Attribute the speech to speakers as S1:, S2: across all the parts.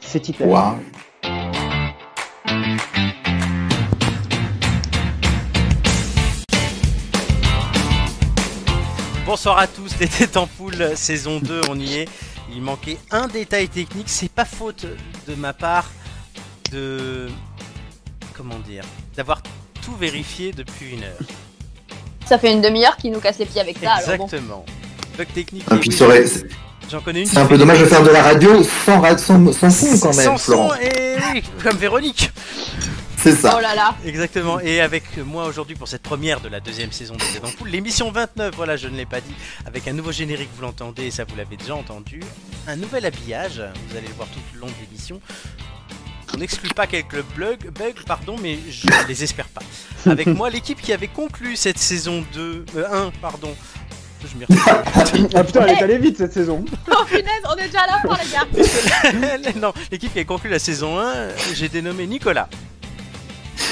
S1: C'est Titane.
S2: Waouh.
S3: Bonsoir à tous, l'été en poule, saison 2, on y est. Il manquait un détail technique, c'est pas faute de ma part de. Comment dire D'avoir tout vérifié depuis une heure.
S4: Ça fait une demi-heure qu'il nous casse les pieds avec ça, Ah, alors bon.
S3: Exactement. Bug technique,
S2: Ah,
S3: oui,
S2: puis
S3: oui,
S2: ça aurait- c'est
S3: j'en connais une.
S2: c'est un peu dommage de faire de la radio sans, ra- sans, sans son quand même,
S3: Sans
S2: Florent.
S3: son et oui, comme Véronique.
S2: C'est ça.
S4: Oh là là.
S3: Exactement. Et avec moi aujourd'hui pour cette première de la deuxième saison de Tête en Poule, l'émission 29, voilà, je ne l'ai pas dit, avec un nouveau générique, vous l'entendez, et ça vous l'avez déjà entendu. Un nouvel habillage, vous allez le voir tout le long de l'émission. On n'exclut pas quelques bugs, bugs, pardon, mais je ne les espère pas. Avec moi, l'équipe qui avait conclu cette saison 2, euh, 1, pardon. Je m'y retrouve.
S1: Ah putain,
S3: Eh
S1: elle est allée vite cette saison.
S4: Oh punaise, on est déjà là par les gars.
S3: non, l'équipe qui a conclu la saison 1, j'ai dénommé Nicolas.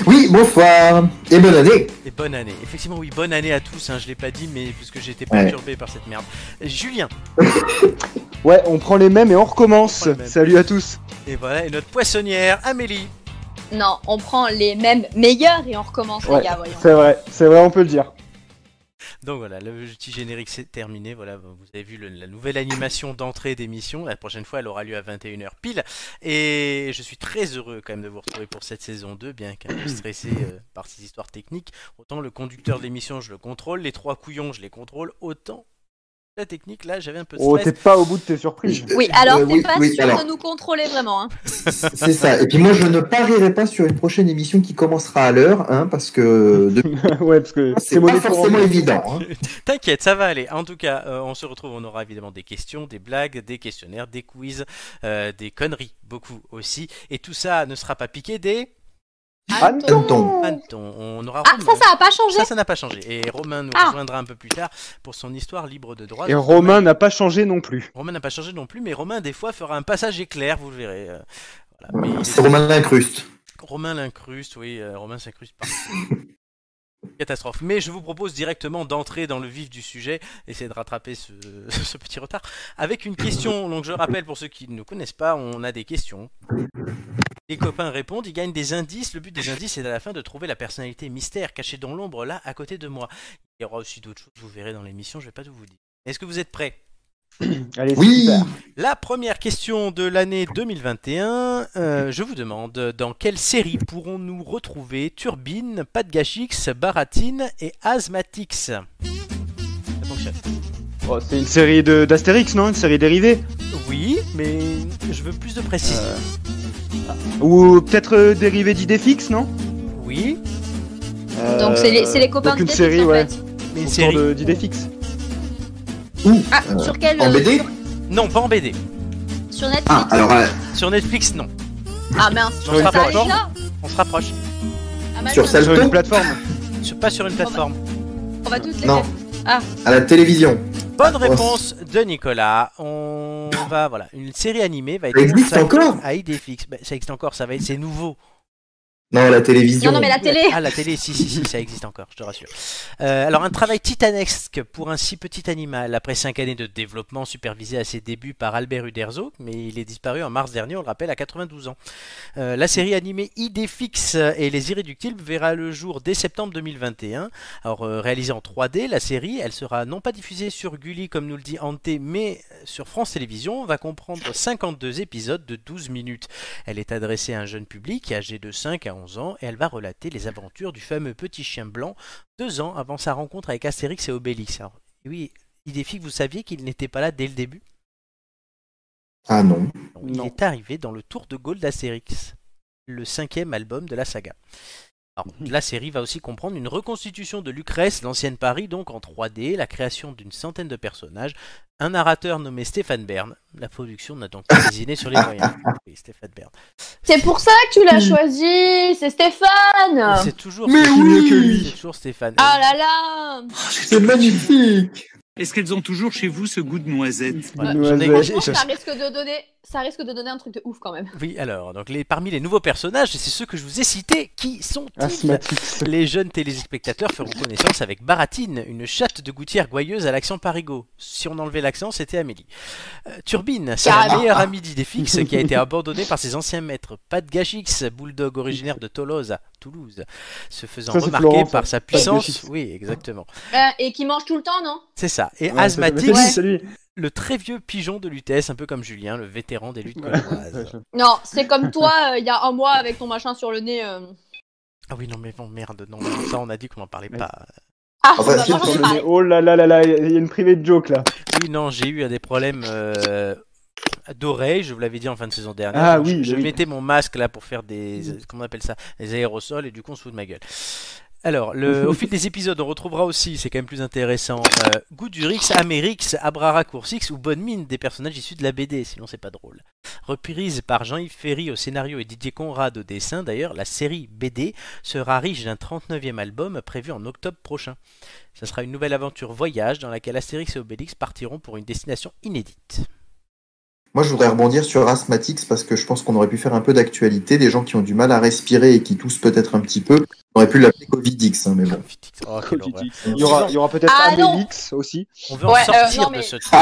S2: Oui, bonsoir et bonne année.
S3: Et bonne année. Effectivement, oui, bonne année à tous. Hein, je l'ai pas dit, mais parce que j'étais
S2: Ouais.
S3: perturbé par cette merde. Julien.
S1: Ouais, on prend les mêmes et on recommence.
S3: On prend les mêmes.
S1: Salut à tous.
S3: Et voilà, et notre poissonnière, Amélie.
S4: Non, on prend les mêmes meilleurs et on recommence,
S1: Ouais.
S4: les gars, voyons.
S1: C'est vrai, c'est vrai, on peut le dire.
S3: Donc voilà, le petit générique c'est terminé. Voilà, vous avez vu le- la nouvelle animation d'entrée d'émission. La prochaine fois, elle aura lieu à 21h pile. Et je suis très heureux quand même de vous retrouver pour cette saison 2, bien qu'un peu stressé euh, par ces histoires techniques. Autant le conducteur de l'émission, je le contrôle. Les trois couillons, je les contrôle. Autant la technique, là, j'avais un peu de
S1: Oh, t'es
S3: stress.
S1: pas au bout de tes surprises.
S4: Oui, alors
S2: Euh,
S4: t'es
S2: oui,
S4: pas
S2: oui,
S4: sûr
S2: alors.
S4: de nous contrôler vraiment, hein.
S2: C'est ça. Et puis moi, je ne parierai pas sur une prochaine émission qui commencera à l'heure, hein, parce que de-
S1: ouais, parce que
S2: c'est
S1: mauvais
S2: pas
S1: pour
S2: forcément
S1: moi.
S2: évident. hein.
S3: T'inquiète, ça va aller. En tout cas, euh, on se retrouve. On aura évidemment des questions, des blagues, des questionnaires, des quiz, euh, des conneries, beaucoup aussi. Et tout ça ne sera pas piqué des
S1: Ah non.
S2: Attends.
S3: hannetons. On aura
S4: Ah, ça,
S3: Romain.
S4: ça a pas changé
S3: Ça, ça n'a pas changé. Et Romain nous
S4: Ah.
S3: rejoindra un peu plus tard pour son histoire libre de droit.
S1: Et
S3: Donc,
S1: Romain n'a pas changé non plus.
S3: Romain n'a pas changé non plus, mais Romain, des fois, fera un passage éclair, vous le verrez. euh, voilà. Mais il est-
S2: C'est Romain Lincruste.
S3: Romain l'incruste, oui, euh, Romain s'incruste partout. Catastrophe. Mais je vous propose directement d'entrer dans le vif du sujet, essayer de rattraper ce, ce petit retard, avec une question. Donc je rappelle pour ceux qui ne nous connaissent pas, on a des questions. Les copains répondent, ils gagnent des indices. Le but des indices, c'est à la fin de trouver la personnalité mystère cachée dans l'ombre, là, à côté de moi. Il y aura aussi d'autres choses, vous verrez dans l'émission, je vais pas tout vous dire. Est-ce que vous êtes prêts
S1: Allez, c'est
S2: Oui.
S1: super.
S3: la première question de l'année 2021, euh, je vous demande dans quelle série pourrons-nous retrouver Turbine, Padgachix, Baratine et Asmatix Ça fonctionne.
S1: Oh, c'est une série de- d'Astérix, non Une série dérivée
S3: Oui, mais je veux plus de précision.
S1: Euh, Ou peut-être euh, dérivée d'idées fixes, non
S3: Oui,
S4: Donc c'est les,
S2: euh,
S4: c'est les copains
S1: donc
S4: de
S1: une
S4: Netflix,
S1: série,
S4: en
S1: ouais.
S4: fait.
S3: mais Euh, une
S1: Autour
S3: série.
S1: de- d'idées fixes.
S4: Ah, sur quel
S2: En
S4: euh,
S2: BD
S4: Sur,
S3: Non, pas en BD.
S4: sur Netflix
S2: Ah, alors euh,
S3: Sur Netflix, non.
S4: Ah mince, hein.
S3: Sur une
S4: ça arrive
S3: plateforme
S4: là
S3: On se rapproche.
S4: Ah, mince,
S2: Sur
S4: on-
S2: celle-
S1: Sur
S2: Salto
S1: une plateforme.
S3: Sur- Pas sur une
S2: Oh,
S3: plateforme.
S4: On va toutes les
S2: Non.
S4: faire.
S2: à la télévision.
S3: Bonne
S2: bah.
S3: réponse de Nicolas. On va voilà, une série animée va être
S2: Ça existe
S3: consacrée
S2: encore
S3: à IDFX. Ben, ça existe encore, ça va être c'est nouveau.
S2: Non, à la télévision.
S4: Non, non, mais la télé
S3: Ah, la télé, si, si, si, ça existe encore, je te rassure. Euh, alors, un travail titanesque pour un si petit animal. Après cinq années de développement supervisé à ses débuts par Albert Uderzo, mais il est disparu en mars dernier, on le rappelle, à 92 ans. Euh, la série animée Idéfix et les Irréductibles verra le jour dès septembre 2021. Alors, euh, réalisée en 3D, la série, elle sera non pas diffusée sur Gulli, comme nous le dit Ante, mais sur France Télévisions, va comprendre 52 épisodes de 12 minutes. Elle est adressée à un jeune public âgé de 5 à 11 ans et elle va relater les aventures du fameux petit chien blanc deux ans avant sa rencontre avec Astérix et Obélix. Alors, oui, Idéfix, vous saviez qu'il n'était pas là dès le début
S2: Ah non.
S3: Non,
S1: Non.
S3: Il est arrivé dans le Tour de Gaulle d'Astérix, le cinquième album de la saga. Alors, la série va aussi comprendre une reconstitution de Lucrèce, l'ancienne Paris, donc en 3D, la création d'une centaine de personnages, un narrateur nommé Stéphane Bern. La production n'a donc pas désigné sur les moyens. Oui, Stéphane Bern.
S4: C'est pour ça que tu l'as choisi C'est Stéphane
S3: C'est toujours,
S2: Mm. Mais
S3: c'est
S2: oui
S3: que lui. C'est toujours Stéphane.
S4: Ah là là
S2: C'est magnifique.
S5: Est-ce qu'elles ont toujours chez vous ce goût de noisette
S3: Voilà,
S1: Une
S3: j'en ai-
S1: noisette.
S3: j'ai-
S4: Franchement, ça risque de donner ça risque de donner un truc de ouf quand même.
S3: Oui, alors, donc les, parmi les nouveaux personnages, c'est ceux que je vous ai cités, qui
S5: Ah,
S3: sont-ils
S5: Asthmatix.
S3: Les jeunes téléspectateurs feront connaissance avec Baratine, une chatte de gouttière gouailleuse à l'accent parigot. Si on enlevait l'accent, c'était Amélie. Euh, Turbine, c'est la
S4: Carrément.
S3: meilleure amie d'Idéfix qui a été abandonnée par ses anciens maîtres. Pat Gachix, bulldog originaire de Toulouse, à Toulouse, se faisant
S5: Ça, c'est
S3: remarquer
S5: Florence,
S3: par
S5: hein.
S3: sa
S5: Gachix.
S3: puissance. Oui, exactement.
S4: Euh, et qui mange tout le temps, non
S3: C'est ça. Et
S5: Ouais,
S3: Asthmatix,
S5: c'est- c'est lui.
S3: le très vieux pigeon de l'UTS, un peu comme Julien, le vétéran des luttes colomboises.
S4: Non, c'est comme toi, euh, il y a un mois avec ton machin sur le nez. euh.
S3: Ah oui, non, mais bon, merde, non, ça, on a dit qu'on n'en parlait
S5: Mais-
S3: pas.
S2: Ah
S4: Ah,
S2: bah,
S4: bah,
S2: si,
S4: j'en ai
S2: sur le
S4: parlé.
S5: Oh là là là là, il y a une privée de joke là.
S3: Oui, non, j'ai eu euh, des problèmes euh, d'oreilles, je vous l'avais dit en fin de saison dernière.
S5: Ah
S3: Donc, je-
S5: oui,
S3: je,
S5: oui.
S3: mettais mon masque là pour faire des. euh, Comment on appelle ça Des aérosols et du coup on se fout de ma gueule. Alors, le- au fil des épisodes, on retrouvera aussi, c'est quand même plus intéressant, euh, Goudurix, Amérix, Abrara Coursix ou Bonne Mine, des personnages issus de la BD, sinon c'est pas drôle. Reprise par Jean-Yves Ferry au scénario et Didier Conrad au dessin, d'ailleurs, la série BD sera riche d'un 39e album prévu en octobre prochain. Ce sera une nouvelle aventure voyage dans laquelle Astérix et Obélix partiront pour une destination inédite.
S2: Moi, je voudrais rebondir sur Asthmatix parce que je pense qu'on aurait pu faire un peu d'actualité. Des gens qui ont du mal à respirer et qui toussent peut-être un petit peu, on aurait pu l'appeler Covidix, hein, mais bon.
S3: Oh, quelle horreur.
S5: Il y aura, il y aura peut-être
S4: Ah,
S5: un
S4: non.
S5: Bélix aussi.
S3: On veut
S4: Ouais,
S3: en
S4: euh,
S3: sortir
S4: non,
S3: de
S4: mais-
S3: ce truc.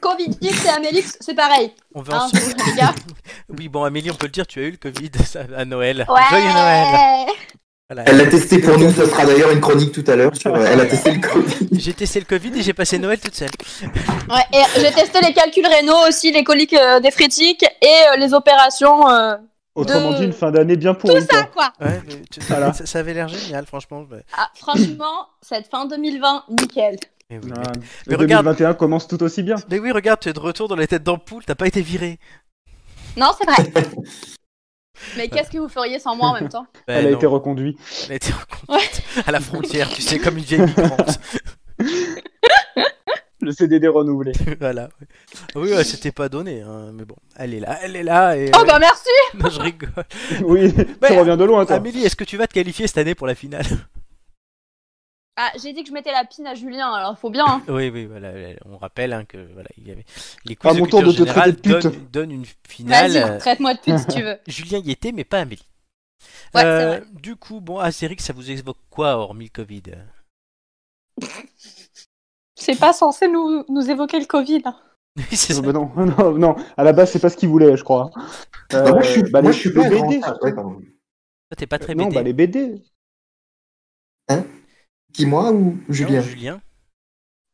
S4: Covidix et Amélix, c'est pareil.
S3: On veut en
S4: Hein,
S3: sortir.
S4: les gars.
S3: Oui, bon, Amélie, on peut le dire, tu as eu le Covid ça, à Noël. Joyeux Noël.
S4: Ouais.
S3: Voilà.
S2: Elle l'a testé pour nous, ça fera d'ailleurs une chronique tout à l'heure sur euh, elle a testé le Covid.
S3: J'ai testé le Covid et j'ai passé Noël toute seule.
S4: Ouais, et j'ai testé les calculs rénaux aussi, les coliques euh, déphrétiques et euh, les opérations. euh,
S5: Autrement
S4: De-
S5: dit, une fin d'année bien pourrie.
S4: Ça
S5: quoi.
S4: quoi
S3: Ouais, mais tu-
S5: Voilà.
S3: ça, ça avait l'air génial, franchement. Mais,
S4: Ah, Franchement, cette fin 2020, nickel.
S3: mais oui,
S5: Non,
S3: mais-
S5: mais
S3: regarde-
S5: 2021 commence tout aussi bien.
S3: mais oui, regarde, tu es de retour dans les têtes d'ampoule, t'as pas été viré.
S4: Non, c'est vrai. Mais qu'est-ce que vous feriez sans moi en même temps
S3: Ben
S5: Elle a
S3: non,
S5: été reconduite.
S3: elle a été reconduite à la frontière, tu sais, comme une vieille migrante.
S5: Le CDD renouvelé.
S3: voilà. Oui, ouais, c'était pas donné, hein, mais bon, elle est là, elle est là. Et,
S4: Oh bah merci
S3: Non, je rigole.
S5: oui, tu
S3: Mais-
S5: reviens de loin, toi.
S3: Amélie, est-ce que tu vas te qualifier cette année pour la finale
S4: Ah, j'ai dit que je mettais la pine à Julien, alors faut bien. hein.
S3: Oui, oui, voilà. euh, On rappelle hein, que voilà, il y avait les
S5: À
S3: coups de
S5: mon tour de
S3: culture
S5: te traiter
S3: générale
S5: de pute.
S3: donnent, donnent une finale.
S4: Vas-y,
S3: euh,
S4: traite-moi de pute si tu veux.
S3: Julien y était, mais pas Amélie.
S4: Ouais,
S3: Euh,
S4: c'est vrai.
S3: du coup, bon, Astérix, ça vous évoque quoi hormis le Covid
S4: C'est pas censé nous, nous évoquer le Covid. hein.
S3: Oui, c'est
S5: Non,
S3: ça.
S5: mais Ah, bah non, non, non, à la base, c'est pas ce qu'il voulait, je crois. Euh,
S2: Bah, moi, je suis,
S5: bah,
S2: moi,
S5: les-
S2: je suis
S5: les
S2: pas un
S5: BD,
S2: grand fan.
S5: surtout.
S2: Ouais, pardon.
S3: Toi, T'es pas très
S5: Non,
S3: BD.
S5: bah les BD.
S2: Qui, moi ou
S3: Non,
S2: Julien
S3: Julien.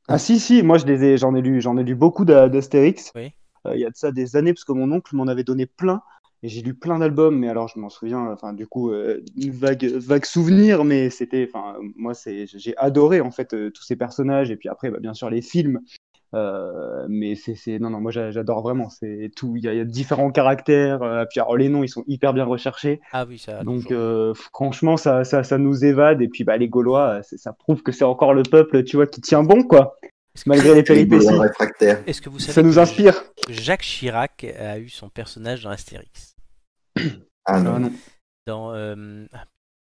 S5: Ah si, si, moi je les ai, j'en ai lu, j'en ai lu beaucoup d'a- d'Astérix. Euh,
S3: Oui.
S5: Il y a de ça des années, parce que mon oncle m'en avait donné plein. Et j'ai lu plein d'albums, mais alors je m'en souviens, enfin du coup, euh, une vague, vague souvenir, mais c'était, enfin moi c'est, j'ai adoré en fait euh, tous ces personnages, et puis après, bah, bien sûr les films, Euh, mais c'est, c'est, non non, moi j'a- j'adore vraiment, c'est tout, il y, a- il y a différents caractères, euh, puis alors les noms ils sont hyper bien recherchés,
S3: Ah oui, ça.
S5: donc
S3: toujours.
S5: euh, franchement ça, ça, ça nous évade, et puis bah les Gaulois, euh, c'est- ça prouve que c'est encore le peuple, tu vois, qui tient bon quoi,
S3: Est-ce que-
S5: malgré les
S2: Les
S5: péripéties.
S2: Gaulois réfractaires.
S3: Est-ce que vous savez
S5: Ça nous
S3: que
S5: inspire.
S3: Jacques Chirac a eu son personnage dans Astérix.
S2: Ah non.
S3: dans euh, ah,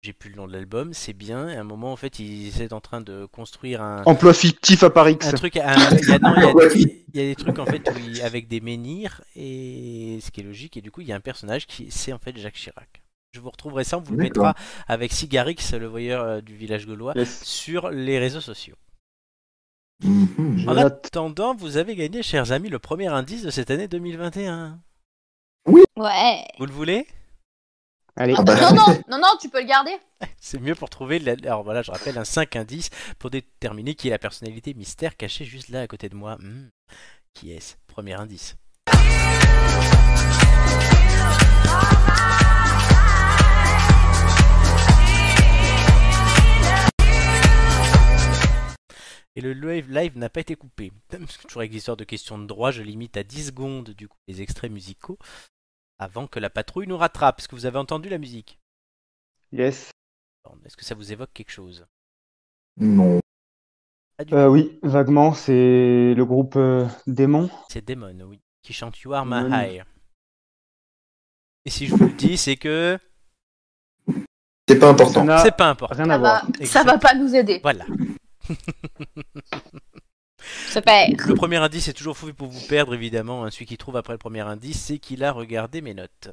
S3: j'ai plus le nom de l'album, c'est bien. À un moment, en fait, ils étaient en train de construire un,
S5: Emploi fictif à Paris.
S3: un truc. un- il y a, non, il y a-
S2: Ouais.
S3: il y a des trucs en fait où il- avec des menhirs et ce qui est logique. Et du coup, il y a un personnage qui c'est en fait Jacques Chirac. Je vous retrouverai ça, on vous le
S2: D'accord.
S3: mettra avec Sigarix, le voyeur euh, du village gaulois, sur les réseaux sociaux.
S2: Mhm.
S3: En
S5: note.
S3: attendant, vous avez gagné, chers amis, le premier indice de cette année 2021.
S4: Ouais.
S3: Vous le voulez
S5: Allez.
S2: Ah bah.
S4: Non, non, non, non, tu peux le garder.
S3: C'est mieux pour trouver, la- alors voilà, je rappelle, un 5 indices pour déterminer qui est la personnalité mystère cachée juste là à côté de moi. Hmm. Qui est-ce Premier indice. Et le live, live n'a pas été coupé. Parce que Toujours avec l'histoire de questions de droit, je limite à 10 secondes du coup les extraits musicaux avant que la patrouille nous rattrape. Est-ce que vous avez entendu la musique
S5: Yes.
S3: Est-ce que ça vous évoque quelque chose
S2: Non.
S3: Pas Ah, du
S5: Euh, oui, vaguement, c'est le groupe euh, Démon.
S3: C'est Demon, oui, qui chante You Are My
S5: Damon.
S3: High. Et si je vous le dis, c'est que
S2: C'est pas
S5: Ça
S2: important.
S5: n'a
S3: c'est pas important.
S5: rien à
S4: Ça va,
S5: voir.
S4: ça va pas nous aider.
S3: Voilà.
S4: Super.
S3: Le premier indice est toujours fou pour vous perdre, évidemment. hein. Celui qui trouve après le premier indice, c'est qu'il a regardé mes notes.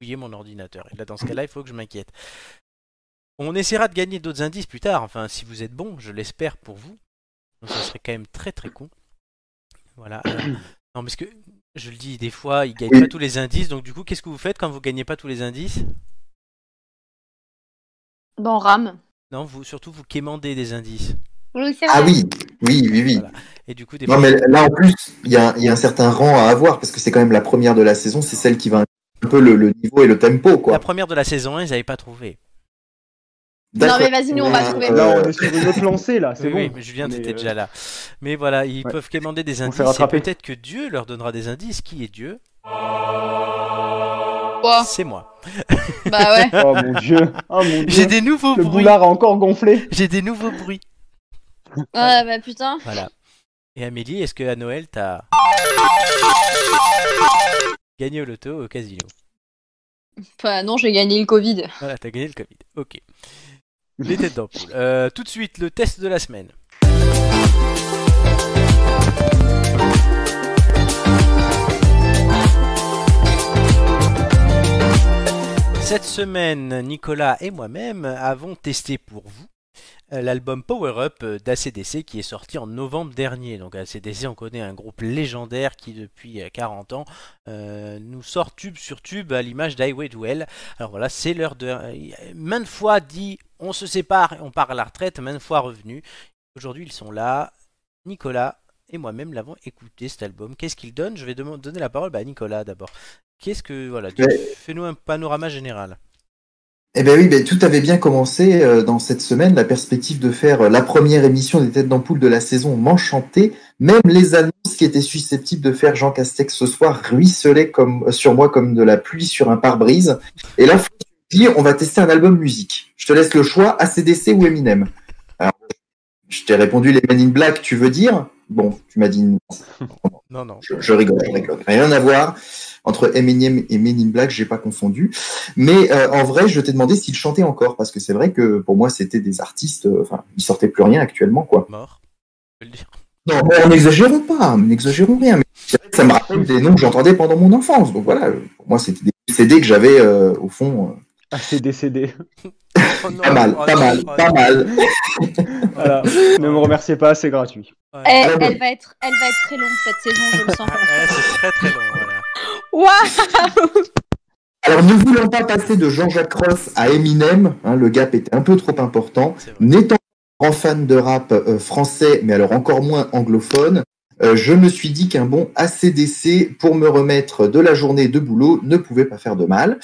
S3: Fouillé mon ordinateur. Et là, dans ce cas-là, il faut que je m'inquiète. On essaiera de gagner d'autres indices plus tard. Enfin, si vous êtes bon, je l'espère pour vous. Donc, ça serait quand même très très con. Voilà. Euh, non, parce que je le dis, des fois, il gagne
S2: Oui.
S3: pas tous les indices. Donc, du coup, qu'est-ce que vous faites quand vous gagnez pas tous les indices
S4: Bon, rame.
S3: Non, vous surtout vous quémandez des indices.
S6: Oui, c'est
S2: Ah
S6: vrai.
S2: oui, oui, oui, oui.
S3: Voilà. Et du coup, des
S2: Non,
S3: fois,
S2: mais là, en plus, il y a, il y a un certain rang à avoir parce que c'est quand même la première de la saison. C'est celle qui va un peu le, le niveau et le tempo,
S3: la
S2: quoi.
S3: première de la saison 1, ils n'avaient pas trouvé.
S4: Non,
S2: D'accord.
S4: mais vas-y, nous, on va trouver.
S2: Euh,
S5: Là, on est sur une autre lancée, là, c'est
S3: Oui,
S5: bon.
S3: oui, mais Julien,
S5: Mais,
S3: t'étais
S5: euh,
S3: déjà là. Mais voilà, ils
S5: ouais.
S3: peuvent quémander des
S5: On
S3: indices.
S5: s'est
S3: Et
S5: rattrapé.
S3: peut-être que Dieu leur donnera des indices. Qui est Dieu
S4: Bon,
S3: C'est moi.
S4: bah ouais.
S5: Oh mon dieu, oh mon dieu.
S3: J'ai des nouveaux
S5: Le
S3: bruits.
S5: boulard a encore gonflé.
S3: J'ai des nouveaux bruits.
S4: Ouais, bah putain.
S3: Voilà. Et Amélie, est-ce que à Noël t'as gagné au loto au casino
S4: Enfin, Bah, non, j'ai gagné le Covid.
S3: Voilà, t'as gagné le Covid. Ok. Les têtes d'ampoule. Euh, tout de suite, le test de la semaine. Cette semaine, Nicolas et moi-même avons testé pour vous euh, l'album Power Up d'ACDC qui est sorti en novembre dernier. Donc ACDC, on connaît un groupe légendaire qui depuis euh, 40 ans euh, nous sort tube sur tube à l'image d'Highway to Hell. Alors voilà, c'est l'heure de. euh, Maintes fois dit on se sépare, et on part à la retraite, maintes fois revenu. Aujourd'hui, ils sont là. Nicolas et moi-même l'avons écouté cet album. Qu'est-ce qu'il donne Je vais demand- donner la parole bah, à Nicolas d'abord. Qu'est-ce que. Voilà, dis-
S2: Ouais.
S3: fais-nous un panorama général.
S2: Eh ben oui, ben tout avait bien commencé euh, dans cette semaine. La perspective de faire euh, la première émission des Têtes d'Ampoule de la saison m'enchantait. Même les annonces qui étaient susceptibles de faire Jean Castex ce soir ruisselaient comme, euh, sur moi comme de la pluie sur un pare-brise. Et là, faut se dire, on va tester un album musique. Je te laisse le choix, ACDC ou Eminem. Alors, je t'ai répondu les Men in Black, tu veux dire Bon, tu m'as dit non.
S3: Non, non.
S2: Je, je rigole, je rigole. Rien à voir. Entre Eminem et Men in Black, j'ai pas confondu. Mais euh, en vrai, je t'ai demandé s'ils chantaient encore, parce que c'est vrai que pour moi, c'était des artistes. euh, Enfin, ils sortaient plus rien actuellement, quoi.
S3: Mort. Je peux le dire.
S2: Non, mais n'exagérons pas, n'exagérons rien. Mais c'est vrai que ça me rappelle des noms que j'entendais pendant mon enfance. Donc voilà, euh, pour moi, c'était des CD que j'avais euh, au fond. euh,
S5: Ah, c'est décédé.
S3: Oh non,
S2: pas mal,
S3: oh
S2: pas
S3: non,
S2: mal,
S3: oh
S2: pas
S3: non.
S2: mal.
S5: Voilà. Ne me remerciez pas, c'est gratuit.
S3: Ouais.
S4: Eh,
S2: Ah,
S4: elle, va être, elle va être très longue cette saison, je le sens.
S3: Ouais, c'est très très long. Voilà.
S4: Waouh
S2: Alors, ne voulant pas passer de Jean-Jacques Ross à Eminem, hein, le gap était un peu trop important.
S3: C'est vrai.
S2: N'étant pas grand fan de rap euh, français, mais alors encore moins anglophone, euh, je me suis dit qu'un bon ACDC pour me remettre de la journée de boulot ne pouvait pas faire de mal.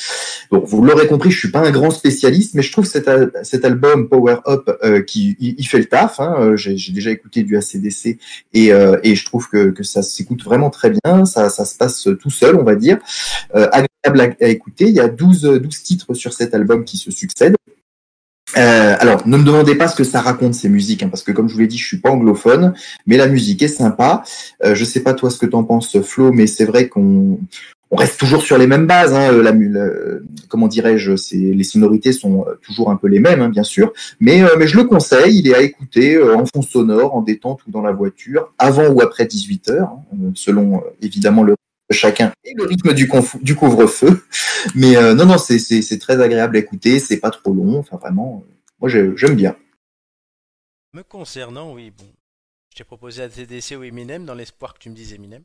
S2: Bon, vous l'aurez compris, je suis pas un grand spécialiste, mais je trouve cet, al- cet album Power Up euh, qui il il fait le taf. hein. Euh, J'ai j'ai déjà écouté du ACDC et, euh, et je trouve que, que ça s'écoute vraiment très bien. Ça, ça se passe tout seul, on va dire. Euh, agréable à, à écouter. Il y a 12, euh, 12 titres sur cet album qui se succèdent. Euh, alors, ne me demandez pas ce que ça raconte ces musiques, hein, parce que comme je vous l'ai dit, je suis pas anglophone, mais la musique est sympa. Euh, je sais pas toi ce que t'en penses, Flo, mais c'est vrai qu'on on reste toujours sur les mêmes bases. Hein, euh, la, mu- la- euh, comment dirais-je, c'est les sonorités sont euh, toujours un peu les mêmes, hein, bien sûr, mais euh, mais je le conseille. Il est à écouter euh, en fond sonore, en détente ou dans la voiture, avant ou après 18 heures, hein, euh, selon euh, évidemment le rythme de chacun et le rythme du, conf- du couvre-feu. Mais euh, non, non, c'est- c'est c'est très agréable à écouter, c'est pas trop long, enfin vraiment. Moi, j'ai- j'aime bien.
S3: Me concernant, oui, bon. Je t'ai proposé ACDC ou Eminem dans l'espoir que tu me dises Eminem.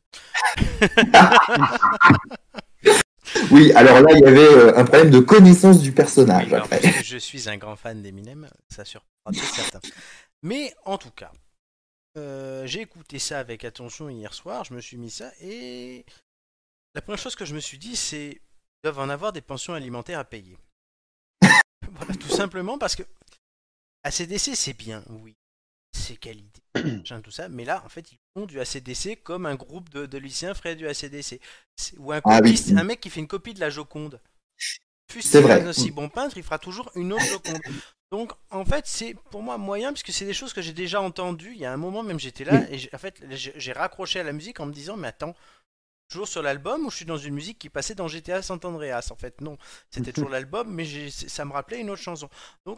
S2: Oui, alors là, il y avait euh, un problème de connaissance du
S3: Oui,
S2: personnage.
S3: alors,
S2: Après.
S3: parce que je suis un grand fan d'Eminem, ça surprendra tous certains. Mais en tout cas, euh, j'ai écouté ça avec attention hier soir, je me suis mis ça et la première chose que je me suis dit, c'est ils doivent en avoir des pensions alimentaires à payer. voilà, tout simplement parce que ACDC c'est bien, oui, c'est qualité, machin, tout ça, mais là en fait ils font du ACDC comme un groupe de, de lycéens frais du ACDC. C'est- Ou un,
S2: Ah oui.
S3: copiste, un mec qui fait une copie de la Joconde. Plus
S2: C'est
S3: c'est
S2: vrai.
S3: un aussi bon peintre, il fera toujours une autre Joconde. Donc en fait c'est pour moi moyen puisque c'est des choses que j'ai déjà entendues. Il y a un moment même j'étais là et j'ai- en fait j'ai j'ai raccroché à la musique en me disant mais attends toujours sur l'album ou je suis dans une musique qui passait dans GTA San Andreas En fait, non, c'était toujours l'album, mais j'ai- ça me rappelait une autre chanson.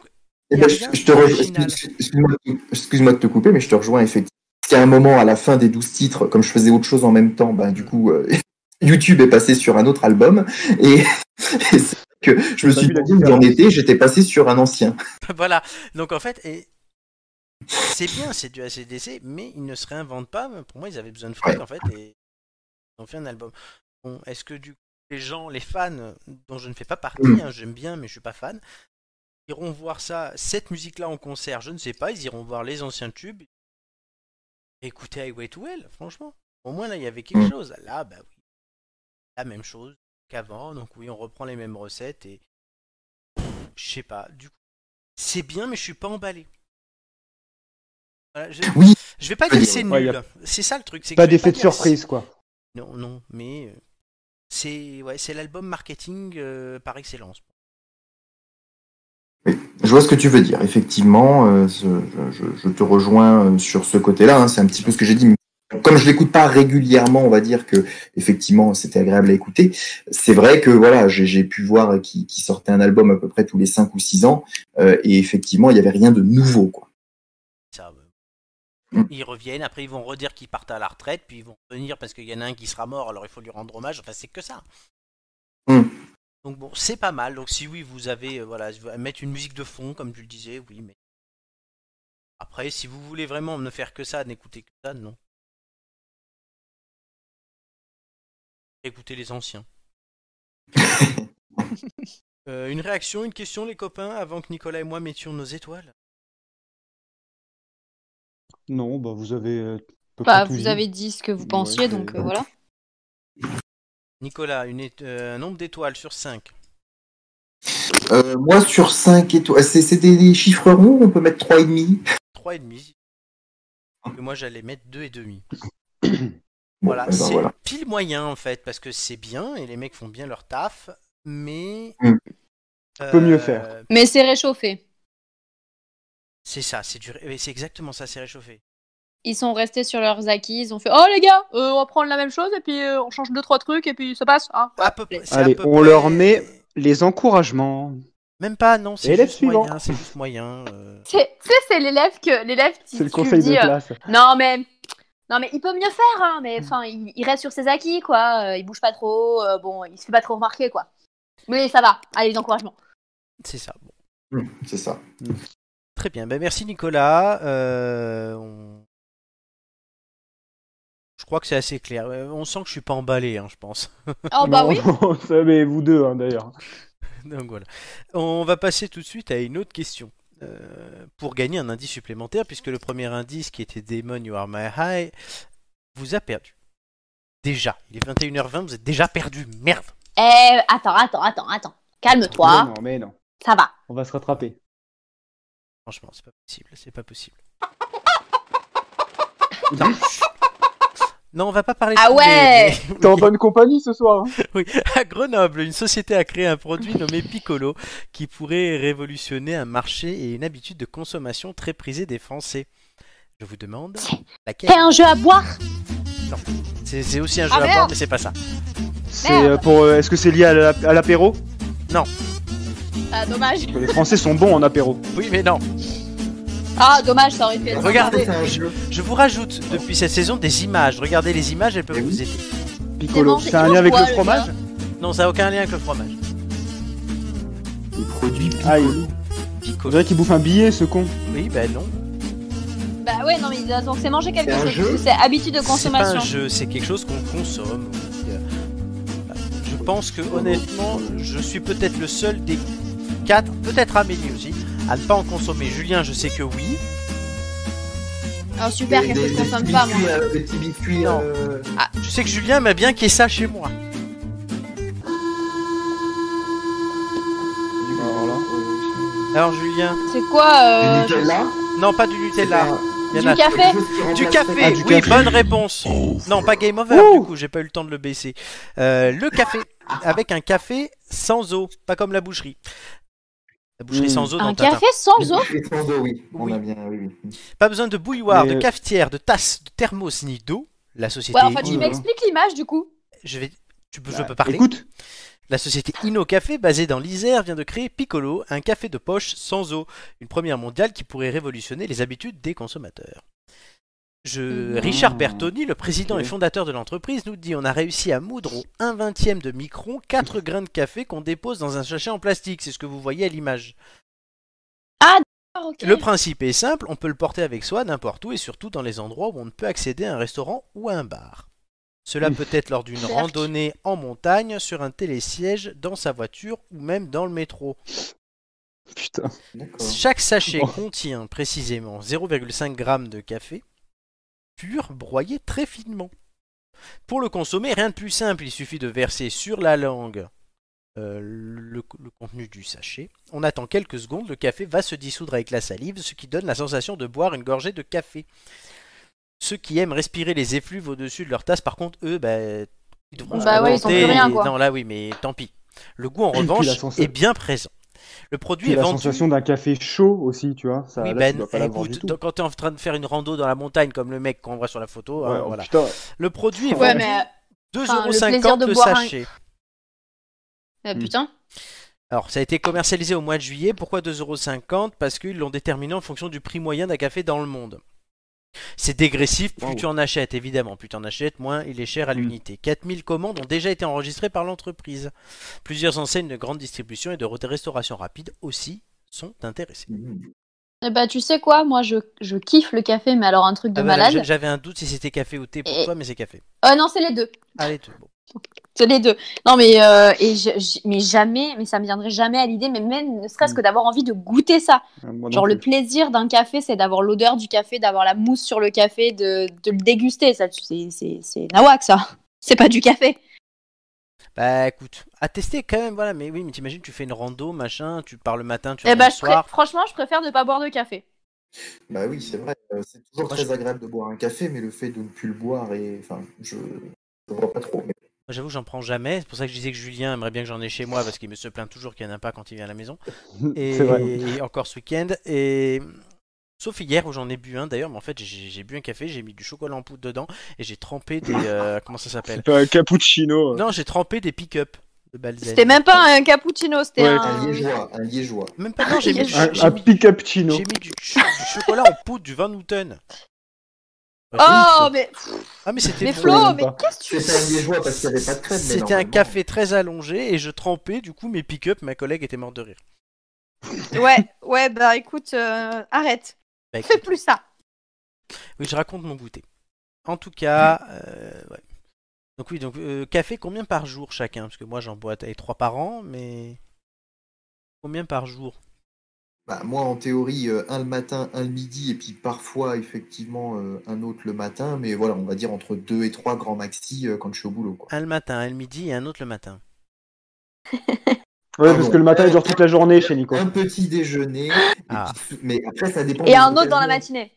S2: Eh
S3: il y a
S2: ben, je,
S3: rien
S2: je te rejoins-
S3: d'original.
S2: excuse- Excuse-moi de te- excuse-moi de te couper, mais je te rejoins effectivement Si à un moment, à la fin des 12 titres, comme je faisais autre chose en même temps, ben, du coup, euh, YouTube est passé sur un autre album. Et, et c'est vrai que je me
S5: T'as
S2: suis
S5: vu la
S2: dit où j'en
S5: différence
S2: étais, j'étais passé sur un ancien.
S3: voilà. Donc en fait, et... c'est bien, c'est du ACDC, mais ils ne se réinventent pas. Pour moi, ils avaient besoin de fric en fait, et ils ont fait un album. Bon, est-ce que du coup, les gens, les fans, dont je ne fais pas partie,
S2: Mm.
S3: hein, j'aime bien, mais je suis pas fan, iront voir ça, cette musique-là en concert Je ne sais pas, ils iront voir les anciens tubes, écouter Highway to Hell, franchement. Au moins, là, il y avait quelque
S2: Mm.
S3: chose. Là, bah oui, la même chose qu'avant, donc oui, on reprend les mêmes recettes, et je sais pas, du coup. C'est bien, mais je suis pas emballé. Voilà, je...
S2: Oui.
S3: je vais pas
S2: Je veux
S3: dire
S2: dire,
S3: que c'est
S5: ouais,
S3: nul.
S5: y
S3: C'est ça le truc. c'est que
S5: Pas
S3: je vais
S5: d'effet de
S3: dire que
S5: surprise, quoi.
S3: c'est- Non, non, mais euh, c'est ouais, c'est l'album marketing euh, par excellence.
S2: Je vois ce que tu veux dire. Effectivement, euh, ce- je, je- je te rejoins euh, sur ce côté-là. hein. C'est un petit peu ce que j'ai dit. mais Comme je l'écoute pas régulièrement, on va dire que effectivement c'était agréable à écouter. C'est vrai que voilà, j'ai j'ai pu voir qui, qui sortait un album à peu près tous les cinq ou six ans, euh, et effectivement il y avait rien de nouveau. Quoi.
S3: Ça, euh,
S2: Mm.
S3: Ils reviennent, après ils vont redire qu'ils partent à la retraite, puis ils vont revenir parce qu'il y en a un qui sera mort, alors il faut lui rendre hommage. Enfin, c'est que ça.
S2: Mm.
S3: Donc bon, c'est pas mal. Donc si oui, vous avez euh, voilà, à mettre une musique de fond comme tu le disais, oui, mais après, si vous voulez vraiment ne faire que ça, n'écoutez que ça, non. Écoutez les anciens. Euh, une réaction, une question, les copains, avant que Nicolas et moi mettions nos étoiles.
S5: Non, bah vous avez. euh, à peu
S4: Bah,
S5: près tout
S4: vous
S5: dit.
S4: avez dit ce que vous pensiez,
S5: Ouais,
S4: donc
S5: c'est-
S4: euh, voilà.
S3: Nicolas, une éto- euh, un nombre d'étoiles sur 5.
S2: Euh, moi sur cinq étoiles, c'est c'est des, des chiffres ronds. On peut mettre trois et demi.
S3: 3,5.
S5: Ah.
S3: Que moi j'allais mettre 2,5.
S2: Bon,
S3: Voilà,
S2: eh ben,
S3: c'est
S2: voilà.
S3: pile moyen en fait, parce que c'est bien et les mecs font bien leur taf, mais.
S2: Mm.
S3: euh,
S5: Peut mieux faire.
S4: Mais c'est réchauffé.
S3: C'est ça, c'est du... eh, c'est exactement ça, c'est réchauffé.
S4: Ils sont restés sur leurs acquis, ils ont fait Oh les gars, euh, on va prendre la même chose et puis euh, on change deux trois trucs et puis ça passe. Ah,
S3: À peu près- c'est à
S5: Allez,
S3: peu
S5: on
S3: près-
S5: leur met- Les encouragements.
S3: Même pas, non, c'est
S5: Élève
S3: juste
S5: suivant.
S3: moyen. C'est juste moyen. euh.
S4: C'est tu sais, c'est l'élève que l'élève qui
S5: C'est le
S4: tu lui
S5: conseil de
S4: dis, euh,
S5: classe.
S4: Non mais non mais il peut mieux faire hein, mais enfin il, il reste sur ses acquis quoi, Euh, il bouge pas trop, euh, bon, il se fait pas trop remarquer quoi. Mais ça va. Allez, les encouragements.
S3: C'est ça. Bon.
S2: Hum, C'est ça.
S3: Très bien. Ben, merci Nicolas. Euh, on- Je crois que c'est assez clair. Euh, On sent que je suis pas emballé, hein, je pense.
S4: Oh bah
S5: Non,
S4: oui.
S5: non, ça, mais vous deux, hein, d'ailleurs.
S3: Donc voilà. On va passer tout de suite à une autre question. euh, pour gagner un indice supplémentaire, puisque le premier indice qui était Demon You Are My High vous a perdu. Déjà, il est 21h20, vous êtes déjà perdu, merde!
S4: Eh attends, attends, attends, attends.
S5: Mais
S4: Calme-toi,
S5: non, mais non.
S4: ça va.
S5: On va se rattraper.
S3: Franchement, c'est pas possible, c'est pas possible.
S5: Putain,
S3: Non, on va pas parler
S4: Ah
S3: de
S4: ouais
S3: des-
S5: T'es en bonne compagnie ce soir. hein.
S3: Oui, à Grenoble, une société a créé un produit nommé Piccolo qui pourrait révolutionner un marché et une habitude de consommation très prisée des Français. Je vous demande laquelle
S4: C'est un jeu à boire.
S3: C'est c'est aussi un jeu
S4: Ah,
S3: à boire,
S4: merde
S3: mais c'est pas ça.
S5: C'est euh, pour. euh, Est-ce que c'est lié à la- à l'apéro
S4: Ah dommage.
S5: Les Français sont bons en apéro.
S3: Oui, mais non.
S4: Ah dommage, ça aurait pu être
S3: Regardez,
S2: C'est un jeu.
S3: je vous rajoute depuis cette saison des images. Regardez les images, elles peuvent
S2: Eh oui.
S3: vous aider.
S5: Piccolo.
S4: C'est
S5: C'est un
S4: mangé-
S5: lien avec
S4: Ouais,
S5: le
S4: le
S5: fromage
S3: Non, ça n'a aucun lien avec le fromage.
S2: Les produits.
S5: Aïe. On
S3: Piccolo.
S5: dirait qu'il bouffe un billet, ce con.
S3: Oui, ben non.
S4: Bah ouais, non, mais il a- donc c'est manger quelque
S2: C'est un
S4: chose.
S2: jeu
S4: C'est habitude de
S3: C'est pas un
S4: consommation.
S3: jeu, c'est quelque chose qu'on consomme. Euh, Je pense que honnêtement, je suis peut-être le seul des quatre, peut-être Amélie aussi, à ne pas en consommer. Julien, je sais que oui.
S4: Ah, super, quelque chose que je consomme pas, moi.
S2: Des petits biscuits.
S3: Non.
S2: euh,
S4: Ah.
S3: Je sais que Julien m'a bien qu'il y ait ça chez moi.
S5: Alors là.
S3: Alors Julien,
S4: C'est quoi euh,
S2: du Nutella
S3: non pas du Nutella. Il y en
S4: Du
S3: a.
S4: café
S3: Du café,
S5: Ah, du
S3: oui,
S5: café.
S3: bonne réponse. Non, pas Game Over,
S5: Ouh.
S3: du coup, j'ai pas eu le temps de le baisser. Euh, le café, avec un café sans eau, pas comme la boucherie. La boucherie
S5: Mm.
S3: sans eau dans
S4: Un
S3: Tintin.
S4: café sans eau
S2: Et sans eau, oui. On
S3: Oui.
S2: a bien, oui, oui.
S3: Pas besoin de bouilloire,
S5: Mais- euh,
S3: de cafetière, de tasse, de thermos, ni d'eau. La société.
S4: Ouais, en fait,
S5: cool,
S4: tu
S5: hein.
S4: m'expliques l'image du coup.
S3: Je vais. Tu peux, je
S5: Bah,
S3: peux parler.
S5: Écoute,
S3: La société Inno Café, basée dans l'Isère, vient de créer Piccolo, un café de poche sans eau, une première mondiale qui pourrait révolutionner les habitudes des consommateurs. Je... Richard Bertoni, le président et fondateur de l'entreprise, nous dit on a réussi à moudre au 1 vingtième de micron 4 grains de café qu'on dépose dans un sachet en plastique. C'est ce que vous voyez à l'image.
S4: Ah, ok.
S3: Le principe est simple, on peut le porter avec soi n'importe où et surtout dans les endroits où on ne peut accéder à un restaurant ou à un bar. Cela peut être lors d'une
S4: Berk.
S3: randonnée en montagne, sur un télésiège, dans sa voiture ou même dans le métro.
S5: Putain.
S2: D'accord.
S3: Chaque sachet
S5: Bon.
S3: contient précisément 0,5 g de café pur broyé très finement. Pour le consommer, rien de plus simple, il suffit de verser sur la langue euh, le, le contenu du sachet. On attend quelques secondes, le café va se dissoudre avec la salive, ce qui donne la sensation de boire une gorgée de café. Ceux qui aiment respirer les effluves au-dessus de leur tasse, par contre, eux, bah, ils devront
S5: Bah
S3: se
S5: ouais, ils sont plus
S3: contenter.
S4: rien, quoi.
S3: Non, là oui, mais tant pis. Le goût, en
S5: puis la
S3: revanche,
S5: sensation-
S3: est bien présent. Le produit
S5: Puis
S3: est
S5: la
S3: vendu
S5: sensation d'un café chaud aussi, tu vois. Ça,
S3: oui,
S5: là, tu
S3: Ben,
S5: dois pas l'avoir
S3: écoute,
S5: du tout.
S3: donc, quand t'es en train de faire une rando dans la montagne, comme le mec qu'on voit sur la photo,
S5: Ouais,
S3: hein,
S5: oh,
S3: voilà.
S5: putain.
S3: le produit est
S4: Ouais,
S3: vendu
S4: mais,
S3: 2,50€
S4: plaisir
S3: le,
S4: de boire un-
S3: sachet.
S4: euh, putain.
S3: Alors, ça a été commercialisé au mois de juillet. Pourquoi 2,50€ Parce qu'ils l'ont déterminé en fonction du prix moyen d'un café dans le monde. C'est dégressif, plus
S5: Wow.
S3: tu en achètes, évidemment. Plus tu en achètes, moins il est cher à
S5: Mm.
S3: l'unité. 4000 commandes ont déjà été enregistrées par l'entreprise. Plusieurs enseignes de grande distribution et de restauration rapide aussi sont intéressées.
S2: Mmh.
S4: Eh bah, tu sais quoi, moi je, je kiffe le café, mais alors un truc de
S3: Ah, voilà,
S4: malade.
S3: j'a- J'avais un doute si c'était café ou thé pour
S4: Et-
S3: toi, mais c'est café.
S4: Euh, non, c'est les deux.
S3: Allez, tout bon.
S4: C'est les deux. Non, mais, euh, et je- je- mais jamais, mais ça me viendrait jamais à l'idée, mais même ne serait-ce que
S3: Mm.
S4: d'avoir envie de goûter ça.
S5: Ah, moi non
S4: Genre, le
S5: plus.
S4: plaisir d'un café, c'est d'avoir l'odeur du café, d'avoir la mousse sur le café, de, de le déguster. Ça, tu- c'est- c'est c'est nawak, ça. C'est pas du café.
S3: Bah écoute, à tester quand même, voilà, mais oui, mais t'imagines, tu fais une rando, machin, tu pars le matin, tu
S4: Eh
S3: reviens
S4: bah,
S3: le
S4: je pré-
S3: soir.
S4: franchement, je préfère ne pas boire de café.
S2: Bah oui, c'est vrai. Euh, C'est toujours
S3: Moi,
S2: très
S3: je-
S2: agréable de boire un café, mais le fait de ne plus le boire et enfin, je ne vois pas trop. mais-
S3: Moi, j'avoue, j'en prends jamais, c'est pour ça que je disais que Julien aimerait bien que j'en ai chez moi, parce qu'il me se plaint toujours qu'il n'y en a pas quand il vient à la maison. Et, Ben.
S5: C'est vrai.
S3: et encore ce week-end, et. Sauf hier où j'en ai bu un d'ailleurs, mais en fait j'ai j'ai bu un café, j'ai mis du chocolat en poudre dedans et j'ai trempé des. euh, comment ça s'appelle
S5: C'est pas un cappuccino.
S3: Non, j'ai trempé des pick-up de Balzen.
S4: C'était même pas un cappuccino, c'était
S5: Ouais.
S2: Un
S4: un.
S2: liégeois, un liégeois.
S3: Même pas, non, j'ai mis, du-
S5: euh, Un,
S3: j'ai
S5: un
S3: mis-
S5: picappuccino.
S3: j'ai mis du, ch- du chocolat en poudre du 20 Newton. Ouais, c'est
S4: Oh,
S3: ouf.
S4: mais,
S3: Ah, mais c'était
S4: mais
S3: bon.
S5: Ouais,
S4: Flo,
S5: même
S4: mais
S5: pas.
S4: qu'est-ce que tu
S2: C'était un liégeois parce qu'il n'y avait pas de crème. mais
S3: C'était un
S2: normalement-
S3: café très allongé et je trempais du coup mes pick-up, ma collègue était morte de rire.
S4: Ouais, ouais, bah écoute, euh, arrête.
S3: Bah,
S4: Fais
S3: écoute,
S4: plus ça.
S3: oui, je raconte mon goûter. En tout cas, euh, ouais. Donc oui, donc euh, café combien par jour chacun Parce que moi j'en bois allez, trois par an, mais combien par jour
S2: Bah, moi, en théorie, euh, un le matin, un le midi, et puis parfois, effectivement, euh, un autre le matin. Mais voilà, on va dire entre deux et trois grands maxi euh, quand je suis au boulot. Quoi.
S3: Un le matin, un le midi et un autre le matin.
S5: Ouais,
S2: Ah
S5: parce
S2: bon.
S5: que le matin, il dure toute la journée chez Nico. Oh,
S2: Un petit déjeuner, et
S3: Ah.
S2: puis- mais après, ça dépend.
S4: Et
S2: des
S4: un autre dans la
S2: occasions.
S4: matinée.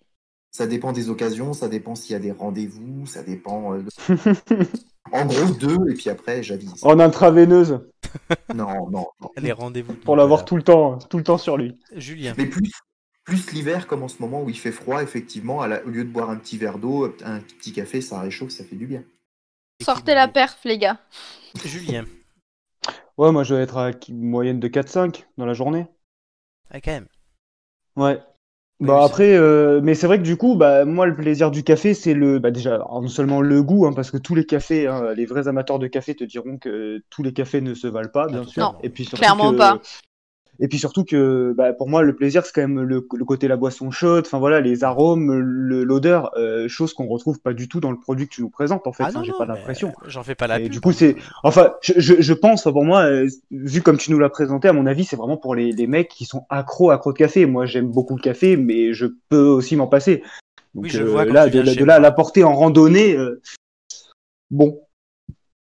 S2: Ça dépend des occasions, ça dépend s'il y a des rendez-vous, ça dépend. euh, de- en gros, deux, et puis après, j'avise.
S5: En intraveineuse,
S2: Non, non, non.
S3: Les rendez-vous. de
S5: pour l'avoir
S3: Nicolas.
S5: tout le temps, tout le temps sur lui.
S3: Julien.
S2: Mais plus, plus l'hiver, comme en ce moment où il fait froid, effectivement, à la- au lieu de boire un petit verre d'eau, un petit café, ça réchauffe, ça fait du bien.
S4: Sortez la perf, les gars.
S3: Julien.
S5: Ouais, moi, je dois être à qui- moyenne de 4-5 dans la journée.
S3: Ah, quand même.
S5: Ouais.
S3: Oui,
S5: Bah
S3: oui,
S5: après, euh, mais c'est vrai que du coup, bah moi le plaisir du café, c'est le, bah déjà non seulement le goût, hein, parce que tous les cafés, hein, les vrais amateurs de café te diront que tous les cafés ne se valent pas,
S3: Ah,
S5: bien sûr.
S3: totalement.
S5: Et puis surtout
S4: Clairement
S5: que-
S4: pas.
S5: Et puis surtout que, bah, pour moi, le plaisir, c'est quand même le, le côté de la boisson chaude, enfin voilà, les arômes, le- l'odeur, euh, chose qu'on retrouve pas du tout dans le produit que tu nous présentes en fait.
S3: Ah
S5: Enfin,
S3: non,
S5: j'ai
S3: non,
S5: pas
S3: mais
S5: l'impression.
S3: J'en fais pas la
S5: Et
S3: pub,
S5: du coup,
S3: hein.
S5: c'est- Enfin, je, je, je pense, pour moi, euh, vu comme tu nous l'as présenté, à mon avis, c'est vraiment pour les, les mecs qui sont accros, accros de café. Moi, j'aime beaucoup le café, mais je peux aussi m'en passer. Donc
S3: Oui, je
S5: euh,
S3: vois quand
S5: là,
S3: tu
S5: de,
S3: viens
S5: là-
S3: chez
S5: de là à
S3: moi.
S5: la porter en randonnée, euh, bon,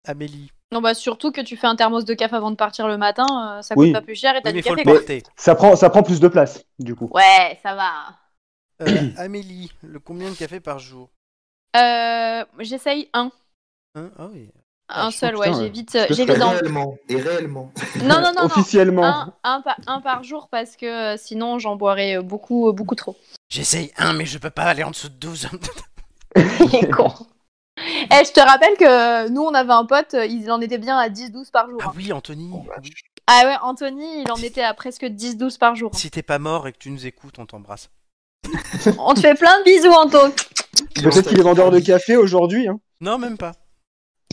S3: Amélie.
S4: Non, bah surtout que tu fais un thermos de café avant de partir le matin, euh, ça coûte
S5: Oui.
S4: pas plus cher et t'as
S3: Oui, mais
S4: du
S3: faut
S4: café
S3: le
S4: quoi.
S3: porter.
S5: ça prend, ça prend plus de place, du coup.
S4: Ouais, ça va.
S3: Euh, Amélie, le combien de café par jour
S4: Euh, J'essaye un.
S3: Hein Ah oui.
S5: Ah,
S4: Un
S5: je
S4: seul,
S5: pense,
S4: ouais,
S5: putain,
S4: j'évite. euh,
S5: je
S2: Et
S4: J'évite
S5: ferais
S4: en.
S2: réellement, et réellement.
S4: Non, non, non, non.
S5: Officiellement.
S4: Un, un, par, un par jour parce que euh, sinon j'en boirais euh, beaucoup, euh, beaucoup trop.
S3: J'essaye un, mais je peux pas aller en dessous de 12.
S4: Il est con. Eh, je te rappelle que nous on avait un pote, euh, il en était bien à 10-12 par jour.
S3: ah
S4: hein.
S3: oui, Anthony.
S2: Oh, bah,
S3: oui.
S4: Ah ouais, Anthony, il en était à presque 10-12 par jour.
S3: Si t'es pas mort et que tu nous écoutes, on t'embrasse.
S4: On te fait plein de bisous, Anto.
S5: Peut-être qu'il est vendeur de café aujourd'hui. Hein.
S3: Non, même pas.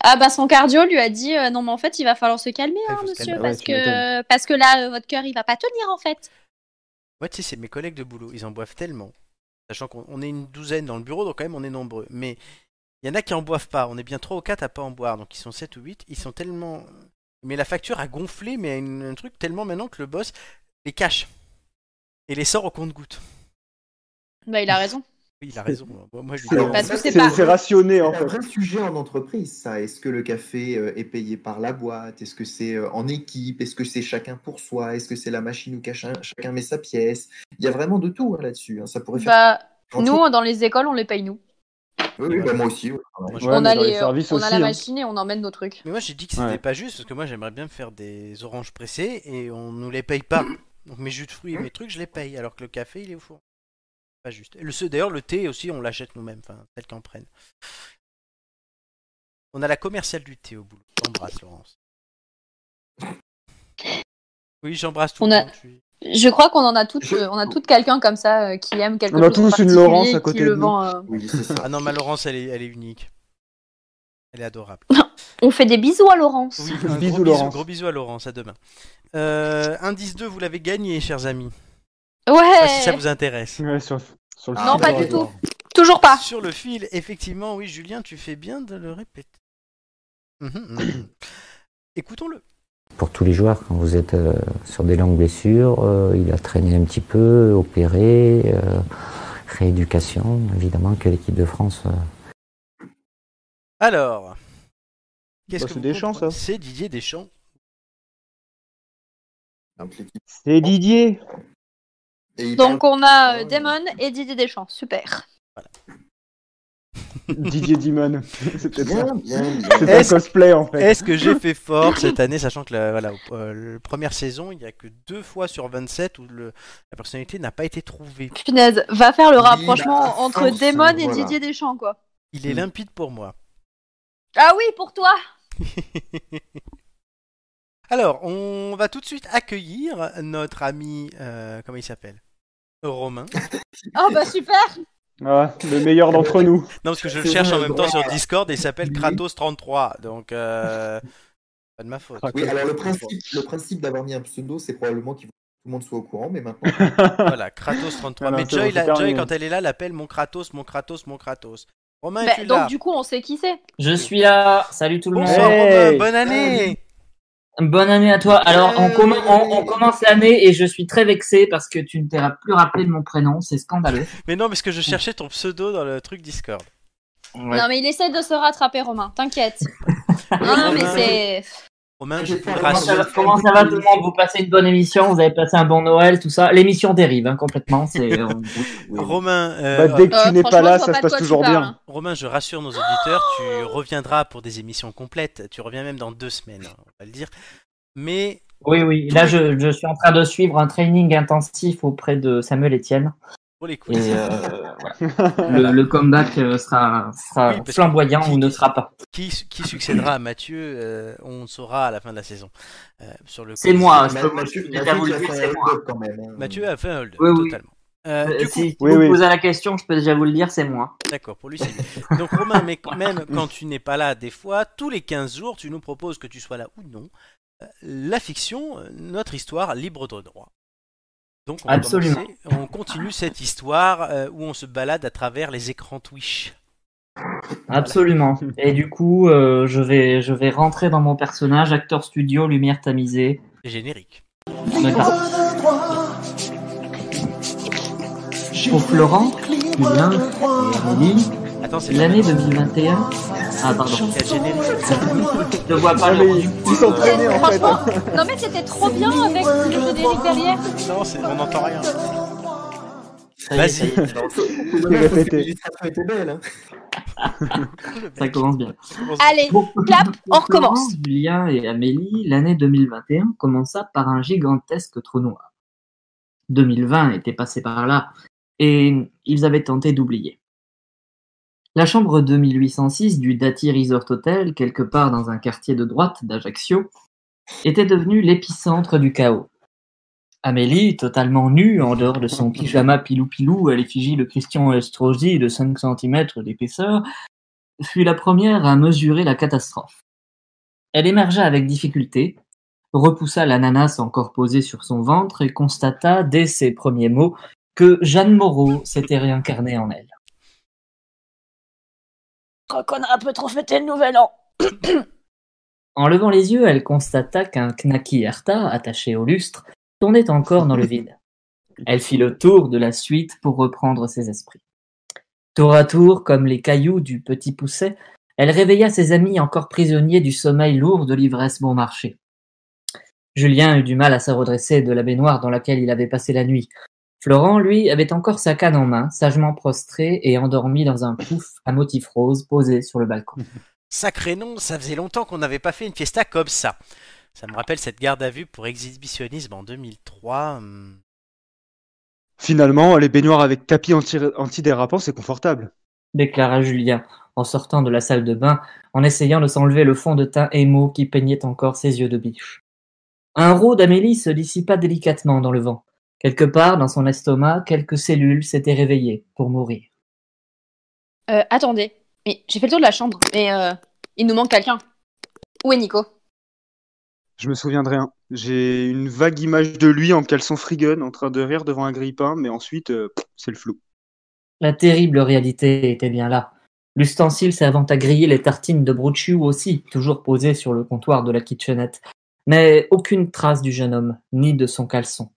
S4: Ah bah son cardio lui a dit euh, non mais en fait il va falloir se calmer
S3: Ah, il
S4: hein,
S3: faut se
S4: monsieur
S3: calmer.
S4: parce
S5: Ouais, tu
S4: que parce que là euh, votre cœur il va pas tenir en fait.
S3: Moi, tu sais, c'est mes collègues de boulot, ils en boivent tellement. Sachant qu'on on est une douzaine dans le bureau, donc quand même on est nombreux. Mais il y en a qui en boivent pas. On est bien trois ou quatre à pas en boire, donc ils sont 7 ou 8. Ils sont tellement. Mais la facture a gonflé, mais à une- un truc tellement maintenant que le boss les cache et les sort au compte-goutte.
S4: Bah il a raison.
S3: Oui, il a raison. Moi, moi, je lui
S2: Alors,
S3: dis-
S4: Parce
S2: ça,
S4: que c'est
S5: C'est
S4: pas-
S5: c'est rationné en
S2: C'est un
S5: fait.
S2: vrai sujet en entreprise, ça. Est-ce que le café euh, est payé par la boîte Est-ce que c'est euh, en équipe Est-ce que c'est chacun pour soi Est-ce que c'est la machine où chacun, chacun met sa pièce Il y a vraiment de tout hein, là-dessus. hein. Ça pourrait faire.
S4: Bah
S2: un
S4: nous dans les écoles on les paye nous.
S2: Oui, oui, bah, moi aussi. ouais.
S3: Moi, je-
S5: Ouais,
S4: on
S5: mais
S4: a
S5: dans les
S4: les- euh,
S5: services
S4: on a
S5: aussi,
S4: la
S5: hein.
S4: machine et on emmène nos trucs.
S3: Mais moi j'ai dit que c'était
S5: Ouais.
S3: pas juste parce que moi j'aimerais bien me faire des oranges pressées et on nous les paye pas. Donc mes jus de fruits et mes trucs je les paye alors que le café il est au four. Pas juste. Et le ce- d'ailleurs le thé aussi on l'achète nous-mêmes, enfin celles qu'en prennent. On a la commerciale du thé au boulot. J'embrasse Laurence. Oui j'embrasse tout
S4: On
S3: le
S4: a-
S3: monde. je suis-
S4: Je crois qu'on en a toutes euh, on a toutes quelqu'un comme ça euh, qui aime quelque
S5: On a
S4: chose en
S5: tous une
S4: particulier
S5: Laurence à
S4: et qui
S5: côté
S4: le
S5: de nous.
S4: vend, euh.
S2: Oui, c'est ça.
S3: Ah non ma Laurence elle est, elle est unique. Elle est adorable.
S4: On fait des bisous à Laurence.
S3: Oui, un
S5: Bisous,
S3: gros, bisou,
S5: Laurence.
S3: gros bisou à Laurence, à demain. Euh, indice 2, vous l'avez gagné, chers amis. Ah, si ça
S4: Ouais.
S3: vous intéresse.
S5: Ouais, sur, sur le
S2: Non,
S5: site
S2: pas
S5: de
S2: du
S5: Radio
S4: tout.
S5: Aurore.
S4: Toujours pas.
S3: Sur le fil, effectivement, oui, Julien, tu fais bien de le répéter. Mhm, mhm. Écoutons-le.
S6: Pour tous les joueurs, quand vous êtes euh, sur des longues blessures, euh, il a traîné un petit peu, opéré, euh, rééducation. Évidemment que l'équipe de France euh,
S3: Alors, qu'est-ce
S5: Bah,
S3: que
S5: c'est
S3: vous
S5: Deschamps,
S3: comprenez
S5: ça.
S3: C'est Didier Deschamps.
S2: Donc, l'équipe-
S5: C'est Didier.
S2: Et il
S4: Donc
S2: parle-
S4: on
S5: Oh,
S4: a euh,
S2: Ouais.
S4: Damon et Didier Deschamps. Super.
S5: Didier Dimon. C'est peut-être ça.
S2: Bien, bien, bien.
S5: C'est un
S3: Est-ce-
S5: cosplay en fait.
S3: Est-ce que j'ai fait fort cette année, sachant que la, voilà, au- euh, la première saison, il n'y a que deux fois sur 27 où le- la personnalité n'a pas été trouvée.
S4: Punaise, va faire le
S2: Oui,
S4: rapprochement
S2: bah,
S4: entre
S2: force,
S4: Damon et
S2: voilà.
S4: Didier Deschamps quoi.
S3: Il est
S5: Hmm.
S3: limpide pour moi.
S4: Ah oui, pour toi.
S3: Alors, on va tout de suite accueillir notre ami, euh, comment il s'appelle Romain.
S4: Oh bah super.
S5: Ah, le meilleur d'entre nous.
S3: Non, parce que je le
S2: C'est
S3: cherche
S2: vrai,
S3: en même temps
S2: droit.
S3: sur Discord et il s'appelle Kratos33. Donc, euh, pas de ma faute.
S2: Oui, alors le principe, le principe d'avoir mis un pseudo, c'est probablement qu'il faut que tout le monde soit au courant, mais maintenant.
S3: Voilà, Kratos33.
S5: Ah non,
S3: Mais
S5: c'est bon,
S3: Joy,
S5: c'est
S3: la-
S5: terminé.
S3: Joy, quand elle est là, l'appelle mon Kratos, mon Kratos, mon Kratos. Romain,
S4: Bah,
S3: es-tu là
S4: donc du coup on sait qui c'est.
S7: Je suis là. Salut tout le monde.
S3: Bonsoir
S5: Hey
S3: Romain, bonne année
S7: Bonne année à toi. Alors, on, commen- on- on commence l'année et je suis très vexé parce que tu ne t'es plus rappelé de mon prénom. C'est scandaleux.
S3: Mais non, parce que je cherchais ton pseudo dans le truc Discord.
S7: Ouais.
S4: Non mais il essaie de se rattraper Romain. T'inquiète. non, Ah, non, mais
S3: Romain.
S4: c'est.
S3: Romain,
S2: J'ai
S3: je te
S2: pas le
S7: Comment
S3: rassure.
S7: ça, va, comment ça va tout le monde Vous passez une bonne émission Vous avez passé un bon Noël, tout ça L'émission dérive hein, complètement. C'est on-
S3: Romain, euh,
S5: Bah, dès que
S4: Euh,
S5: tu n'es
S4: franchement,
S5: pas là,
S4: je
S5: ça
S4: vois pas
S5: se
S4: de
S5: passe
S4: quoi tu
S5: toujours
S4: parles,
S5: bien.
S4: hein.
S3: Romain, je rassure nos auditeurs, tu reviendras pour des émissions complètes. Tu reviens même dans deux semaines, on va le dire. Mais
S7: Oui, oui. Là, je, je suis en train de suivre un training intensif auprès de Samuel Etienne.
S3: pour les couilles.
S7: Et euh, voilà. le, le comeback euh, sera, sera
S3: Oui, parce que-
S7: flamboyant ou ne sera pas.
S3: Qui, qui succédera à Mathieu, euh, on le saura à la fin de la saison. Euh, sur le
S7: C'est moi. je
S2: Ma-
S7: peux-
S2: Mathieu-
S7: je peux
S2: Mathieu,
S7: vous le
S2: tu as
S7: dire,
S2: fait
S7: c'est
S2: un
S7: moi.
S2: hold-up quand même. hein.
S3: Mathieu a fait un hold
S7: Oui, oui.
S3: totalement. Euh,
S7: Euh,
S3: du coup,
S7: si
S5: Oui,
S7: vous
S5: oui.
S7: posez la question, je peux déjà vous le dire, c'est moi.
S3: d'accord, pour lui c'est lui. Donc Romain, mais quand- même quand tu n'es pas là, des fois, tous les 15 jours, tu nous proposes que tu sois là ou non. euh, La fiction, euh, notre histoire libre de droit. Donc on, va
S7: Absolument.
S3: commencer. on continue cette histoire euh, où on se balade à travers les écrans Twitch.
S7: Absolument. Et du coup, euh, je, vais, je vais rentrer dans mon personnage, acteur studio, lumière tamisée.
S3: C'est Générique.
S7: D'accord. Pour Florent, Julien et Amélie,
S3: Attends, c'est
S7: l'année 2021. Ah, pardon.
S3: Il y a le générique.
S7: Je vois pas
S5: Ah,
S7: le
S5: mais
S7: rendu.
S5: Ils sont traînés en fait. euh,
S4: Franchement, non mais c'était trop bien avec le générique derrière.
S3: Non, c'est- on n'entend rien.
S2: Ça y est,
S3: Vas-y.
S2: ça y est, donc, c'est dommage,
S5: répétez.
S2: parce que l'illustration était belle. hein.
S7: Ça commence bien.
S4: Allez,
S7: Bon.
S4: clap, on
S7: Pour Florent,
S4: recommence.
S7: Julien et Amélie, l'année 2021 commença par un gigantesque trou noir. 2020 était passé par là et ils avaient tenté d'oublier. La chambre 2806 du Dati Resort Hotel, quelque part dans un quartier de droite d'Ajaccio, était devenue l'épicentre du chaos. Amélie, totalement nue, en dehors de son pyjama pilou-pilou à l'effigie de Christian Estrosi de 5 cm d'épaisseur, fut la première à mesurer la catastrophe. Elle émergea avec difficulté, repoussa l'ananas encore posée sur son ventre et constata, dès ses premiers mots, que Jeanne Moreau s'était réincarnée en elle.
S4: Quoi qu'on a un peu trop fêté le nouvel an.
S7: En levant les yeux, elle constata qu'un knaki Erta, attaché au lustre, tournait encore dans le vide. Elle fit le tour de la suite pour reprendre ses esprits. Tour à tour, comme les cailloux du petit pousset, elle réveilla ses amis encore prisonniers du sommeil lourd de l'ivresse bon marché. Julien eut du mal à se redresser de la baignoire dans laquelle il avait passé la nuit. Florent, lui, avait encore sa canne en main, sagement prostré et endormi dans un pouf à motif rose posé sur le balcon.
S3: Sacré nom, ça faisait longtemps qu'on n'avait pas fait une fiesta comme ça. Ça me rappelle cette garde à vue pour exhibitionnisme en 2003. hum.
S5: Finalement, les baignoires avec tapis anti- antidérapant, c'est confortable.
S7: déclara Julien en sortant de la salle de bain, en essayant de s'enlever le fond de teint émo qui peignait encore ses yeux de biche. Un rot d'Amélie se dissipa délicatement dans le vent. Quelque part, dans son estomac, quelques cellules s'étaient réveillées pour mourir.
S4: Euh, attendez, mais j'ai fait le tour de la chambre, mais euh, il nous manque quelqu'un. Où est Nico
S5: Je me souviens de rien. J'ai une vague image de lui en caleçon frigun, en train de rire devant un grille-pain, mais ensuite, euh, pff, c'est le flou.
S7: La terrible réalité était bien là. L'ustensile servant à griller les tartines de Brochu aussi, toujours posé sur le comptoir de la kitchenette. Mais aucune trace du jeune homme, ni de son caleçon.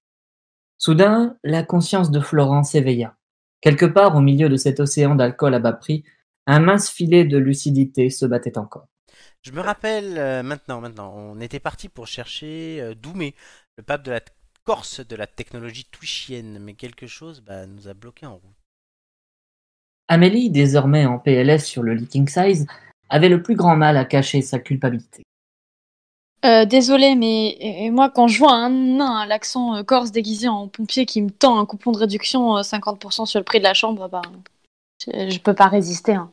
S7: Soudain, la conscience de Florent s'éveilla. Quelque part au milieu de cet océan d'alcool à bas prix, un mince filet de lucidité se battait encore.
S3: Je me rappelle euh, maintenant, maintenant, on était parti pour chercher euh, Doumé, le pape de la t- Corse de la technologie twitchienne, mais quelque chose bah, nous a bloqué en route.
S7: Amélie, désormais en PLS sur le leaking size, avait le plus grand mal à cacher sa culpabilité.
S8: Euh, désolé, mais euh, moi, quand je vois un nain à l'accent euh, corse déguisé en pompier qui me tend un coupon de réduction euh, 50% sur le prix de la chambre, bah, je, je peux pas résister. hein.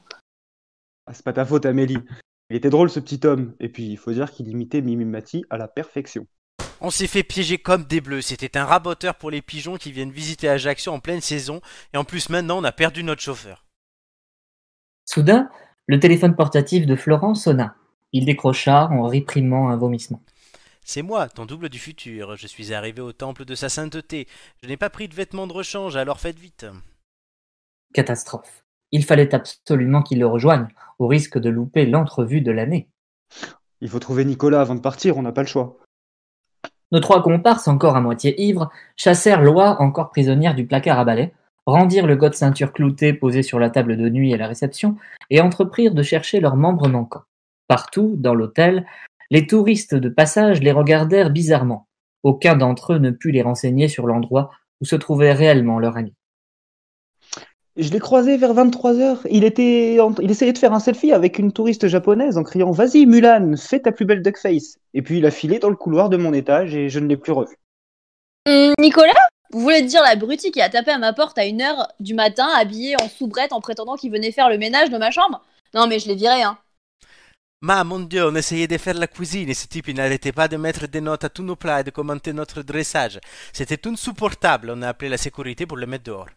S5: Ah, c'est pas ta faute, Amélie. Il était drôle, ce petit homme. Et puis, il faut dire qu'il imitait Mimimati à la perfection.
S3: On s'est fait piéger comme des bleus, c'était un raboteur pour les pigeons qui viennent visiter Ajaccio en pleine saison, et en plus maintenant on a perdu notre chauffeur.
S7: Soudain, le téléphone portatif de Florent sonna. Il décrocha en réprimant un vomissement.
S3: C'est moi, ton double du futur, je suis arrivé au temple de sa sainteté, je n'ai pas pris de vêtements de rechange, alors faites vite.
S7: Catastrophe. Il fallait absolument qu'il le rejoigne, au risque de louper l'entrevue de l'année.
S5: Il faut trouver Nicolas avant de partir, on n'a pas le choix.
S7: Nos trois comparses, encore à moitié ivres, chassèrent Loi, encore prisonnière du placard à balai, rendirent le god ceinture clouté posé sur la table de nuit à la réception, et entreprirent de chercher leurs membres manquants. Partout, dans l'hôtel, les touristes de passage les regardèrent bizarrement. Aucun d'entre eux ne put les renseigner sur l'endroit où se trouvait réellement leur ami.
S5: Je l'ai croisé vers 23h. Il était en- il essayait de faire un selfie avec une touriste japonaise en criant Vas-y, Mulan, fais ta plus belle duckface. Et puis il a filé dans le couloir de mon étage et je ne l'ai plus revu.
S4: Hum, Nicolas Vous voulez dire l'abruti qui a tapé à ma porte à 1h du matin, habillé en soubrette en prétendant qu'il venait faire le ménage de ma chambre Non, mais je l'ai viré, hein.
S3: Ma, mon Dieu, on essayait de faire la cuisine et ce type il n'arrêtait pas de mettre des notes à tous nos plats et de commenter notre dressage. C'était insupportable, on a appelé la sécurité pour le mettre dehors.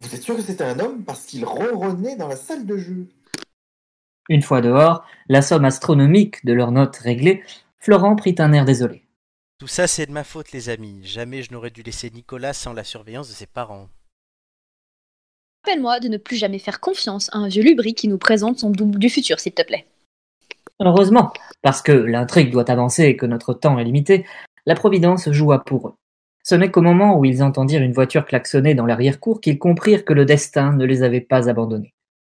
S2: Vous êtes sûr que c'était un homme parce qu'il ronronnait dans la salle de jeu
S7: Une fois dehors, la somme astronomique de leurs notes réglée, Florent prit un air désolé.
S3: Tout ça c'est de ma faute les amis, jamais je n'aurais dû laisser Nicolas sans la surveillance de ses parents.
S4: Rappelle-moi de ne plus jamais faire confiance à un vieux lubri qui nous présente son double du futur, s'il te plaît.
S7: Heureusement, parce que l'intrigue doit avancer et que notre temps est limité, la Providence joua pour eux. Ce n'est qu'au moment où ils entendirent une voiture klaxonner dans l'arrière-cour qu'ils comprirent que le destin ne les avait pas abandonnés.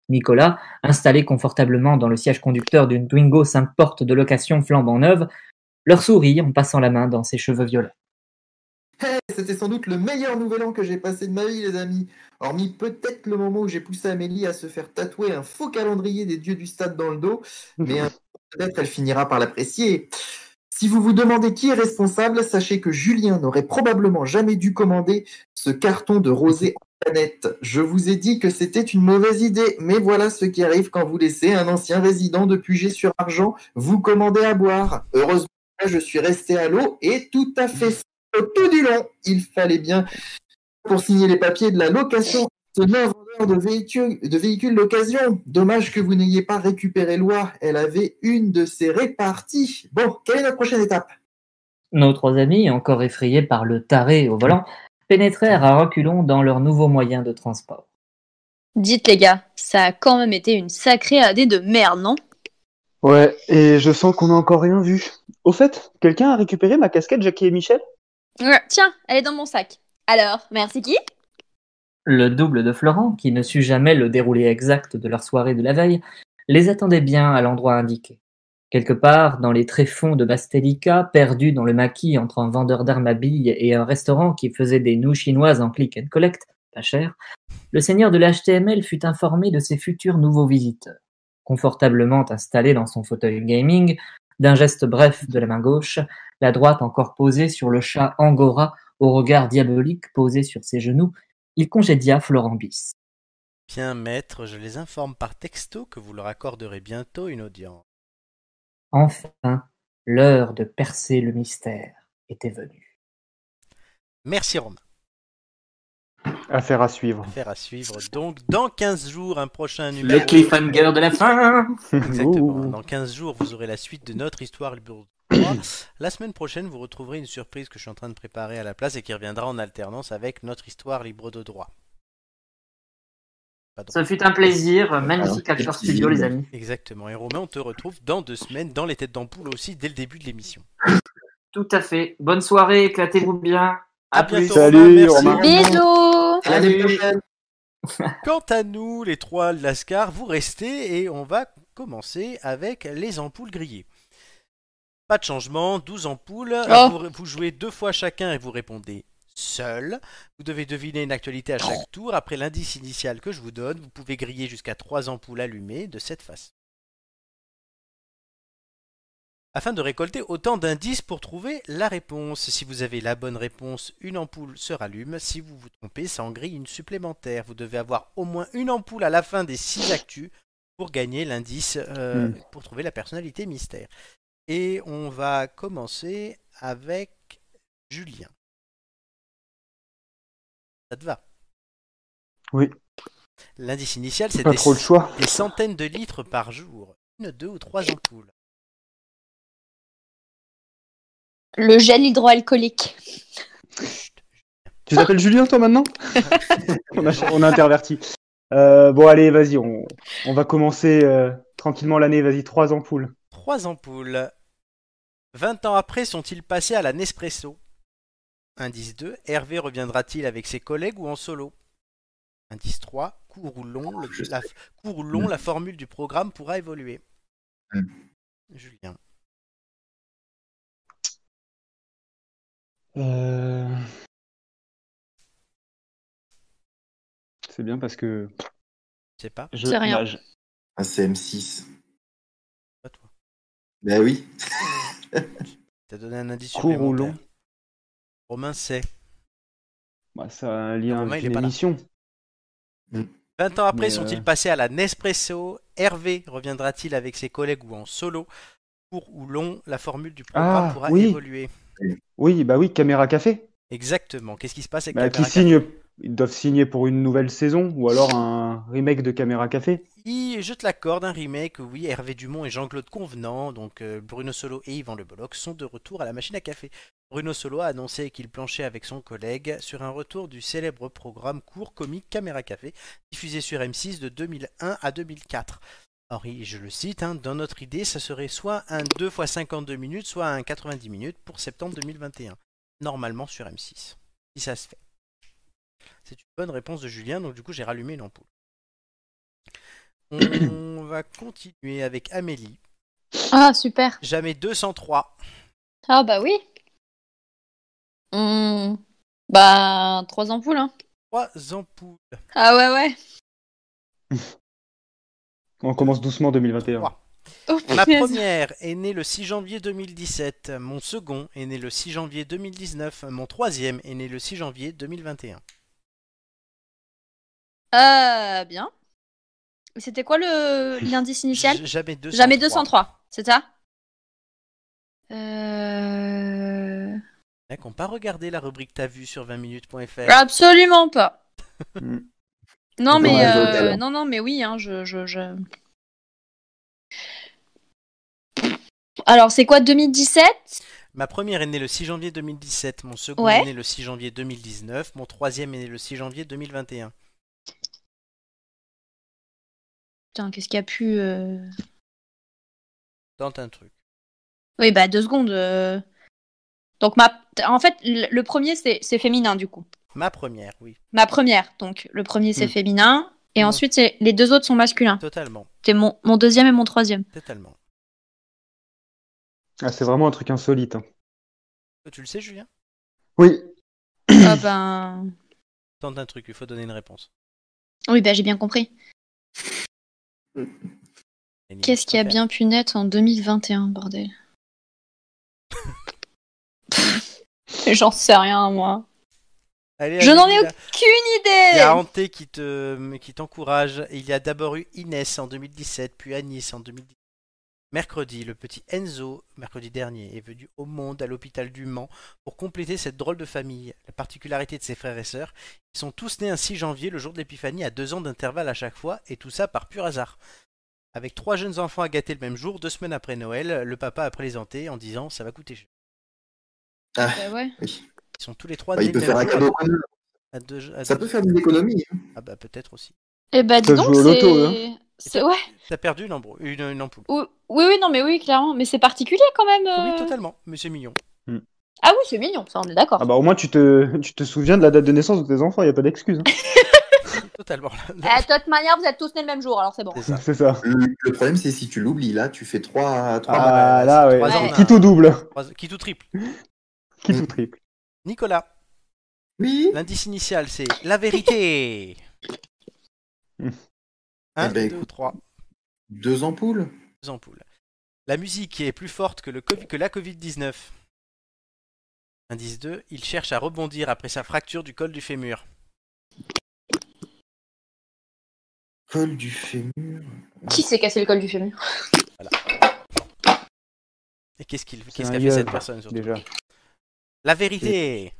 S7: Nicolas, installé confortablement dans le siège conducteur d'une Twingo 5 portes de location flambant neuve, leur sourit en passant la main dans ses cheveux violets.
S2: C'était sans doute le meilleur nouvel an que j'ai passé de ma vie, les amis. Hormis peut-être le moment où j'ai poussé Amélie à se faire tatouer un faux calendrier des dieux du stade dans le dos, mais un- peut-être elle finira par l'apprécier. Si vous vous demandez qui est responsable, sachez que Julien n'aurait probablement jamais dû commander ce carton de rosé en planète. Je vous ai dit que c'était une mauvaise idée, mais voilà ce qui arrive quand vous laissez un ancien résident de Puget sur Argent vous commander à boire. Heureusement, là, je suis resté à l'eau et tout à fait tout du long. Il fallait bien, pour signer les papiers de la location, tenir vendeur de véhicules de véhicules d'occasion. Dommage que vous n'ayez pas récupéré Loi. Elle avait une de ses réparties. Bon, quelle est la prochaine étape
S7: Nos trois amis, encore effrayés par le taré au volant, pénétrèrent à reculons dans leur nouveau moyen de transport.
S4: Dites les gars, ça a quand même été une sacrée année de merde, non
S5: Ouais, et je sens qu'on n'a encore rien vu. Au fait, quelqu'un a récupéré ma casquette Jackie et Michel
S4: Ouais, Tiens, elle est dans mon sac. Alors, merci qui
S7: Le double de Florent, qui ne sut jamais le déroulé exact de leur soirée de la veille, les attendait bien à l'endroit indiqué. Quelque part, dans les tréfonds de Bastelica, perdu dans le maquis entre un vendeur d'armes à billes et un restaurant qui faisait des nouilles chinoises en click and collect, pas cher, le seigneur de l'HTML fut informé de ses futurs nouveaux visiteurs. Confortablement installé dans son fauteuil gaming, d'un geste bref de la main gauche, la droite encore posée sur le chat Angora au regard diabolique posé sur ses genoux, il congédia Florent Bis.
S3: Bien, maître, je les informe par texto que vous leur accorderez bientôt une audience.
S7: Enfin, l'heure de percer le mystère était venue.
S3: Merci Romain.
S5: Affaire à suivre.
S3: Affaire à suivre. Donc, dans 15 jours, un prochain numéro.
S7: Le cliffhanger de la fin
S5: hein.
S3: Exactement.
S5: Ouh.
S3: Dans 15 jours, vous aurez la suite de notre histoire, le bureau de Croix. La semaine prochaine, vous retrouverez une surprise que je suis en train de préparer à la place et qui reviendra en alternance avec notre histoire libre de droit. Pardon.
S7: Ce fut un plaisir, magnifique
S2: Alors,
S7: Acteur Studio les amis.
S3: Exactement. Et Romain, on te retrouve dans deux semaines dans les têtes d'ampoule aussi, dès le début de l'émission.
S7: Tout à fait. Bonne soirée, éclatez-vous bien. À,
S3: À
S7: plus.
S3: bientôt.
S5: Salut,
S3: merci.
S5: Romain.
S4: Bisous
S2: À l'année
S7: Salut.
S2: prochaine.
S3: Quant à nous, les trois Lascar, vous restez et on va commencer avec les ampoules grillées. Pas de changement, 12 ampoules.
S4: Oh.
S3: Vous, vous jouez deux fois chacun et vous répondez seul. Vous devez deviner une actualité à chaque tour. Après l'indice initial que je vous donne, vous pouvez griller jusqu'à trois ampoules allumées de cette façon. Afin de récolter autant d'indices pour trouver la réponse. Si vous avez la bonne réponse, une ampoule se rallume. Si vous vous trompez, ça en grille une supplémentaire. Vous devez avoir au moins une ampoule à la fin des six actus pour gagner l'indice, euh,
S5: Hmm.
S3: pour trouver la personnalité mystère. Et on va commencer avec Julien. Ça te va
S5: Oui.
S3: L'indice initial, c'est
S5: Pas
S3: des,
S5: trop le choix.
S3: des centaines de litres par jour. Une, deux ou trois ampoules.
S4: Le gel hydroalcoolique.
S5: Tu
S3: Ah.
S5: t'appelles Julien, toi, maintenant on, a, on a interverti. Euh, bon, allez, vas-y, on, on va commencer euh, tranquillement l'année. Vas-y, trois ampoules.
S3: Trois ampoules. 20 ans après, sont-ils passés à la Nespresso Indice 2. Hervé reviendra-t-il avec ses collègues ou en solo Indice 3. Court ou long, le-
S2: Je sais.
S3: la, court ou
S5: Mm.
S3: long, la formule du programme pourra évoluer.
S2: Hmm.
S3: Julien.
S5: Euh, C'est bien parce que
S3: Je sais pas.
S5: je
S8: C'est rien.
S5: nage.
S2: Ah, c'est M6.
S3: Pas toi.
S2: Ben oui.
S3: T'as donné un indice
S5: Court ou
S3: supplémentaire.
S5: long
S3: Romain sait.
S5: Bah, ça a un lien
S3: Romain,
S5: avec
S3: il est
S5: une
S3: pas là.
S5: émission.
S3: 20 ans après,
S5: Mais,
S3: sont-ils
S5: euh,
S3: passés à la Nespresso Hervé reviendra-t-il avec ses collègues ou en solo Court ou long, la formule du programme
S5: Ah,
S3: pourra
S5: oui.
S3: évoluer.
S5: Oui, bah oui, Caméra Café.
S3: Exactement. Qu'est-ce qui se passe avec
S5: Bah, qui
S3: Caméra
S5: signe, ils doivent signer pour une nouvelle saison ou alors un remake de Caméra Café.
S3: Il, je te l'accorde, un remake, oui, Hervé Dumont et Jean-Claude Convenant, donc euh, Bruno Solo et Yvan Le Bollock, sont de retour à la machine à café. Bruno Solo a annoncé qu'il planchait avec son collègue sur un retour du célèbre programme court comique Caméra Café, diffusé sur M6 de 2001 à 2004. Henri, je le cite, hein, dans notre idée, ça serait soit un 2 x 52 minutes, soit un 90 minutes pour septembre 2021, normalement sur M6, si ça se fait. C'est une bonne réponse de Julien, donc du coup j'ai rallumé une ampoule. On va continuer avec Amélie.
S8: Ah, super.
S3: Jamais 203.
S4: Ah bah oui Hmm, Bah, trois ampoules, hein.
S3: Trois ampoules.
S4: Ah ouais, ouais.
S5: On commence doucement 2021.
S3: Trois.
S8: Oh,
S3: Ma
S8: punaise.
S3: première est née le 6 janvier 2017. Mon second est né le 6 janvier 2019. Mon troisième est né le 6 janvier 2021.
S4: Euh, bien. C'était quoi le l'indice initial
S3: J- Jamais 203.
S4: Jamais 203, c'est ça Euh...
S3: qui n'ont pas regardé la rubrique T'as vu sur 20minutes.fr.
S8: Absolument pas.
S5: Mm.
S8: non
S2: Dans
S8: mais
S2: les
S8: euh,
S2: hôtels.
S8: non non mais oui hein, je, je, je-
S4: Alors, c'est quoi 2017
S3: Ma première est née le 6 janvier 2017, mon second
S4: Ouais.
S3: est né le 6 janvier 2019, mon troisième est né le 6 janvier 2021.
S8: Putain qu'est-ce qu'il y a pu euh,
S3: Tente un truc.
S8: Oui bah deux secondes. euh. Donc ma en fait le le premier c'est c'est féminin du coup.
S3: Ma première, oui,
S8: Ma première donc le premier c'est
S5: Mm.
S8: féminin et
S3: Mm.
S8: ensuite c'est- les deux autres sont masculins.
S3: totalement,
S8: C'est mon mon deuxième et mon troisième.
S3: totalement.
S5: Ah, c'est vraiment un truc insolite. hein.
S3: Tu le sais, Julien
S5: Oui,
S8: Ah ben
S3: Tente un truc, il faut donner une réponse.
S8: oui bah j'ai bien compris.
S3: Et Nina,
S8: Qu'est-ce qui a
S3: préfère.
S8: bien pu naître en 2021 bordel. J'en sais rien moi.
S3: Allez,
S8: Je
S3: allez,
S8: n'en ai
S3: Nina.
S8: Qu'une
S3: Il y
S8: idée.
S3: a Hanté qui te qui t'encourage. Il y a d'abord eu Inès en 2017, puis Anis en 2017. Mercredi, le petit Enzo, mercredi dernier, est venu au monde à l'hôpital du Mans pour compléter cette drôle de famille. La particularité de ses frères et sœurs, ils sont tous nés un 6 janvier, le jour de l'épiphanie, à deux ans d'intervalle à chaque fois, et tout ça par pur hasard. Avec trois jeunes enfants à gâter le même jour, deux semaines après Noël, le papa a présenté en disant ça va coûter cher.
S8: Bah ouais.
S3: Ils sont tous les trois
S2: Bah,
S3: nés
S2: il peut
S3: le
S2: faire un
S3: même jour,
S2: cadeau.
S3: à deux, à
S2: Ça
S3: deux-
S2: peut faire des économies. hein.
S3: Ah bah peut-être aussi.
S8: Eh ben, dis
S5: peuvent
S8: donc,
S5: jouer au
S8: c'est.
S5: loto,
S8: c'est- Ouais.
S3: T'as perdu une, embrouille- une, une ampoule.
S8: Ou- Oui, oui, non, mais oui, clairement. Mais c'est particulier quand même.
S3: Oui,
S8: euh.
S3: totalement, mais c'est mignon.
S8: Ah oui, c'est mignon, ça, on est d'accord.
S5: ah bah au moins tu te, tu te souviens de la date de naissance de tes enfants, il n'y a pas d'excuse. hein.
S3: Totalement.
S4: Eh, De toute manière, vous êtes tous nés le même jour, alors c'est bon.
S3: C'est ça.
S5: C'est ça.
S2: Le, le problème, c'est si tu l'oublies, là, tu fais trois. trois
S3: bah,
S5: Ah
S3: ouais,
S5: là,
S3: c'est
S5: ouais.
S3: trois
S5: Alors,
S3: ans,
S5: Qui tout
S3: hein.
S5: double,
S3: Trois- Qui tout triple.
S5: qui tout triple.
S3: Nicolas,
S2: Oui.
S3: l'indice initial, c'est la vérité.
S5: Hmm.
S3: 1,
S2: Eh ben,
S3: 2,
S2: écoute.
S3: 3,
S2: Deux ampoules.
S3: deux ampoules. La musique est plus forte que, le Covid- que la Covid-19. Indice 2, il cherche à rebondir après sa fracture du col du fémur.
S2: Col du fémur.
S4: Qui s'est cassé le col du fémur
S3: Et qu'est-ce qu'il
S5: C'est
S3: qu'est-ce
S5: un
S3: qu'a fait
S5: gueule,
S3: cette personne surtout
S5: Déjà.
S3: La vérité.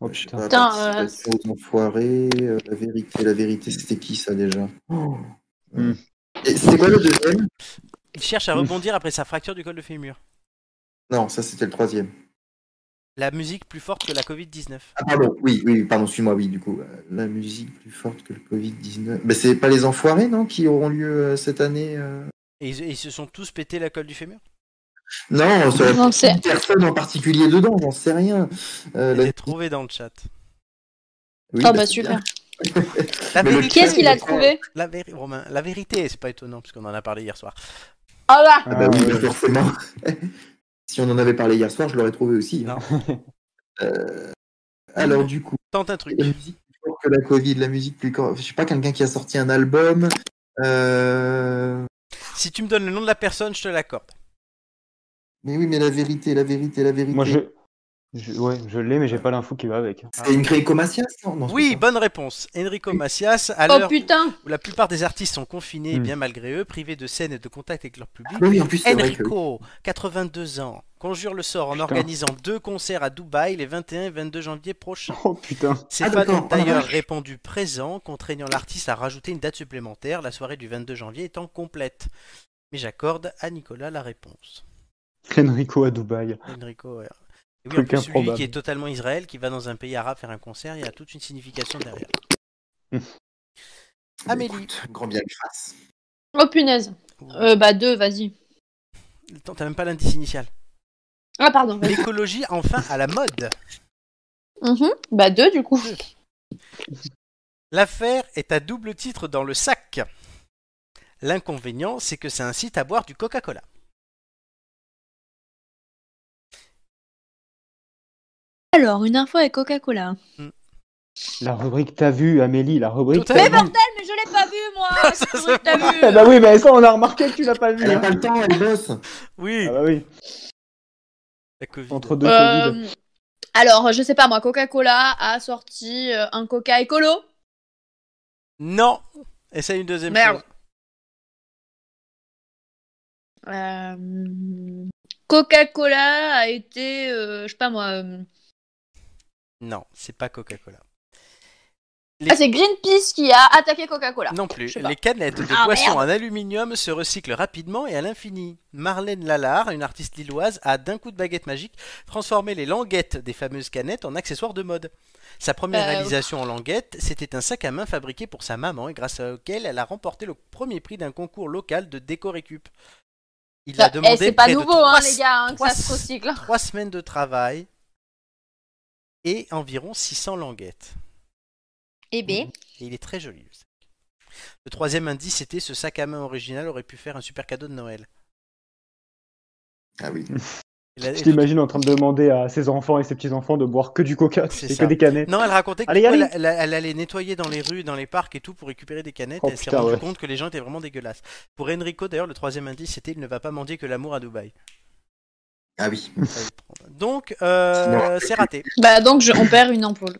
S5: Oh
S2: Je sais
S5: putain.
S2: pas,
S8: Putain,
S2: participation aux enfoirés, euh, la vérité, la vérité, c'était qui ça déjà
S5: Hmm.
S2: Et C'était quoi le deuxième
S3: Il cherche à
S5: Ouf.
S3: rebondir après sa fracture du col du fémur.
S2: Non, ça c'était le troisième.
S3: La musique plus forte que la Covid-19.
S2: Ah pardon, oui, oui, pardon, suis-moi, oui, du coup. euh, La musique plus forte que le Covid-19. Mais c'est pas les enfoirés, non, qui auront lieu euh, cette année euh
S3: Et ils, et ils se sont tous pété la colle du fémur
S2: Non, ça
S8: Non, c'est-
S2: personne en particulier dedans, j'en sais rien. Euh, la-
S3: J'ai trouvé dans le chat.
S2: oui,
S8: Ah bah
S2: c'est
S8: super.
S2: bien.
S3: La
S2: Mais le
S3: vérité.
S2: pire,
S4: Qu'est-ce qu'il a
S2: c'est-
S4: trouvé
S3: La véri- Romain, la vérité, c'est pas étonnant puisqu'on en a parlé hier soir.
S4: Ah bah
S2: Ah bah oui,
S5: ouais.
S2: forcément. si on en avait parlé hier soir, je l'aurais trouvé aussi. hein. Euh, alors du coup.
S3: Tente un truc.
S2: La musique plus forte que la Covid, la musique plus. cor- Je sais pas, quelqu'un qui a sorti un album. euh,
S3: Si tu me donnes le nom de la personne, je te l'accorde.
S2: Mais oui, mais la vérité, la vérité, la vérité.
S5: Moi je... je- Ouais, je l'ai, mais j'ai pas l'info qui va avec.
S2: C'est une Gréco-Macias, non, non, c'est
S3: Oui,
S2: pas
S3: bonne réponse. Enrico Macias, à
S4: Oh
S3: l'heure
S4: putain
S3: où la plupart des artistes sont confinés, et
S5: Hmm.
S3: bien malgré eux, privés de scène et de contact avec leur public,
S2: ça. Oui, en plus, Ah, c'est vrai que.
S3: Enrico, 82 ans, conjure le sort en
S5: Putain.
S3: organisant deux concerts à Dubaï les 21 et 22 janvier prochains.
S5: Oh putain.
S3: Ses
S2: Ah,
S3: fans
S2: d'accord.
S3: ont
S2: Ah, la
S3: d'ailleurs
S2: vache.
S3: répondu présent, contraignant l'artiste à rajouter une date supplémentaire, la soirée du 22 janvier étant complète. Mais j'accorde à Nicolas la réponse.
S5: Enrico à Dubaï.
S3: Enrico, ouais. Et oui, en
S5: Truc
S3: plus, lui
S5: improbable.
S3: qui est totalement Israël, qui va dans un pays arabe faire un concert, il y a toute une signification derrière.
S5: Hmm.
S3: Amélie,
S2: Écoute, grand bien le fasse.
S8: Oh punaise. Euh, bah deux, vas-y.
S3: Attends, t'as même pas l'indice initial.
S8: Ah pardon. vas-y.
S3: L'écologie enfin à la mode.
S8: Mhm. Bah deux du coup.
S3: L'affaire est à double titre dans le sac. L'inconvénient, c'est que ça incite à boire du Coca-Cola.
S8: Alors, une info avec Coca-Cola.
S5: La rubrique t'as vu, Amélie, la rubrique
S3: Tout à
S5: t'as
S3: fait. Eh ben,
S5: vu.
S4: Eh, Mais je l'ai pas vu moi
S3: Ça,
S4: Je
S3: c'est
S4: l'ai pas vu.
S8: Eh,
S5: Ah bah oui, mais ça on a remarqué que tu l'as pas vu.
S2: Elle n'a
S5: hein.
S2: pas le temps, elle bosse.
S3: Eh Oui,
S5: Ah bah oui,
S3: la Covid.
S5: entre deux Covid.
S4: Euh, Alors, je sais pas moi, Coca-Cola a sorti euh, un Coca écolo.
S3: Non Essaye une deuxième
S4: Merde.
S3: chose.
S4: Euh, Coca-Cola a été, euh, je sais pas moi. euh,
S3: Non, c'est pas Coca-Cola.
S4: Ah, c'est Greenpeace qui a attaqué Coca-Cola.
S3: Non plus.
S4: Ah, je sais pas.
S3: Les canettes de
S4: Ah,
S3: boissons
S4: merde.
S3: en aluminium se recyclent rapidement et à l'infini. Marlène Lalard, une artiste lilloise, a d'un coup de baguette magique transformé les languettes des fameuses canettes en accessoires de mode. Sa première
S4: Euh,
S3: réalisation en languette, c'était un sac à main fabriqué pour sa maman et grâce auquel elle a remporté le premier prix d'un concours local de déco récup. Il a
S4: Bah, eh,
S3: demandé
S4: c'est pas
S3: près de
S4: nouveau, hein,
S3: trois-
S4: les gars, hein, que ça
S3: trois-
S4: se recycle. hein.
S3: trois semaines de travail et environ 600 languettes.
S4: Eh ben,
S3: Et il est très joli le sac. Le troisième indice c'était ce sac à main original aurait pu faire un super cadeau de Noël.
S2: Ah oui.
S3: Bah, Et la-
S5: Je t'imagine en train de demander à ses enfants et ses petits-enfants de boire que du coca,
S3: C'est
S5: c'est
S3: ça.
S5: que des canettes.
S3: Non, elle racontait que
S5: Allez,
S3: parfois,
S5: allez.
S3: elle, elle- elle allait nettoyer dans les rues, dans les parcs et tout pour récupérer des canettes.
S5: Oh,
S3: et elle s'est
S5: putain,
S3: rendue
S5: ouais.
S3: compte que les gens étaient vraiment dégueulasses. Pour Enrico, d'ailleurs, le troisième indice c'était il ne va pas mendier que l'amour à Dubaï.
S2: Ah oui.
S3: Donc, euh, c'est raté.
S8: Bah donc je, on perd une ampoule.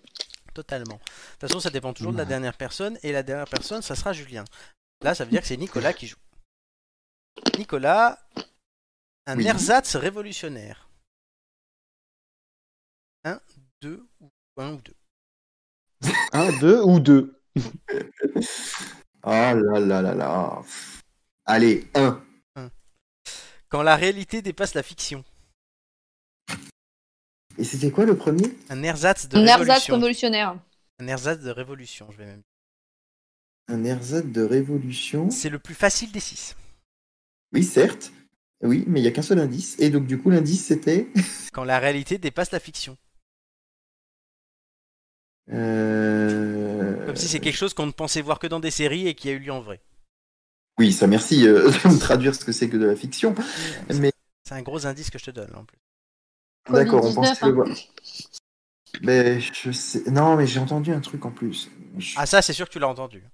S3: Totalement. De toute façon, ça dépend toujours de la dernière personne. Et la dernière personne, ça sera Julien. Là, ça veut dire que c'est Nicolas qui joue. Nicolas, un
S2: Oui.
S3: ersatz révolutionnaire. Un, deux, ou un ou deux.
S5: Un, deux ou deux.
S2: Ah là là là là. Allez, un.
S3: Quand la réalité dépasse la fiction.
S2: Et c'était quoi le premier
S3: Un ersatz de
S4: un ersatz
S3: révolution.
S4: révolutionnaire.
S3: Un ersatz de révolution, je vais même dire.
S2: Un ersatz de révolution.
S3: C'est le plus facile des six.
S2: Oui, certes. Oui, mais il n'y a qu'un seul indice. Et donc, du coup, l'indice, c'était.
S3: Quand la réalité dépasse la fiction.
S2: Euh,
S3: Comme si c'est quelque chose qu'on ne pensait voir que dans des séries et qui a eu lieu en vrai.
S2: Oui, ça, merci euh, de me traduire ce que c'est que de la fiction. Mais-
S3: C'est un gros indice que je te donne, en plus.
S2: D'accord, on pense
S8: 19,
S2: que le
S8: hein.
S2: voir. Mais je sais. Non, mais j'ai entendu un truc en plus. Je-
S3: Ah, ça, c'est sûr que tu l'as entendu.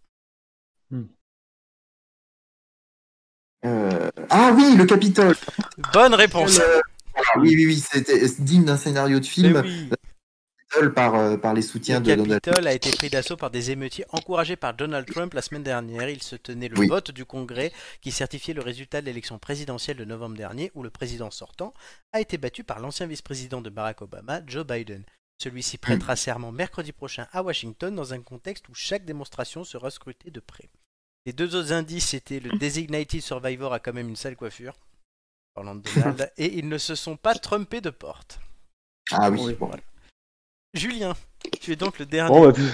S2: euh, Ah oui, le Capitole.
S3: Bonne réponse.
S2: Euh, ah oui, oui, oui, c'était digne d'un scénario de euh,
S3: Mais
S2: film
S3: Eh oui.
S2: seul par, euh, par les soutiens
S3: Le
S2: de Donald
S3: Capitole a été pris d'assaut par des émeutiers encouragés par Donald Trump la semaine dernière. Il se tenait le
S2: Oui.
S3: vote du Congrès qui certifiait le résultat de l'élection présidentielle de novembre dernier où le président sortant a été battu par l'ancien vice-président de Barack Obama, Joe Biden. Celui-ci prêtera
S2: Hmm.
S3: serment mercredi prochain à Washington dans un contexte où chaque démonstration sera scrutée de près. Les deux autres indices étaient le Designated Survivor a quand même une sale coiffure, parlant de Donald, et ils ne se sont pas trompés de porte.
S2: Ah oui, bon.
S3: Voilà. Julien, tu es donc le dernier.
S5: Bon, bah, puis-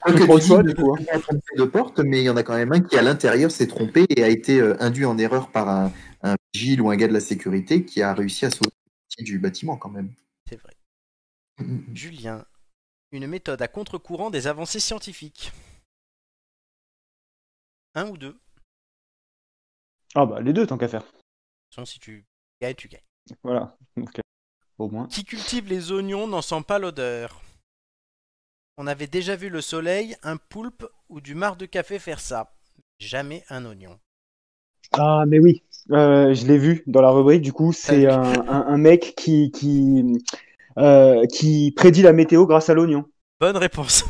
S2: Quoi que
S5: Je
S2: tu
S5: pense
S2: dis,
S5: pas,
S2: il
S5: du coup, hein.
S2: y a un trompé de porte, mais il y en a quand même un qui, à l'intérieur, s'est trompé et a été euh, induit en erreur par un, un vigile ou un gars de la sécurité qui a réussi à sauver une partie du bâtiment quand même.
S3: C'est vrai. Julien, une méthode à contre-courant des avancées scientifiques. Un ou deux.
S5: Ah bah les deux tant qu'à faire.
S3: Sinon, si tu gagnes, tu gagnes.
S5: Voilà. Donc, euh, au moins.
S3: Qui cultive les oignons n'en sent pas l'odeur. On avait déjà vu le soleil, un poulpe ou du marc de café faire ça. Jamais un oignon.
S5: Ah mais oui. Euh, je l'ai vu dans la rubrique. Du coup, c'est
S3: Ah
S5: un, un- un mec qui qui euh, qui prédit la météo grâce à l'oignon.
S3: Bonne réponse.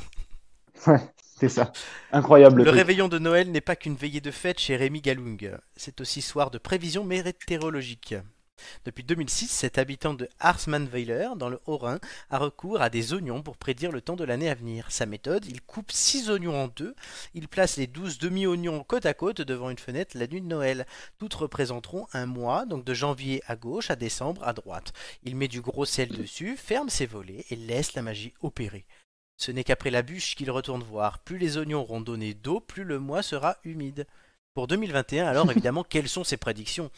S5: C'est ça. Incroyable.
S3: Le
S5: truc.
S3: réveillon de Noël n'est pas qu'une veillée de fête chez Rémi Galung. C'est aussi soir de prévision météorologique. Depuis 2006, cet habitant de Harsmanweiler, dans le Haut-Rhin, a recours à des oignons pour prédire le temps de l'année à venir. Sa méthode, il coupe 6 oignons en deux, il place les 12 demi-oignons côte à côte devant une fenêtre la nuit de Noël. Toutes représenteront un mois, donc de janvier à gauche à décembre à droite. Il met du gros sel dessus, ferme ses volets et laisse la magie opérer. Ce n'est qu'après la bûche qu'il retourne voir. Plus les oignons auront donné d'eau, plus le mois sera humide. Pour 2021, alors évidemment, quelles sont ses prédictions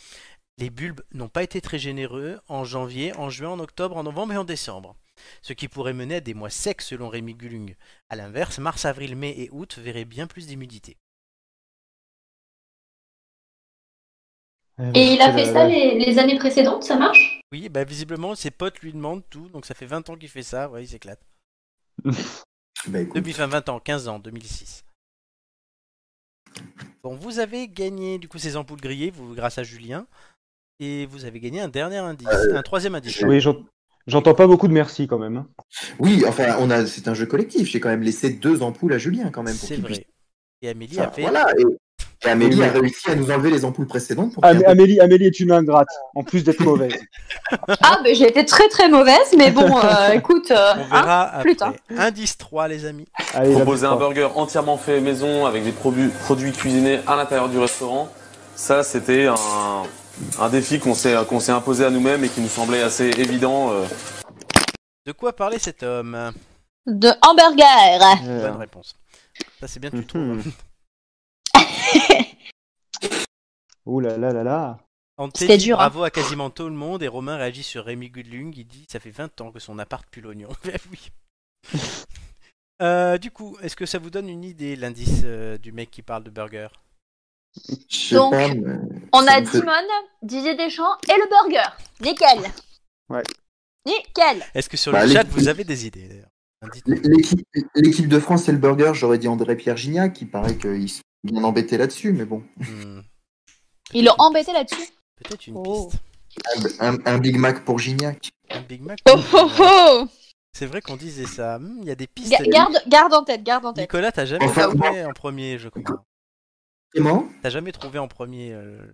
S3: Les bulbes n'ont pas été très généreux en janvier, en juin, en octobre, en novembre et en décembre. Ce qui pourrait mener à des mois secs selon Rémi Gulung. A l'inverse, mars, avril, mai et août verraient bien plus d'humidité.
S5: Eh ben,
S4: Et il a
S5: c'est la-
S4: fait ça Euh, les, les années précédentes, ça marche
S3: Oui, bah visiblement, ses potes lui demandent tout, donc ça fait 20 ans qu'il fait ça, ouais, il s'éclate.
S2: Bah, écoute,
S3: Depuis enfin, 20 ans, 15 ans, 2006. Bon, vous avez gagné du coup ces ampoules grillées vous, grâce à Julien. Et vous avez gagné un dernier indice,
S2: Euh,
S3: un troisième indice.
S5: Oui, j'en- j'entends pas beaucoup de merci quand même. hein.
S2: Oui, enfin, on a, c'est un jeu collectif. J'ai quand même laissé deux ampoules à Julien quand même pour
S3: C'est
S2: qu'il puisse.
S3: vrai. Et Amélie
S2: Enfin,
S3: a fait
S2: voilà. Et, Et Amélie a réussi à nous enlever les ampoules précédentes pour
S5: Am-
S2: qu'il y ait un peu-
S5: Amélie, Amélie est une ingrate, en plus d'être mauvaise.
S8: Ah, mais j'ai été très très mauvaise, mais bon, euh, écoute, euh,
S3: On
S8: hein,
S3: verra
S8: plus
S3: après. Indice 3, les amis.
S5: Allez, la
S9: Proposer un
S5: victoire.
S9: burger entièrement fait maison avec des produits, produits cuisinés à l'intérieur du restaurant, ça c'était un, un défi qu'on s'est qu'on s'est imposé à nous-mêmes et qui nous semblait assez évident. euh.
S3: De quoi parlait cet
S2: Euh.
S3: homme
S4: De hamburger.
S5: Euh,
S3: Bonne réponse. Ça, c'est bien que tu trouves.
S5: mhm. Ouh là là là
S3: Ah,
S5: là.
S3: Ante
S4: C'était
S3: dit
S4: dur, hein.
S3: Bravo à quasiment tout le monde et Romain réagit sur Rémi Gudlung. Il dit ça fait 20 ans que son appart pue l'oignon. Ben oui. Euh, du coup, est-ce que ça vous donne une idée l'indice euh, du mec qui parle de burger
S2: Je sais
S4: Donc,
S2: pas, mais-
S4: On
S2: Ça
S4: a
S2: me fait-
S4: Dimon, Didier Deschamps et le burger. Nickel.
S5: Ouais.
S4: Nickel.
S3: Est-ce que sur
S2: Bah,
S3: le
S2: les-
S3: chat vous avez des idées d'ailleurs Un dit-
S2: L'équipe l'équipe de France et le burger, j'aurais dit André-Pierre Gignac, qui paraît qu'ils sont bien embêtés là-dessus, mais bon.
S3: Hmm,
S4: Ils l'ont embêté là-dessus.
S3: Peut-être une
S4: Oh.
S3: piste.
S2: Un, un Big Mac pour Gignac.
S3: Un Big Mac
S8: Oh, oh, oh.
S3: C'est vrai qu'on disait ça. Hmm, Il y a des pistes.
S8: Ga- garde, garde en tête, garde en tête.
S3: Nicolas, t'as jamais
S2: Enfin,
S3: trouvé en premier, je crois.
S2: Comment
S3: T'as jamais trouvé en premier. euh,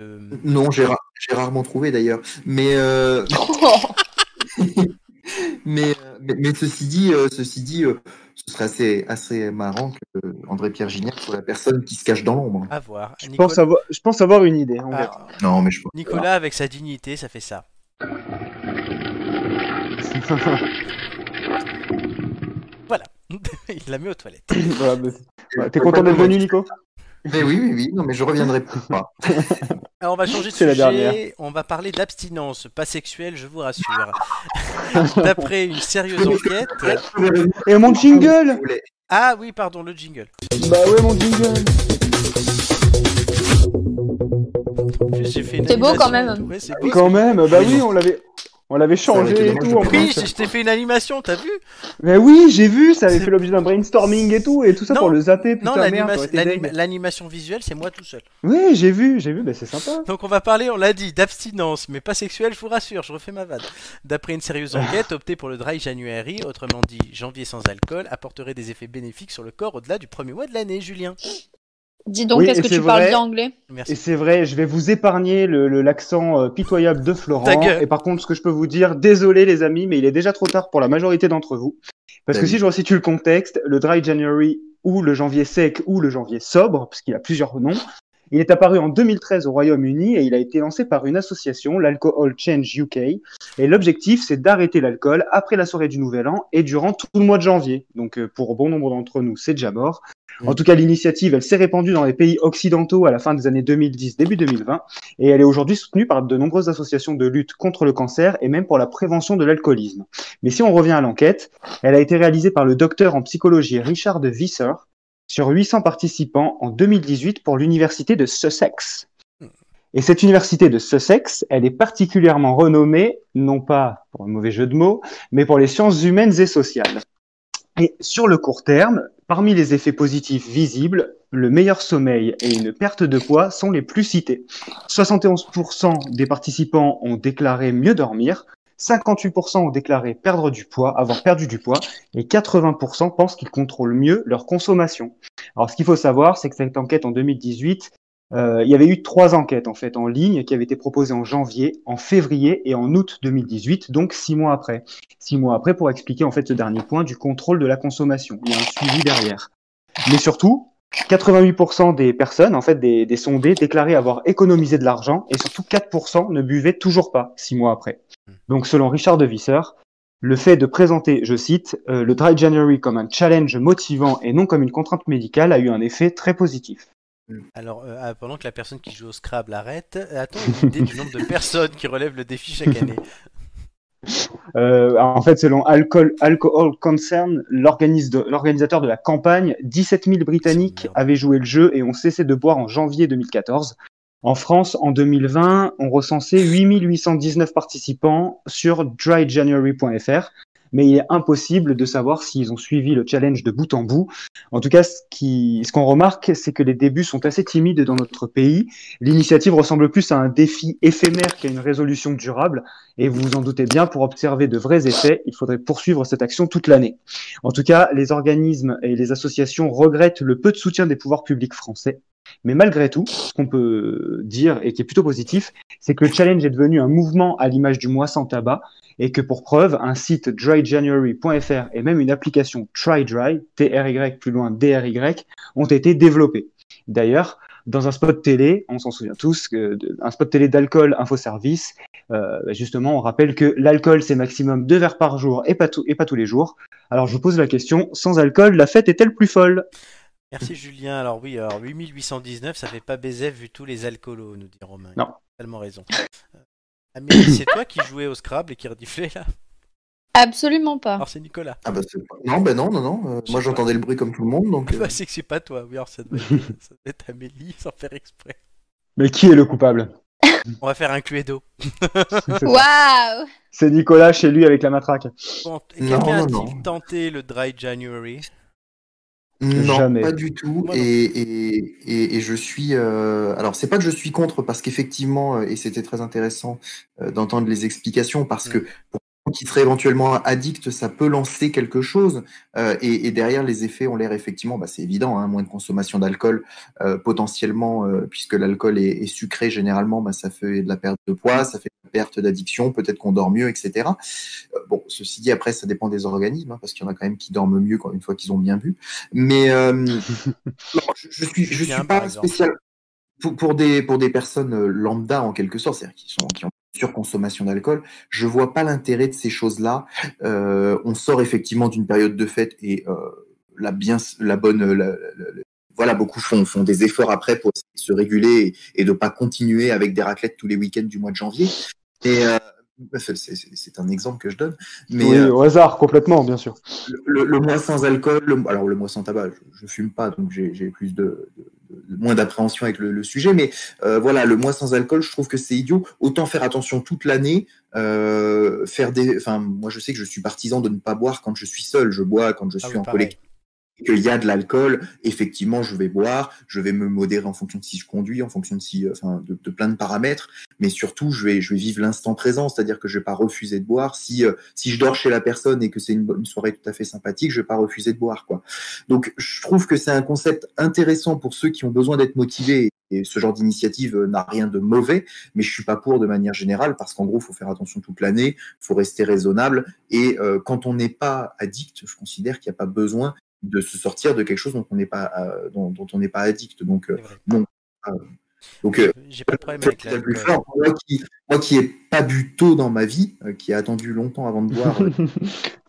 S3: euh,
S2: Non, j'ai ra- j'ai rarement trouvé d'ailleurs. Mais, euh, mais, euh, mais, mais ceci dit, euh, ceci dit euh, ce serait assez, assez marrant que euh, André-Pierre Gignac soit la personne qui se cache dans l'ombre.
S3: à voir.
S5: Je pense, avoir, je pense avoir une idée. on
S3: Ah,
S5: verra.
S2: Non, mais je pense.
S3: Nicolas, avec sa dignité, ça fait ça. Voilà. Il l'a mis aux toilettes.
S5: Voilà, mais- Ouais, T'es content d'être venu, Nico
S2: Mais oui, oui, oui, non, mais je reviendrai plus. pas.
S3: Alors, on va changer de
S5: C'est la
S3: sujet.
S5: dernière.
S3: On va parler d'abstinence, pas sexuelle, je vous rassure. D'après une sérieuse enquête.
S5: Et mon jingle
S3: Ah oui, pardon, le jingle.
S5: Bah ouais, mon jingle
S3: J'ai fait une
S8: C'est beau quand
S3: animation et
S8: même.
S3: tout. Ouais, c'est beau.
S5: Quand même, bah oui, on l'avait... On l'avait
S2: Ça
S5: changé
S2: aurait
S5: et
S2: été
S5: tout en
S2: dommage de
S3: Oui,
S5: plus.
S3: je je t'ai fait une animation, t'as vu
S5: Mais oui, j'ai vu, ça avait
S3: C'est-
S5: fait l'objet d'un brainstorming et tout, et tout ça
S3: Non,
S5: pour le zapper. Putain,
S3: Non,
S5: merde,
S3: l'anima-
S5: ça aurait été
S3: l'anima-
S5: dingue.
S3: l'animation visuelle, c'est moi tout seul.
S5: Ouais, j'ai vu, j'ai vu, bah c'est sympa.
S3: Donc on va parler, on l'a dit, d'abstinence, mais pas sexuelle, je vous rassure, je refais ma vanne. D'après une sérieuse enquête, opter pour le dry January, autrement dit janvier sans alcool, apporterait des effets bénéfiques sur le corps au-delà du premier mois de l'année, Julien.
S8: Dis donc,
S5: Oui,
S8: est-ce
S5: et
S8: que
S5: c'est
S8: tu parles
S5: vrai.
S8: bien anglais
S5: Et
S3: Merci.
S5: c'est vrai, je vais vous épargner le- le- l'accent euh, pitoyable de
S3: Ta
S5: Florent.
S3: gueule.
S5: Et par contre, ce que je peux vous dire, désolé les amis, mais il est déjà trop tard pour la majorité d'entre vous. Parce que
S2: Salut.
S5: si je resitue le contexte, le Dry January ou le janvier sec ou le janvier sobre, parce qu'il a plusieurs noms, il est apparu en 2013 au Royaume-Uni et il a été lancé par une association, l'Alcohol Change UK. Et l'objectif, c'est d'arrêter l'alcool après la soirée du Nouvel An et durant tout le mois de janvier. Donc euh, pour bon nombre d'entre nous, c'est déjà mort. En tout cas, l'initiative, elle s'est répandue dans les pays occidentaux à la fin des années 2010, début 2020, et elle est aujourd'hui soutenue par de nombreuses associations de lutte contre le cancer et même pour la prévention de l'alcoolisme. Mais si on revient à l'enquête, elle a été réalisée par le docteur en psychologie Richard de Visser sur 800 participants en 2018 pour l'université de Sussex. Et cette université de Sussex, elle est particulièrement renommée, non pas pour un mauvais jeu de mots, mais pour les sciences humaines et sociales. Et sur le court terme, parmi les effets positifs visibles, le meilleur sommeil et une perte de poids sont les plus cités. 71% des participants ont déclaré mieux dormir, 58% ont déclaré perdre du poids, avoir perdu du poids, et 80% pensent qu'ils contrôlent mieux leur consommation. Alors ce qu'il faut savoir, c'est que cette enquête en 2018, euh, il y avait eu trois enquêtes en fait en ligne qui avaient été proposées en janvier, en février et en août 2018, donc six mois après six mois après pour expliquer en fait ce dernier point du contrôle de la consommation. Il y a un suivi derrière. Mais surtout, 88% des personnes, en fait, des, des sondés, déclaraient avoir économisé de l'argent et surtout 4% ne buvaient toujours pas six mois après. Donc, selon Richard de Visser, le fait de présenter, je cite, euh, le Dry January comme un challenge motivant et non comme une contrainte médicale a eu un effet très positif.
S3: Alors, euh, ah, pendant que la personne qui joue au Scrabble arrête, euh, a-t-on une idée du nombre de personnes qui relèvent le défi chaque année
S5: Euh, en fait, selon Alcohol, Alcohol Concern, l'organis- de- l'organisateur de la campagne, 17 000
S3: C'est
S5: Britanniques
S3: une merde.
S5: avaient joué le jeu et ont cessé de boire en janvier 2014. En France, en 2020, on recensait 8 819 participants sur dryjanuary.fr. mais il est impossible de savoir s'ils ont suivi le challenge de bout en bout. En tout cas, ce qui- ce qu'on remarque, c'est que les débuts sont assez timides dans notre pays. L'initiative ressemble plus à un défi éphémère qu'à une résolution durable. Et vous vous en doutez bien, pour observer de vrais effets, il faudrait poursuivre cette action toute l'année. En tout cas, les organismes et les associations regrettent le peu de soutien des pouvoirs publics français. Mais malgré tout, ce qu'on peut dire et qui est plutôt positif, c'est que le challenge est devenu un mouvement à l'image du mois sans tabac et que pour preuve, un site dryjanuary.fr et même une application TryDry, T-R-Y plus loin D-R-Y, ont été développés. D'ailleurs, dans un spot télé, on s'en souvient tous, que de- un spot télé d'alcool infoservice, euh, bah, justement, on rappelle que l'alcool, c'est maximum deux verres par jour et pas, tout- et pas tous les jours. Alors, je vous pose la question, sans alcool, la fête est-elle plus folle
S3: Merci Julien. Alors oui, alors 8819, ça fait pas baiser vu tous les alcoolos, nous dit Romain. Il
S5: Non.
S3: a Tellement raison. Euh, Amélie, c'est toi qui jouais au Scrabble et qui reniflais là
S8: Absolument pas.
S3: Alors c'est Nicolas.
S2: Ah bah, c'est pas- non, bah non, non, non. euh,
S3: Je
S2: moi
S3: sais pas.
S2: j'entendais le bruit comme tout le monde, donc. euh,
S3: Bah, c'est que c'est pas toi. Oui, alors ça doit être, ça doit être Amélie sans faire exprès.
S5: Mais qui est le coupable
S3: On va faire un Cluedo.
S5: C'est ça.
S4: Waouh
S5: C'est Nicolas chez lui avec la matraque.
S3: Bon, t-
S2: Non, non,
S3: Quelqu'un
S2: non.
S3: a-t-il tenté le Dry January
S2: Non,
S5: Jamais.
S2: pas du tout.
S3: Moi non.
S2: Et, et, et, et je suis. euh, Alors, c'est pas que je suis contre, parce qu'effectivement, euh, et c'était très intéressant euh, d'entendre les explications, parce que pour quelqu'un qui serait éventuellement addict, ça peut lancer quelque chose. euh, et, et derrière, les effets ont l'air effectivement, bah, c'est évident, hein, moins de consommation d'alcool, euh, potentiellement, euh, puisque l'alcool est, est sucré généralement, bah, ça fait de la perte de poids, ça fait de la perte d'addiction, peut-être qu'on dort mieux, etc. Euh, bon, ceci dit, après, ça dépend des organismes, hein, parce qu'il y en a quand même qui dorment mieux quand, une fois qu'ils ont bien bu. Mais euh, non, je, je suis, je
S3: Julien,
S2: suis
S3: par
S2: pas
S3: exemple.
S2: spécial pour, pour des pour des personnes euh, lambda en quelque sorte, c'est-à-dire qui sont qui ont surconsommation d'alcool. Je vois pas l'intérêt de ces choses-là. Euh, on sort effectivement d'une période de fête et euh, la bien la bonne la- la- la- voilà, beaucoup font, font des efforts après pour essayer de se réguler et, et de pas continuer avec des raclettes tous les week-ends du mois de janvier. Et euh, c'est- c'est c'est un exemple que je donne. Mais
S5: oui,
S2: euh,
S5: au hasard, complètement, bien sûr.
S2: le, le mois sans alcool, le- alors le mois sans tabac, je, ne fume pas, donc j'ai j'ai plus de, de- de- moins d'appréhension avec le, le sujet, mais euh, voilà, le mois sans alcool, je trouve que c'est idiot. Autant faire attention toute l'année, euh, faire des, enfin, moi je sais que je suis partisan de ne pas boire quand je suis seul, je bois quand je
S3: Ah
S2: suis
S3: oui,
S2: en
S3: pareil.
S2: collectif. Qu'il y a de l'alcool, effectivement, je vais boire, je vais me modérer en fonction de si je conduis, en fonction de si, euh, enfin, de, de plein de paramètres, mais surtout, je vais, je vais vivre l'instant présent, c'est-à-dire que je vais pas refuser de boire si euh, si je dors chez la personne et que c'est une, bonne- une soirée tout à fait sympathique, je vais pas refuser de boire, quoi. Donc, je trouve que c'est un concept intéressant pour ceux qui ont besoin d'être motivés. Et ce genre d'initiative euh, n'a rien de mauvais, mais je suis pas pour de manière générale parce qu'en gros, faut faire attention toute l'année, faut rester raisonnable. Et euh, quand on n'est pas addict, je considère qu'il n'y a pas besoin de se sortir de quelque chose dont on n'est pas euh, dont, dont on n'est pas addict. Donc, euh,
S3: C'est vrai.
S2: donc euh,
S3: J'ai pas de problème avec
S2: le plus
S3: l'alcool.
S2: fort, moi qui moi qui ai pas bu tôt dans ma vie, euh, qui a attendu longtemps avant de boire euh,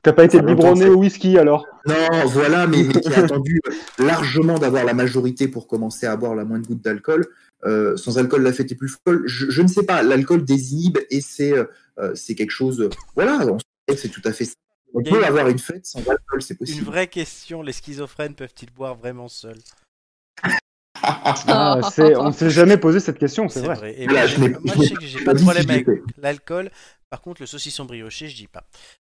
S5: T'as pas été
S2: Ça m'entend,
S5: biberonné
S2: c'est-
S5: au whisky alors
S2: Non, voilà, mais, mais qui a attendu euh, largement d'avoir la majorité pour commencer à boire la moindre goutte d'alcool. Euh, sans alcool, la fête est plus folle. Je, je ne sais pas, l'alcool désinhibe et c'est euh, euh, c'est quelque chose. euh, voilà, on se dit que c'est tout à fait ça. On
S3: Il y a une-
S2: peut avoir une fête sans alcool, c'est
S3: Une
S2: possible.
S3: vraie question, les schizophrènes peuvent-ils boire vraiment seuls
S5: Ah, c'est- On ne s'est jamais posé cette question, c'est vrai.
S3: Et
S2: Voilà,
S3: moi,
S2: je
S3: j'ai-
S2: l'ai-
S3: moi,
S2: je
S3: je
S2: l'ai-
S3: sais que j'ai
S2: je
S3: pas
S2: l'ai
S3: de
S2: dit,
S3: problème
S2: j'y
S3: avec
S2: étais.
S3: l'alcool. Par contre, le saucisson brioché, je dis pas.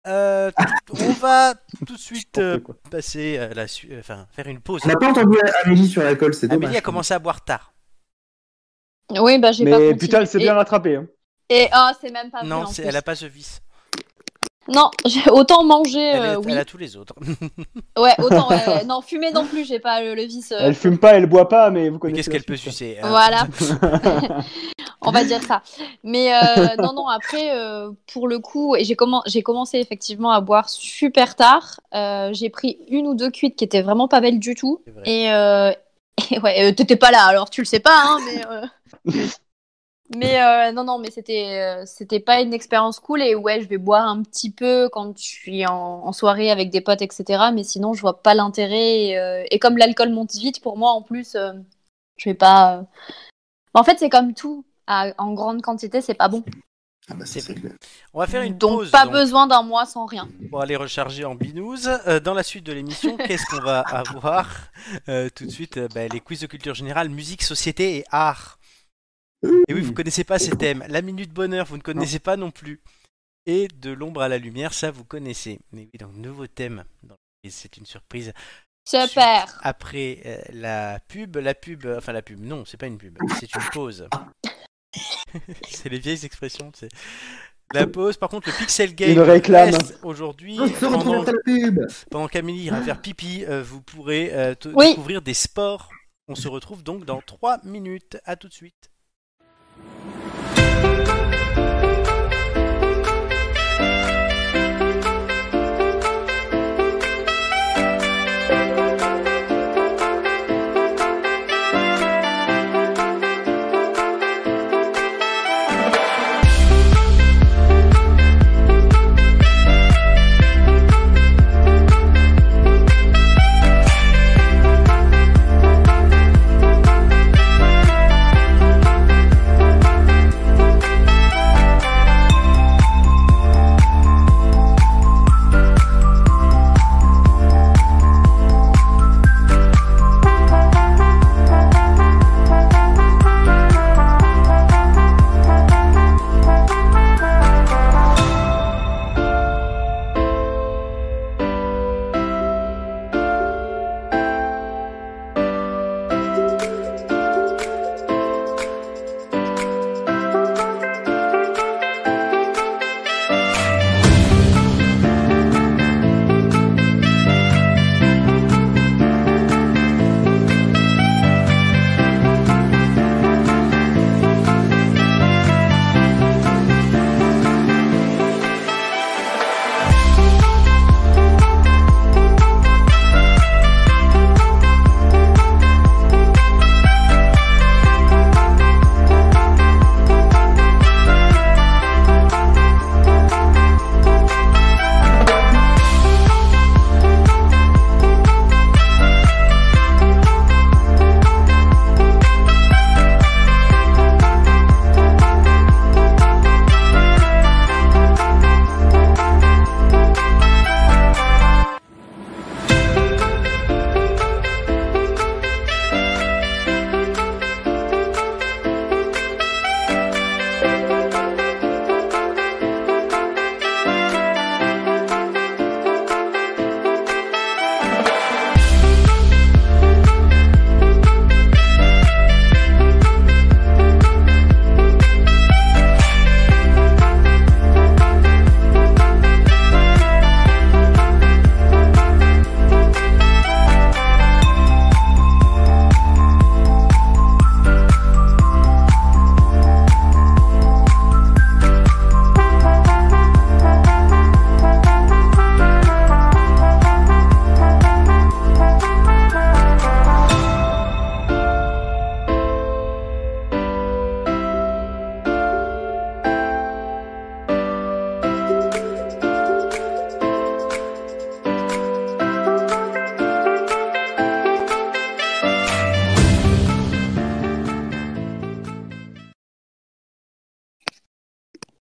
S3: Euh, on va tout de suite euh,
S5: quoi.
S3: passer à la su- euh, enfin faire une pause.
S2: On n'a pas entendu Amélie sur l'alcool, Ah, c'est dommage.
S3: Amélie a commencé à boire tard.
S8: Oui, bah j'ai pas
S5: Mais
S8: continué.
S5: putain, elle s'est bien rattrapée. hein.
S4: Et oh, c'est même
S8: Ah,
S4: pas
S3: Non,
S4: vrai. en
S3: c'est-
S4: plus.
S3: elle a pas ce vice.
S8: Non, j'ai- autant manger,
S3: Elle,
S8: euh,
S3: est-
S8: oui.
S3: elle a tous les autres.
S4: Ouais, autant. ouais, non, fumer non plus, j'ai pas le, le vice. euh,
S5: Elle fume pas, elle boit pas, mais vous
S3: Mais
S5: connaissez.
S3: Qu'est-ce
S5: la
S3: qu'elle peut
S5: suite,
S3: sucer hein
S4: Voilà.
S5: quoi.
S8: On va dire ça. Mais euh, non, non, après, euh, pour le coup, et j'ai commen- j'ai commencé effectivement à boire super tard. Euh, j'ai pris une ou deux cuites qui étaient vraiment pas belles du tout.
S3: C'est vrai.
S8: Et, euh, et ouais, euh, t'étais pas là, alors tu le sais pas, hein, mais. euh, Mais euh, non, non, mais c'était euh, c'était pas une expérience cool. Et ouais, je vais boire un petit peu quand je suis en, en soirée avec des potes, etc. Mais sinon, je vois pas l'intérêt. Et, euh, et comme l'alcool monte vite, pour moi, en plus, euh, je vais pas. euh, En fait, c'est comme tout. À- en grande quantité, c'est pas bon.
S2: Ah bah, ça,
S3: C'est
S2: c'est clair.
S3: On va faire une
S8: donc,
S3: pause
S8: pas
S3: donc,
S8: besoin d'un mois sans rien.
S3: pour aller recharger en binouze. Euh, dans la suite de l'émission, qu'est-ce qu'on va avoir Euh, tout de suite euh, bah, Les quiz de culture générale, musique, société et
S5: Mmh.
S3: art. Et oui, vous connaissez pas ces thèmes. La minute bonheur, vous ne connaissez pas non plus. et de l'ombre à la lumière, ça vous connaissez. Mais oui, donc nouveau thème, dans le quiz, c'est une surprise.
S4: Super.
S3: Suite Après euh, la pub, la pub, enfin la pub, non, c'est pas une pub, c'est une pause. c'est les vieilles expressions, tu sais. La pause, par contre, le Pixel Game
S5: Une réclame.
S3: reste aujourd'hui,
S2: On se retrouve
S3: pendant,
S2: après la pub.
S3: pendant qu'Amélie ira faire pipi, euh, vous pourrez euh, t-
S4: Oui.
S3: découvrir des sports. On se retrouve donc dans 3 minutes. À tout de suite.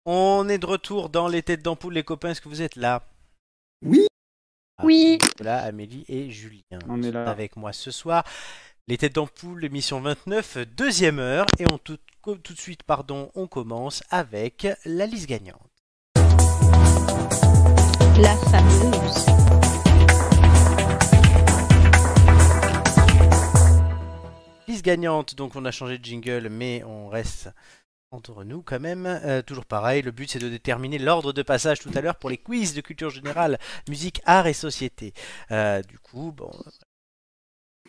S3: On est de retour dans les têtes d'ampoule, les copains. Est-ce que vous êtes là
S2: Oui.
S3: Ah,
S4: Oui.
S3: Nicolas, Amélie et Julien
S5: On est
S3: sont
S5: là.
S3: avec moi ce soir. Les têtes d'ampoule, émission 29, deuxième heure. Et on tout, co- tout de suite, pardon, on commence avec la liste gagnante.
S4: La fameuse.
S3: Liste gagnante, donc on a changé de jingle, mais on reste entre nous quand même. Euh, toujours pareil, le but c'est de déterminer l'ordre de passage tout à l'heure pour les quiz de culture générale, musique, art et société. Euh, du coup, bon,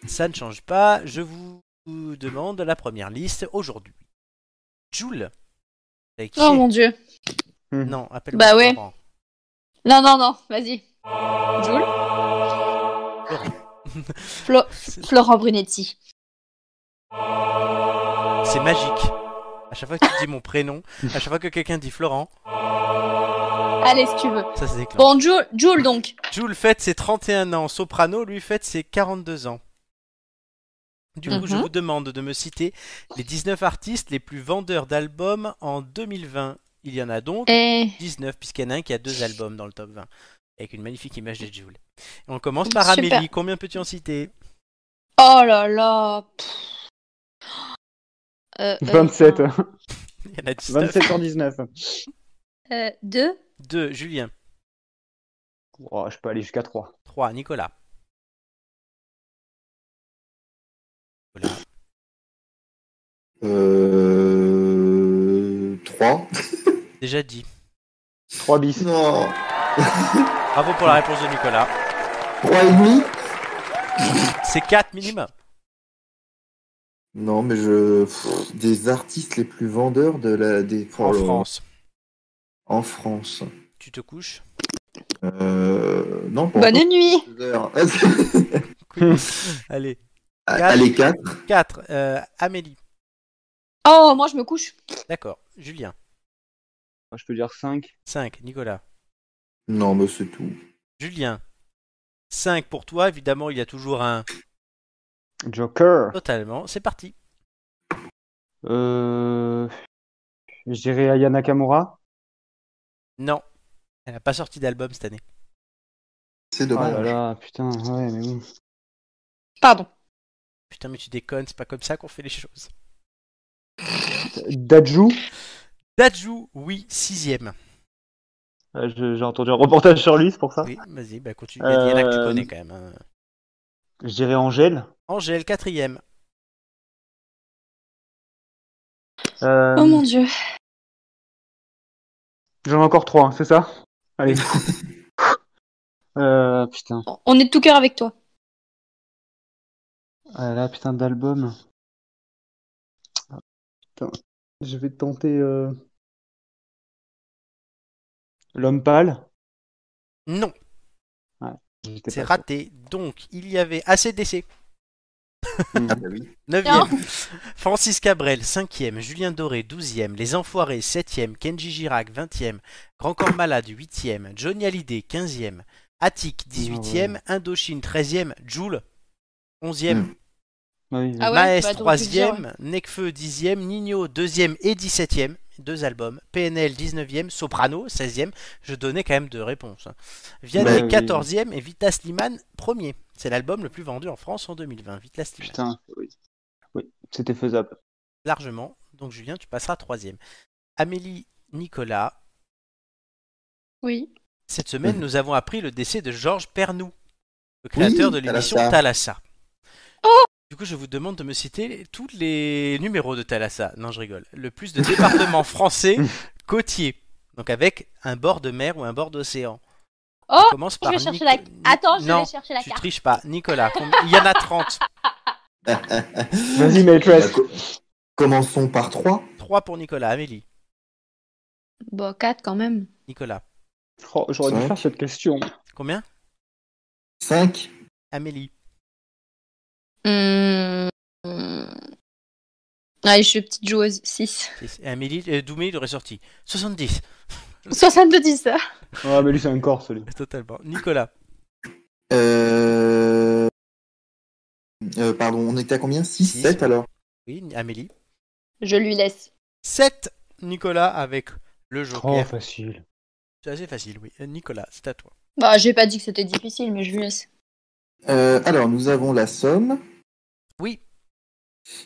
S3: ça ne change pas. Je vous demande la première liste aujourd'hui. Joule. Avec qui
S8: Oh mon dieu.
S3: Non, appelle-moi
S4: Bah ouais.
S3: Laurent.
S4: Non, non, non, vas-y. Jules Flo- Florent Brunetti.
S3: C'est magique. À chaque fois que tu dis mon prénom, à chaque fois que quelqu'un dit Florent,
S4: Allez, si tu veux.
S3: ça se déclenche.
S4: Bon, Jules, Jules donc.
S3: Jules fête ses 31 ans, Soprano lui fête ses 42 ans. Du coup, je
S4: Mhm.
S3: vous demande de me citer les 19 artistes les plus vendeurs d'albums en 2020. Il y en a donc
S8: Et
S3: 19, puisqu'il y en a un qui a deux albums dans le top 20, avec une magnifique image de Jules. Et on commence par
S8: Super.
S3: Amélie, combien peux-tu en citer
S8: oh là là. pff. Euh, euh,
S5: 27,
S8: un,
S3: Il y en a 19.
S5: 27 sur 19.
S4: Euh, deux,
S3: 2. Julien.
S5: Oh, je peux aller jusqu'à 3.
S3: 3. Nicolas. Nicolas.
S2: Euh... 3.
S3: Déjà dit.
S5: 3 bis.
S2: Non.
S3: Bravo pour la réponse de Nicolas.
S2: 3 et demi
S3: C'est 4 minimum.
S2: Non, mais je... pff, des artistes les plus vendeurs de la... des... oh
S3: En France.
S2: En France.
S3: Tu te couches.
S2: Euh... Non, pour
S4: Bonne nuit
S2: heures.
S3: Allez.
S2: Allez, 4.
S3: 4. Amélie.
S4: Oh, moi je me couche.
S3: D'accord. Julien.
S5: Je peux dire 5.
S3: 5. Nicolas.
S2: Non, mais c'est tout.
S3: Julien. 5 pour toi. Évidemment, il y a toujours un
S5: Joker.
S3: totalement. C'est parti.
S5: Euh... Je dirais Aya Nakamura.
S3: Non. Elle n'a pas sorti d'album cette année.
S2: C'est
S5: Oh là
S3: Ah
S2: dommage.
S5: là, putain, ouais, mais bon.
S4: Pardon.
S3: Putain, mais tu déconnes. C'est pas comme ça qu'on fait les choses.
S5: Dajou
S3: Dajou, oui, sixième.
S5: Euh, je- J'ai entendu un reportage sur lui, c'est pour ça.
S3: Oui, vas-y, bah continue. Il y en a que tu
S5: Ah. Euh,
S3: connais quand même. hein.
S5: Je dirais Angèle.
S3: Angèle, quatrième.
S5: Euh,
S8: Oh mon dieu.
S5: J'en ai encore 3, c'est ça Allez. euh, putain.
S4: On est de tout cœur avec toi.
S5: Ah là, putain d'album. Ah, Putain. Je vais tenter. euh, L'homme pâle.
S3: Non,
S5: J'étais
S3: c'est
S5: pas
S3: raté. Donc, il y avait ACDC,
S5: sûr. Mm.
S2: Ah bah oui.
S3: 9e. Francis Cabrel, 5e. Julien Doré, 12e. Les Enfoirés, 7e. Kenji Girac, 20e. Grand Corps Malade, 8e. Johnny Hallyday, 15e. Attic,
S5: Ah
S3: 18e. Indochine, 13e. Joule, 11e.
S2: Hmm.
S5: Ah oui,
S4: Ah ouais,
S3: Maes,
S4: bah, t'aurais pu le dire,
S3: 3e. Necfeu, 10e. Nino, 2e et 17e. Deux albums. PNL, 19e. Soprano, 16e. Je donnais quand même deux réponses. hein. Vianney,
S5: Bah oui.
S3: 14e. Et Vita Slimane, 1er. C'est l'album le plus vendu en France en 2020. Vita Slimane.
S5: Putain, oui. Oui, c'était faisable.
S3: largement. Donc Julien, tu passeras troisième. Amélie, Nicolas,
S8: Oui.
S3: cette semaine, nous avons appris le décès de Georges Pernou, le créateur de l'émission
S2: Thalassa.
S3: Thalassa.
S4: Oh
S3: du coup, je vous demande de me citer tous les numéros de Thalassa. Non, je rigole. Le plus de départements français côtiers. Donc avec un bord de mer ou un bord d'océan.
S4: Oh,
S3: On commence
S4: Je
S3: par
S4: vais
S3: Nico-
S4: chercher la. Attends, je
S3: non,
S4: vais chercher la
S3: tu
S4: carte.
S3: triches pas. Nicolas, com- il y en a 30.
S5: Vas-y,
S2: Bah,
S5: Maitress.
S2: co- Commençons par 3.
S3: 3 pour Nicolas. Amélie,
S4: Bon, 4 quand même.
S3: Nicolas.
S5: Oh, J'aurais dû
S2: Cinq.
S5: faire cette question.
S3: Combien
S2: 5.
S3: Amélie,
S4: Hum... Allez, je suis petite joueuse. 6.
S3: six. Amélie euh, Doumé, il aurait sorti 70.
S4: 70, ça.
S5: Ah, mais lui, c'est un corse, lui.
S3: Totalement. Nicolas,
S2: Euh... euh, pardon, on était à combien 6,
S3: Six.
S2: 7 alors
S3: oui, Amélie.
S4: Je lui laisse.
S3: 7, Nicolas avec le
S5: Trop
S3: joker.
S5: facile.
S3: C'est assez facile, oui. Euh, Nicolas, c'est à toi.
S4: Bah, j'ai pas dit que c'était difficile, mais je lui laisse.
S2: Euh, Alors, nous avons la Somme.
S3: Oui.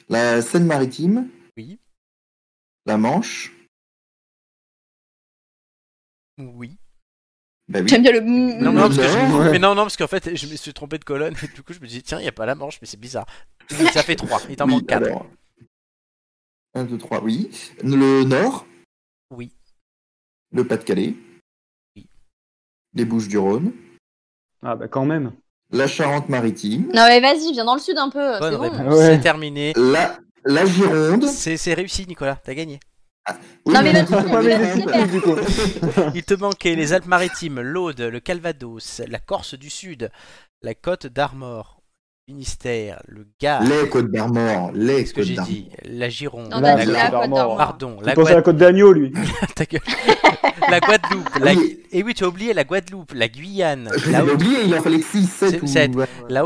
S2: La Seine-Maritime.
S3: Oui.
S2: La Manche.
S3: Oui.
S2: Bah oui.
S4: J'aime bien le.
S3: Non, non, parce que
S2: Non,
S3: je-
S2: ouais.
S3: Mais non, non, parce qu'en fait, je me suis trompé de colonne. Et du coup, je me dis, tiens, il n'y a pas la manche, mais c'est bizarre. Oui, ça fait 3. Il t'en manque 4.
S2: 1, 2, 3, oui. Le Nord.
S3: Oui.
S2: Le Pas-de-Calais.
S3: Oui.
S2: Les Bouches-du-Rhône.
S5: Ah, bah quand même.
S2: La Charente-Maritime.
S4: Non, mais vas-y, viens dans le sud un peu.
S3: Bonne
S4: c'est bon.
S3: réponse.
S5: Ouais.
S3: C'est terminé.
S2: La, la Gironde.
S3: C'est c'est réussi, Nicolas. T'as gagné.
S2: Oui,
S4: Non, mais là, tu
S2: oui,
S4: sais,
S2: oui,
S4: mais
S2: oui,
S4: là, tu
S2: oui.
S4: sais
S3: Il te manquait les Alpes-Maritimes, l'Aude, le Calvados, la Corse du Sud, la Côte d'Armor, le Finistère, le Gard.
S2: Les Côtes d'Armor. Les
S3: Qu'est-ce que
S2: Côtes
S3: j'ai
S2: d'Armor.
S3: dit La Gironde.
S4: Non,
S5: Là,
S4: t'as
S5: là,
S4: dit la
S5: Côte
S4: Côte
S5: d'Armor.
S4: d'Armor.
S3: Pardon,
S5: Il
S3: la
S5: pense à la
S3: Guadeloupe.
S5: Côte d'Agneau, lui.
S3: Ta gueule. la Guadeloupe. La...
S2: Ah Oui.
S3: Et oui, tu as oublié la Guadeloupe, la Guyane,
S2: Je
S3: la,
S2: l'avais
S3: Haute-
S2: oublié, il en fallait 6, 7
S3: C'est-
S2: ou...
S3: sept.
S2: ouais.
S3: la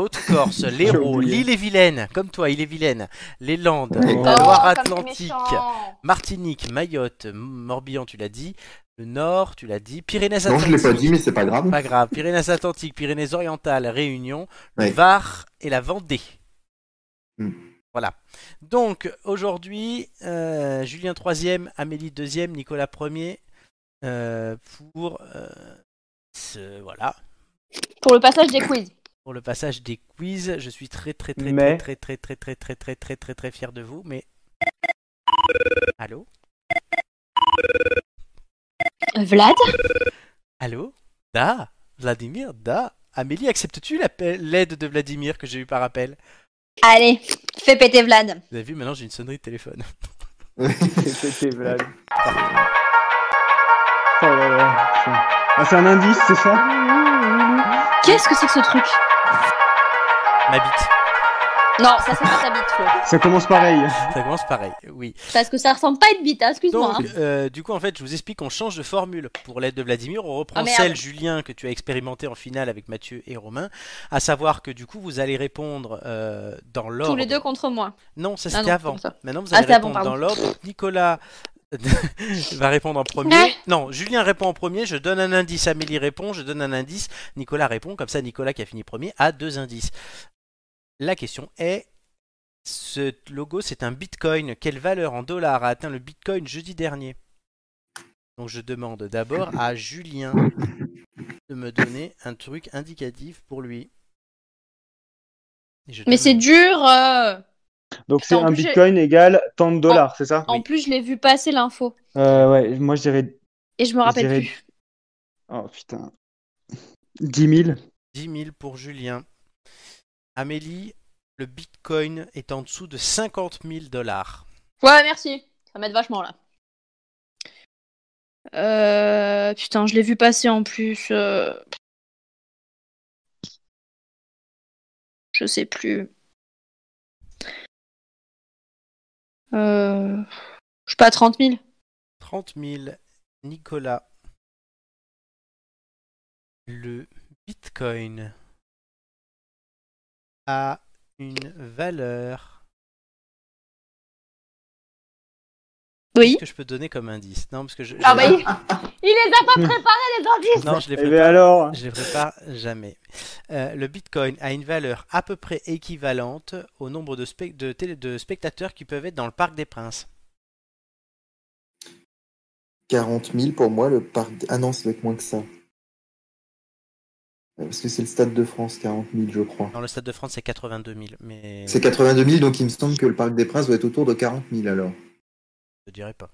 S3: Haute-Corse, l'Hérault,
S5: oublié.
S3: l'Île-et-Vilaine, comme toi, Île-et-Vilaine, les Landes,
S2: Ouais.
S3: la
S5: Oh,
S3: Loire-Atlantique, Martinique, Mayotte, Morbihan, tu l'as dit, le Nord, tu l'as dit,
S2: Non, je
S3: Pyrénées-Atlantiques.
S2: l'ai pas dit, mais c'est pas grave.
S3: Pas grave, Pyrénées-Atlantiques, Pyrénées-Orientales, Réunion, le
S2: Ouais.
S3: Var et la Vendée.
S2: Hmm.
S3: Voilà. Donc aujourd'hui, euh, Julien 3 Amélie 2 Nicolas 1er, euh, pour euh, ce- voilà
S4: Pour le passage des quiz.
S3: pour le passage des quiz. Je suis très très très
S5: Mais-
S3: très très très très très très très très très fier de vous. Mais allô,
S4: Vlad
S3: allô, da, Vladimir, da. Amélie, acceptes-tu l'appel- l'aide de Vladimir que j'ai eu par appel
S4: Allez, fais péter Vlad.
S3: Vous avez vu, maintenant j'ai une sonnerie de téléphone.
S5: C'était Vlad. Oh là là, c'est- Ah, c'est un indice, c'est ça
S8: Qu'est-ce que c'est que ce truc
S3: Ma bite.
S4: Non, ça c'est pas ta bite, Flo.
S5: Ça commence pareil.
S3: Ça commence pareil, oui.
S4: Parce que ça ressemble pas à une bite, hein, excuse-moi.
S3: Donc,
S4: hein.
S3: euh, du coup, en fait, je vous explique qu'on change de formule. Pour l'aide de Vladimir, on reprend
S4: Oh, merde.
S3: celle, Julien, que tu as expérimenté en finale avec Mathieu et Romain. À savoir que, du coup, vous allez répondre euh, dans l'ordre.
S4: Tous les deux contre moi.
S3: Non, ça
S4: Ah non,
S3: c'était avant.
S4: comme ça.
S3: Maintenant, vous
S4: Ah,
S3: allez
S4: c'est avant,
S3: répondre dans
S4: pardon.
S3: l'ordre. Nicolas va répondre en
S8: Ouais.
S4: Ah.
S3: premier. Non, Julien répond en premier. Je donne un indice. Amélie répond. Je donne un indice. Nicolas répond. Comme ça, Nicolas qui a fini premier a deux indices. La question est ce logo, c'est un bitcoin. Quelle valeur en dollars a atteint le bitcoin jeudi dernier Donc, je demande d'abord à Julien de me donner un truc indicatif pour lui. Et je
S4: Mais
S3: donne-
S4: c'est dur. euh,
S5: Donc c'est
S4: Putain, en
S5: un
S4: plus, j'ai- Oh,
S5: bitcoin égale tant de dollars, c'est ça
S8: En plus, je l'ai vu passer l'info
S5: Euh, Ouais, moi je dirais.
S8: et je me rappelle
S5: je dirais-
S8: plus.
S5: Oh putain. 10 000.
S3: 10 000 pour Julien. Amélie, le bitcoin est en dessous de 50 000 dollars.
S4: Ouais, merci. Ça m'aide vachement là.
S8: Euh, putain, je l'ai vu passer en plus. euh. Je sais plus. Euh... Je sais pas, 30 000.
S3: 30 000, Nicolas. Le bitcoin a une valeur.
S8: Oui.
S3: Qu'est-ce que je peux donner comme indice Non, parce que je.
S4: Ah
S3: je-
S4: bah, il... il les a pas préparés, les indices
S3: Non, je les
S5: Eh ben
S3: prépare.
S5: alors
S3: Je les prépare jamais. Euh, le Bitcoin a une valeur à peu près équivalente au nombre de, spec- de télé- de spectateurs qui peuvent être dans le Parc des Princes.
S2: 40 000 pour moi, le parc. Ah non, ça doit être moins que ça. Euh, Parce que c'est le Stade de France, 40 000, je crois.
S3: Dans le Stade de France, c'est 82 000. Mais
S2: C'est 82 000, donc il me semble que le Parc des Princes doit être autour de 40 000 alors.
S3: je te dirais pas.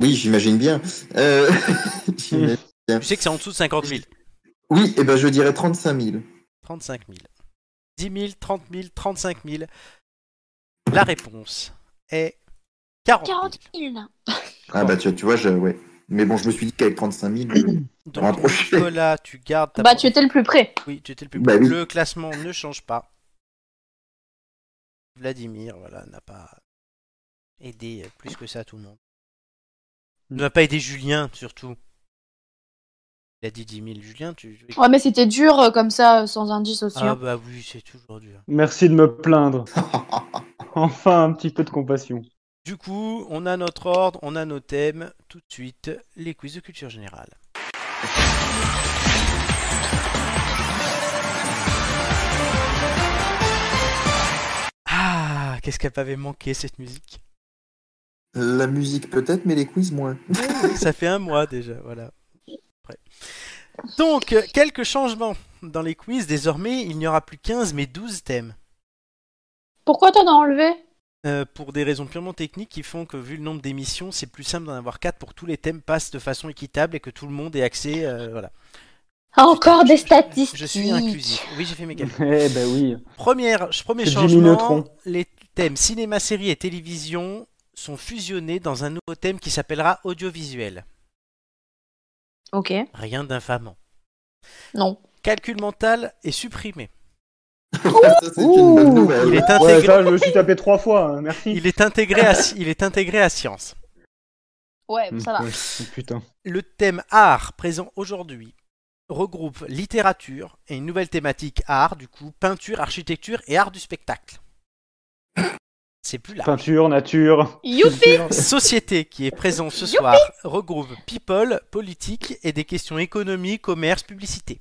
S2: Oui, j'imagine bien. Euh, j'imagine bien.
S3: Tu sais que c'est en dessous de 50 000.
S2: Oui, eh ben, je dirais 35 000.
S3: 35 000. 10 000, 30 000, 35 000. La réponse est 40 000.
S8: 40 000.
S3: Oh.
S2: Ah bah tu, tu vois, je, ouais. Mais bon, je me suis dit qu'avec 35 000, euh,
S3: Donc
S2: rapproché.
S3: Nicolas, tu gardes ta
S4: Bah, tu étais le plus près.
S3: Oui, tu étais le plus
S2: Bah
S3: près.
S2: oui.
S3: Le classement ne change pas. Vladimir, voilà, n'a pas aidé euh, plus que ça tout le monde. Il n'a pas aidé Julien, surtout. Il a dit 10 000. Julien, tu...
S8: Ouais, mais c'était dur euh, comme ça, euh, sans indice aussi.
S3: Ah
S8: hein.
S3: bah oui, c'est toujours dur.
S5: Merci de me plaindre.
S2: euh,
S5: Enfin un petit peu de compassion.
S3: Du coup, on a notre ordre, on a nos thèmes. Tout de suite, les quiz de culture générale. Ah, qu'est-ce qu'elle m'avait manqué cette musique
S2: la musique peut-être, mais les quiz moins.
S3: Ça fait un mois déjà, voilà. Après. Donc, euh, quelques changements dans les quiz. Désormais, il n'y aura plus 15 mais 12 thèmes.
S8: Pourquoi t'en as enlevé
S3: Euh, pour des raisons purement techniques qui font que, vu le nombre d'émissions, c'est plus simple d'en avoir 4 pour que tous les thèmes passent de façon équitable et que tout le monde ait accès. euh, voilà.
S8: Ah,
S4: Encore des statistiques.
S3: Je suis inclusif. Oui, j'ai fait mes calculs.
S5: Eh ben oui.
S3: Première, ch- premier
S5: C'est Jimmy
S3: changement
S5: Neutron.
S3: les thèmes cinéma, série et télévision sont fusionnés dans un nouveau thème qui s'appellera audiovisuel.
S8: Ok.
S3: Rien d'infamant.
S8: Non.
S3: Calcul mental est supprimé.
S2: ça, c'est une bonne
S3: Il
S2: nouvelle.
S3: est
S5: Ouais,
S3: intégré,
S5: ça, je me suis tapé trois fois, hein,
S4: Mm.
S5: merci.
S3: il est intégré, à, il est intégré à Science.
S4: Ouais, bon, ça va.
S5: Ouais, Putain.
S3: Le thème art présent aujourd'hui regroupe littérature et une nouvelle thématique art, du coup peinture, architecture et art du spectacle. C'est plus là.
S5: Peinture, nature.
S4: Youpi
S3: Société qui est présent ce soir regroupe people, politique et des questions économie, commerce, publicité.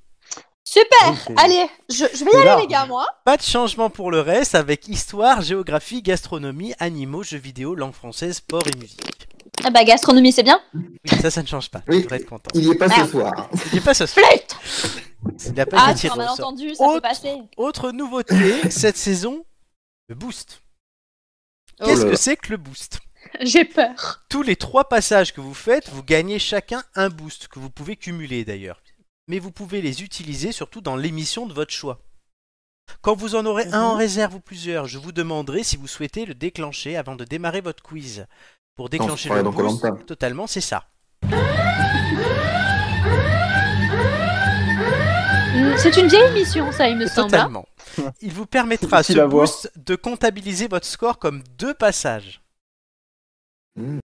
S4: Super
S5: Oui, c'est-
S4: Allez, je, je vais y
S5: c'est
S4: aller,
S5: large.
S4: les gars, moi.
S3: Pas de changement pour le reste avec histoire, géographie, gastronomie, animaux, jeux vidéo, langue française, sport et musique.
S4: Ah bah, gastronomie, c'est bien.
S3: Oui, ça, ça ne change pas. Tu
S2: Oui.
S3: devrais être content.
S2: Il n'y est pas ce
S4: Merde.
S2: soir.
S3: Il n'y a pas ce soir.
S4: Flûte
S3: Il a pas
S4: Ah,
S3: été
S4: tu
S3: tiré
S4: as
S3: au
S4: mal
S3: sort.
S4: entendu, ça
S3: Autre-
S4: peut passer.
S3: Autre nouveauté cette saison, le boost.
S4: Oh
S3: Qu'est-ce
S2: là
S3: que
S2: là.
S3: c'est que le boost
S8: J'ai peur.
S3: Tous les trois passages que vous faites, vous gagnez chacun un boost que vous pouvez cumuler d'ailleurs. Mais vous pouvez les utiliser surtout dans l'émission de votre choix. Quand vous en aurez un en
S2: Mhm.
S3: réserve ou plusieurs, je vous demanderai si vous souhaitez le déclencher avant de démarrer votre quiz. Pour déclencher
S2: croirait
S3: le
S2: dans
S3: boost,
S2: Koh-Lanta.
S3: totalement, c'est ça.
S8: Hmm, C'est une vieille émission, ça, il me semble. hein.
S3: Totalement. Il vous permettra
S5: C'est
S3: ce
S5: facile à voir.
S3: boost de comptabiliser votre score comme deux passages.
S2: Mm.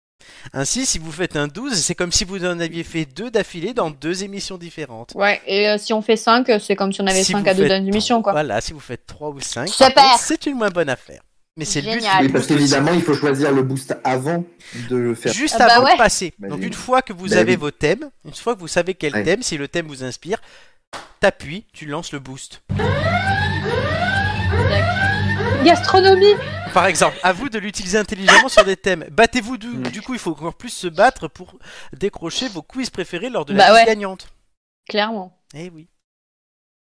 S3: Ainsi, si vous faites un 12, c'est comme si vous en aviez fait deux d'affilée dans deux émissions différentes.
S4: Ouais, et euh, si on fait 5, c'est comme si on avait
S3: Si
S4: 5
S3: vous
S4: à 2
S3: faites
S4: d'une émission, quoi.
S3: Voilà, si vous faites 3 ou 5,
S4: Super.
S3: c'est une moins bonne affaire. Mais c'est le but.
S4: Génial.
S3: du
S2: Oui, parce
S3: boost aussi.
S2: qu'évidemment, il faut choisir le boost avant de le faire.
S3: Juste
S4: Ah bah
S3: avant
S4: ouais.
S3: de passer.
S2: Bah
S3: Donc
S2: oui.
S3: une fois que vous
S2: Bah
S3: avez
S2: oui.
S3: vos thèmes, une fois que vous savez quel
S2: Ouais.
S3: thème, si le thème vous inspire, t'appuies, tu lances le boost.
S8: Gastronomie
S3: Par exemple, à vous de l'utiliser intelligemment sur des thèmes. Battez-vous du, du coup, il faut encore plus se battre pour décrocher vos quiz préférés lors de la
S4: Bah
S3: liste
S4: ouais.
S3: gagnante.
S4: Clairement.
S3: Eh oui.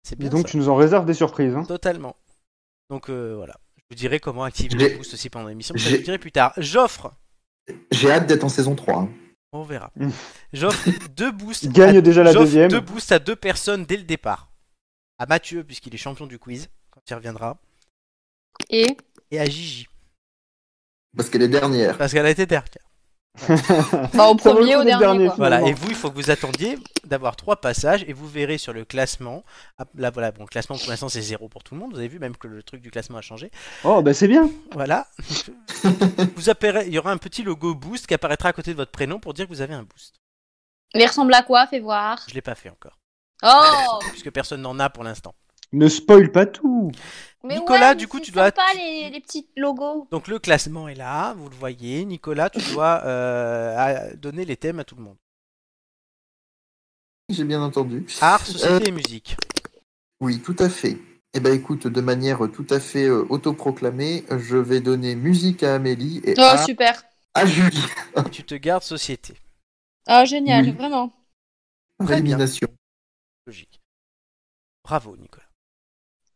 S3: C'est
S5: Dis
S3: bien
S5: donc,
S3: ça.
S5: tu nous en réserves des surprises. hein.
S3: Totalement. Donc euh, voilà. Je vous dirai comment activer
S2: J'ai-
S3: le boost aussi pendant l'émission. mais ça, Je
S2: j'ai-
S3: vous dirai plus tard. J'offre,
S2: J'ai hâte d'être en saison 3. hein.
S3: on verra.
S5: Mm.
S3: J'offre deux boosts.
S5: Gagne
S3: à-
S5: déjà la
S3: j'offre
S5: deuxième.
S3: deux boosts à deux personnes dès le départ. À Mathieu, puisqu'il est champion du quiz, quand il reviendra.
S4: Et
S3: Et à Gigi,
S2: Parce qu'elle est dernière.
S3: parce qu'elle a été dernière.
S4: bah, au
S5: Ça vaut le
S4: premier,
S5: coup
S4: au
S5: d'être
S4: dernier,
S5: dernier,
S4: quoi.
S3: Voilà,
S5: Finalement.
S3: et vous, il faut que vous attendiez d'avoir trois passages et vous verrez sur le classement. ah, Là, voilà, bon, le classement pour l'instant c'est zéro pour tout le monde. Vous avez vu même que le truc du classement a changé.
S5: Oh, bah c'est bien.
S3: Voilà. vous apparaît, il y aura un petit logo boost qui apparaîtra à côté de votre prénom pour dire que vous avez un boost.
S4: Mais il ressemble à quoi Fais voir.
S3: Je l'ai pas fait encore,
S4: Oh
S3: puisque personne n'en a pour l'instant.
S5: Ne spoil pas tout.
S4: mais
S3: Nicolas,
S4: ouais,
S3: du coup,
S4: c'est
S3: tu dois-
S4: sympa, les, les petits logos.
S3: Donc le classement est là, vous le voyez. Nicolas, tu dois euh, à- donner les thèmes à tout le monde.
S2: J'ai bien entendu.
S4: Euh,
S2: Euh,
S3: Art, société et musique.
S2: Oui, tout à fait. Eh ben écoute, de manière tout à fait euh, autoproclamée, je vais donner musique à Amélie et
S4: Oh,
S2: à,
S4: super.
S2: à Julie.
S3: Et tu te gardes société.
S4: Oh, génial,
S2: Oui.
S3: Mm.
S4: vraiment.
S2: Par
S3: Très bien.
S2: élimination.
S3: Logique. Bravo, Nicolas.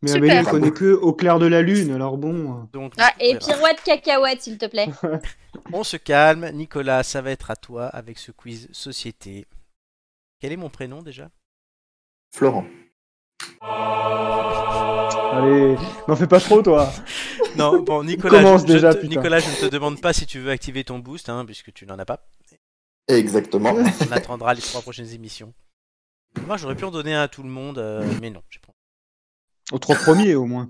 S5: Mais
S8: Super.
S5: Amélie, elle connaît que au clair de la lune, alors bon.
S3: Donc,
S4: Ah,
S3: on
S4: et
S3: verra.
S4: pirouette cacahuète, s'il te plaît.
S3: On se calme, Nicolas, ça va être à toi avec ce quiz société. Quel est mon prénom déjà
S2: Florent.
S5: Allez, n'en fais pas trop, toi.
S3: Non, bon Nicolas,
S5: Commence
S3: je, je
S5: déjà,
S3: te-
S5: putain.
S3: Nicolas, je ne te demande pas si tu veux activer ton boost, hein, puisque tu n'en as pas.
S2: Exactement.
S3: On attendra les trois prochaines émissions. Moi, j'aurais pu en donner un à tout le monde, euh, mais non. j'ai pas envie.
S5: Aux trois premiers, au moins.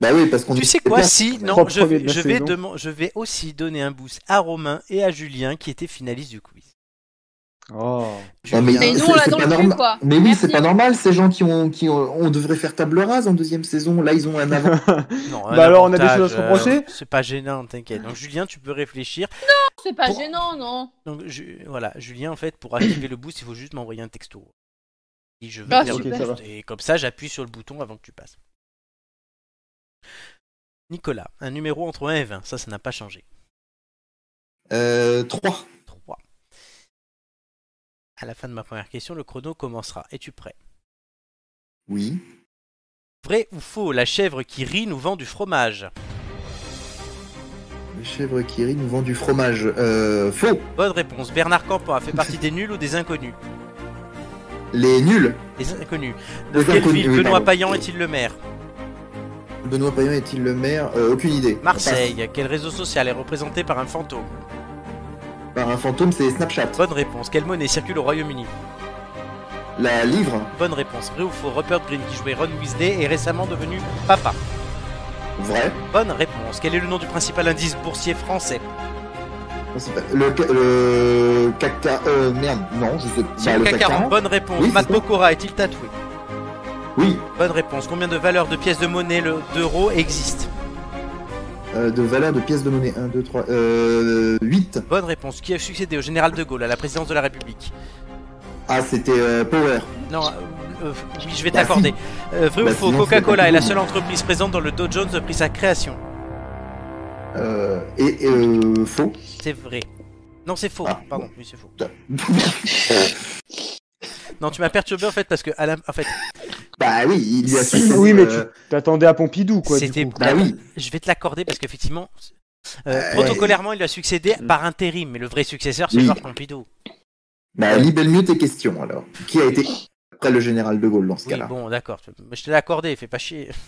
S2: bah oui, parce qu'on
S3: Tu
S2: est-
S3: sais quoi Si, non,
S5: Trois
S3: je vais,
S5: premiers de la
S3: je vais
S5: saison.
S3: deman- je vais aussi donner un boost à Romain et à Julien, qui étaient finalistes du quiz.
S5: Oh.
S2: Ah, mais-
S3: Julien-
S4: Mais nous,
S2: c'est-
S4: on l'a
S2: c'est
S4: dans
S2: pas
S4: le cul,
S2: normal.
S4: quoi.
S2: Mais oui,
S4: Merci.
S2: c'est pas normal, ces gens qui ont, qui ont- on devrait faire table rase en deuxième saison. Là, ils ont un avant.
S3: Non,
S5: Bah
S3: un
S5: alors, on a des
S3: avantage,
S5: choses à se reprocher
S3: euh, C'est pas gênant, t'inquiète. Donc, Julien, tu peux réfléchir.
S4: C'est pas
S3: Pour-
S4: gênant, non
S3: Donc Ju- voilà, Julien en fait pour activer le boost, il faut juste m'envoyer un texto. Et je veux
S4: Ah,
S3: faire le
S5: super.
S3: boost. Et comme ça, j'appuie sur le bouton avant que tu passes. Nicolas, un numéro entre 1 et 20, ça ça n'a pas changé.
S2: Euh, 3.
S3: 3. À la fin de ma première question, le chrono commencera. Es-tu prêt
S2: Oui.
S3: Vrai ou faux, la chèvre qui rit nous vend du fromage
S2: Le chèvre qui rit nous vend du fromage. Euh, faux.
S3: Bonne réponse. Bernard Campan a fait partie des nuls ou des inconnus
S2: Les nuls.
S3: Des inconnus. De
S2: Des
S3: quelle
S2: inconnus,
S3: ville
S2: oui,
S3: Benoît
S2: pardon.
S3: Payan est-il le maire
S2: Benoît Payan est-il le maire Euh, Aucune idée.
S3: Marseille. Quel réseau social est représenté par un fantôme
S2: Par- Par un fantôme, c'est Snapchat.
S3: Bonne réponse. Quelle monnaie circule au Royaume-Uni
S2: La livre.
S3: Bonne réponse. Vrai ou faux Rupert Green qui jouait Ron Weasley est récemment devenu papa.
S2: Vrai.
S3: Bonne réponse. Quel est le nom du principal indice boursier français
S2: Non, c'est pas- Le, ca- le cacta. Euh, merde. Non, je sais bah, pas.
S3: C'est le hein. CAC 40.
S2: 40.
S3: Bonne réponse.
S2: Oui, c'est
S3: Matt
S2: ça.
S3: Pokora est-il tatoué
S2: Oui.
S3: Bonne réponse. Combien de valeurs de pièces de monnaie le- d'euros existent
S2: Euh, de valeur de pièces de monnaie. 1, 2, 3. Euh, 8.
S3: Bonne réponse. Qui a succédé au général de Gaulle à la présidence de la République
S2: Ah, c'était euh, Power.
S3: Non, euh, euh, oui, je vais
S2: Bah,
S3: t'accorder. Euh, vrai
S2: Bah,
S3: ou faux
S2: sinon,
S3: Coca-Cola
S2: c'est
S3: est la
S2: pas
S3: seule entreprise présente dans le Dow Jones depuis sa création.
S2: Euh, et euh, faux.
S3: C'est vrai. Non, c'est faux.
S2: Ah,
S3: Pardon, oui, c'est faux.
S2: bah
S3: Non, tu m'as perturbé en fait parce que Alain, en fait,
S2: Bah oui, il lui a fait cette,
S5: Oui, mais tu
S2: euh,
S5: t'attendais à Pompidou, quoi. du
S3: c'était.
S5: coup.
S2: Bah oui.
S3: Je vais te l'accorder parce qu'effectivement, euh,
S2: Euh, Mm.
S3: protocolairement, il lui a succédé par intérim, mais le vrai successeur, c'est
S2: Oui.
S3: Georges Pompidou.
S2: Bah, libelle mieux tes questions, alors. Qui a été après le général de Gaulle dans ce
S3: Oui,
S2: cas-là
S3: bon, d'accord. Je te l'ai accordé, fais pas chier.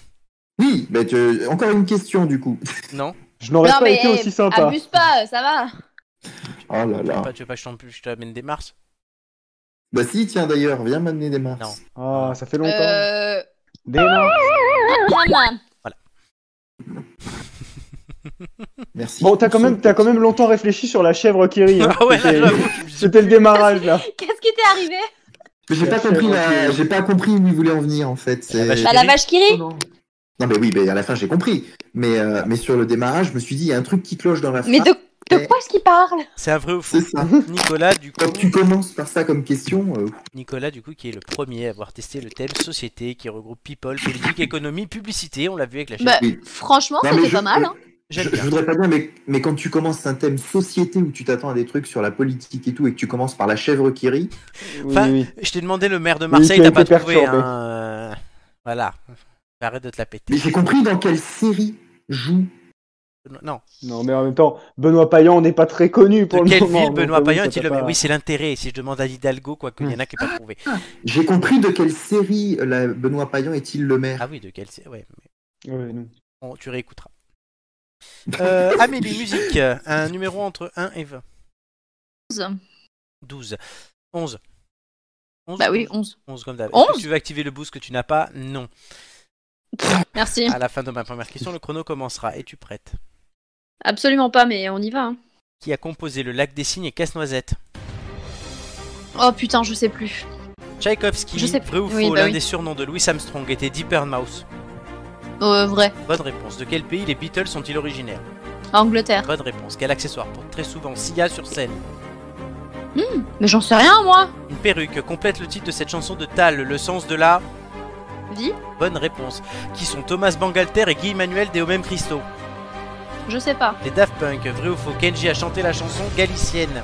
S2: Oui, mais tu- encore une question, du coup.
S3: Non,
S5: Je n'aurais
S4: non,
S5: pas
S4: mais
S5: été aussi sympa.
S4: abuse pas, euh, ça va.
S2: Oh
S3: tu
S2: là
S3: veux
S2: là.
S3: pas, tu veux pas que je t'en- je t'amène des mars
S2: Bah si, tiens, d'ailleurs, viens m'amener des mars.
S3: Non.
S5: Ah, ça fait longtemps.
S4: Euh...
S5: Des mains.
S4: maman.
S2: Merci.
S5: Bon, t'as
S2: pour
S5: quand,
S2: ce-
S5: même- t'as quand même longtemps réfléchi sur la chèvre qui rit. hein.
S3: Ah ouais, là,
S5: C'était-
S3: j'avoue, je me suis dit,
S5: C'était le démarrage, là.
S4: Qu'est-ce qui t'est arrivé
S2: Mais j'ai pas compris, la- j'ai pas compris où il voulait en venir, en fait.
S3: La
S2: C'est-
S3: vache.
S4: Bah, la vache qui rit.
S2: Non, mais oui, mais à la fin, j'ai compris. Mais, euh, mais sur le démarrage, je me suis dit, il y a un truc qui cloche dans la
S4: Mais
S2: phrase.
S4: de, de quoi est-ce qu'il parle
S3: C'est un vrai ou faux
S2: C'est ça.
S3: Nicolas, du coup,
S2: Quand tu commences par ça comme question, euh,
S3: Nicolas, du coup, qui est le premier à avoir testé le thème société qui regroupe people, politique, économie, publicité. On l'a vu avec la chaîne.
S4: Bah,
S2: Oui.
S4: franchement,
S2: Non, mais
S4: c'était
S2: je-
S4: pas mal. Hein.
S2: je,
S3: J'aime
S2: je
S3: bien.
S2: voudrais pas dire, mais, mais quand tu commences un thème société où tu t'attends à des trucs sur la politique et tout, et que tu commences par la chèvre qui rit,
S3: Enfin,
S5: Oui, oui.
S3: Je t'ai demandé le maire de
S5: Oui,
S3: Marseille,
S5: tu as
S3: t'as pas
S5: été
S3: trouvé.
S5: perturbé.
S3: hein, euh, Voilà. Arrête de te la péter.
S2: mais j'ai compris dans quelle série joue.
S3: Non.
S5: Non, mais en même temps, Benoît Payan n'est pas très connu pour
S3: de
S5: le
S3: quelle
S5: moment.
S3: ville
S5: donc,
S3: Benoît
S5: oui,
S3: Payan
S5: ça
S3: est-il
S5: t'a
S3: le
S5: pas-
S3: Oui, c'est l'intérêt. Si je demande à Hidalgo, quoi qu'il y en a qui n'ont pas trouvé.
S2: J'ai compris de quelle série euh, la Benoît Payan est-il le maire.
S3: Ah oui, de quelle c'est Ouais, mais
S5: Ouais, non.
S3: on- tu réécouteras. Euh, Amélie, musique. Un numéro entre 1 et 20.
S4: hein.
S3: 12. 11. 11
S4: Bah oui, 11.
S3: 11 comme d'hab. Est-ce que
S4: 11?
S3: tu veux activer le boost que tu n'as pas Non.
S4: Merci.
S3: À la fin de ma première question, le chrono commencera. Es-tu prête
S4: Absolument pas, mais on y va. hein.
S3: Qui a composé le lac des cygnes et Casse-Noisette
S4: Oh putain, je sais plus.
S3: Tchaïkovski,
S4: Je sais
S3: vrai ou faux,
S4: Oui, bah
S3: l'un
S4: oui.
S3: des surnoms de Louis Armstrong était Deeper Mouse.
S4: Euh, vrai.
S3: Bonne réponse. De quel pays les Beatles sont-ils originaires
S4: Angleterre.
S3: Bonne réponse. Quel accessoire porte très souvent Sia sur scène
S4: Mais j'en sais rien, moi.
S3: Une perruque complète le titre de cette chanson de Tal, le sens de la
S4: Vie,
S3: bonne réponse. Qui sont Thomas Bangalter et Guy Emmanuel des Hommes Cristaux
S4: je sais pas.
S3: Les Daft Punk, vrai ou faux, Kenji a chanté la chanson Galicienne.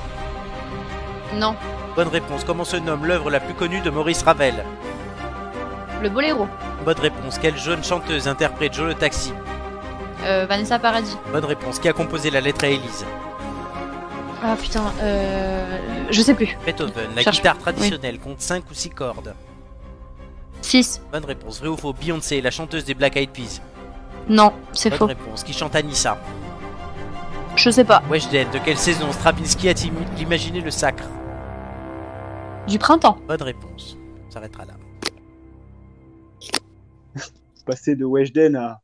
S4: Non.
S3: Bonne réponse. Comment se nomme l'œuvre la plus connue de Maurice Ravel
S4: Le boléro.
S3: Bonne réponse. Quelle jeune chanteuse interprète Joe le Taxi
S4: Euh, Vanessa Paradis.
S3: Bonne réponse. Qui a composé la lettre à Élise
S8: Ah putain, euh... je sais plus.
S3: Beethoven. La
S8: Cherche-
S3: guitare traditionnelle compte 5 ou 6 cordes.
S4: 6.
S3: Bonne réponse. Vrai ou faux, Beyoncé est la chanteuse des Black Eyed Peas
S8: Non, c'est
S3: Bonne
S8: faux.
S3: réponse. Qui chante Anissa
S8: Je sais pas.
S3: Weshden. De quelle saison Stravinsky a-t-il imaginé le sacre
S8: Du printemps.
S3: Bonne réponse. On s'arrêtera là.
S5: Oh, Passer de Weshden à.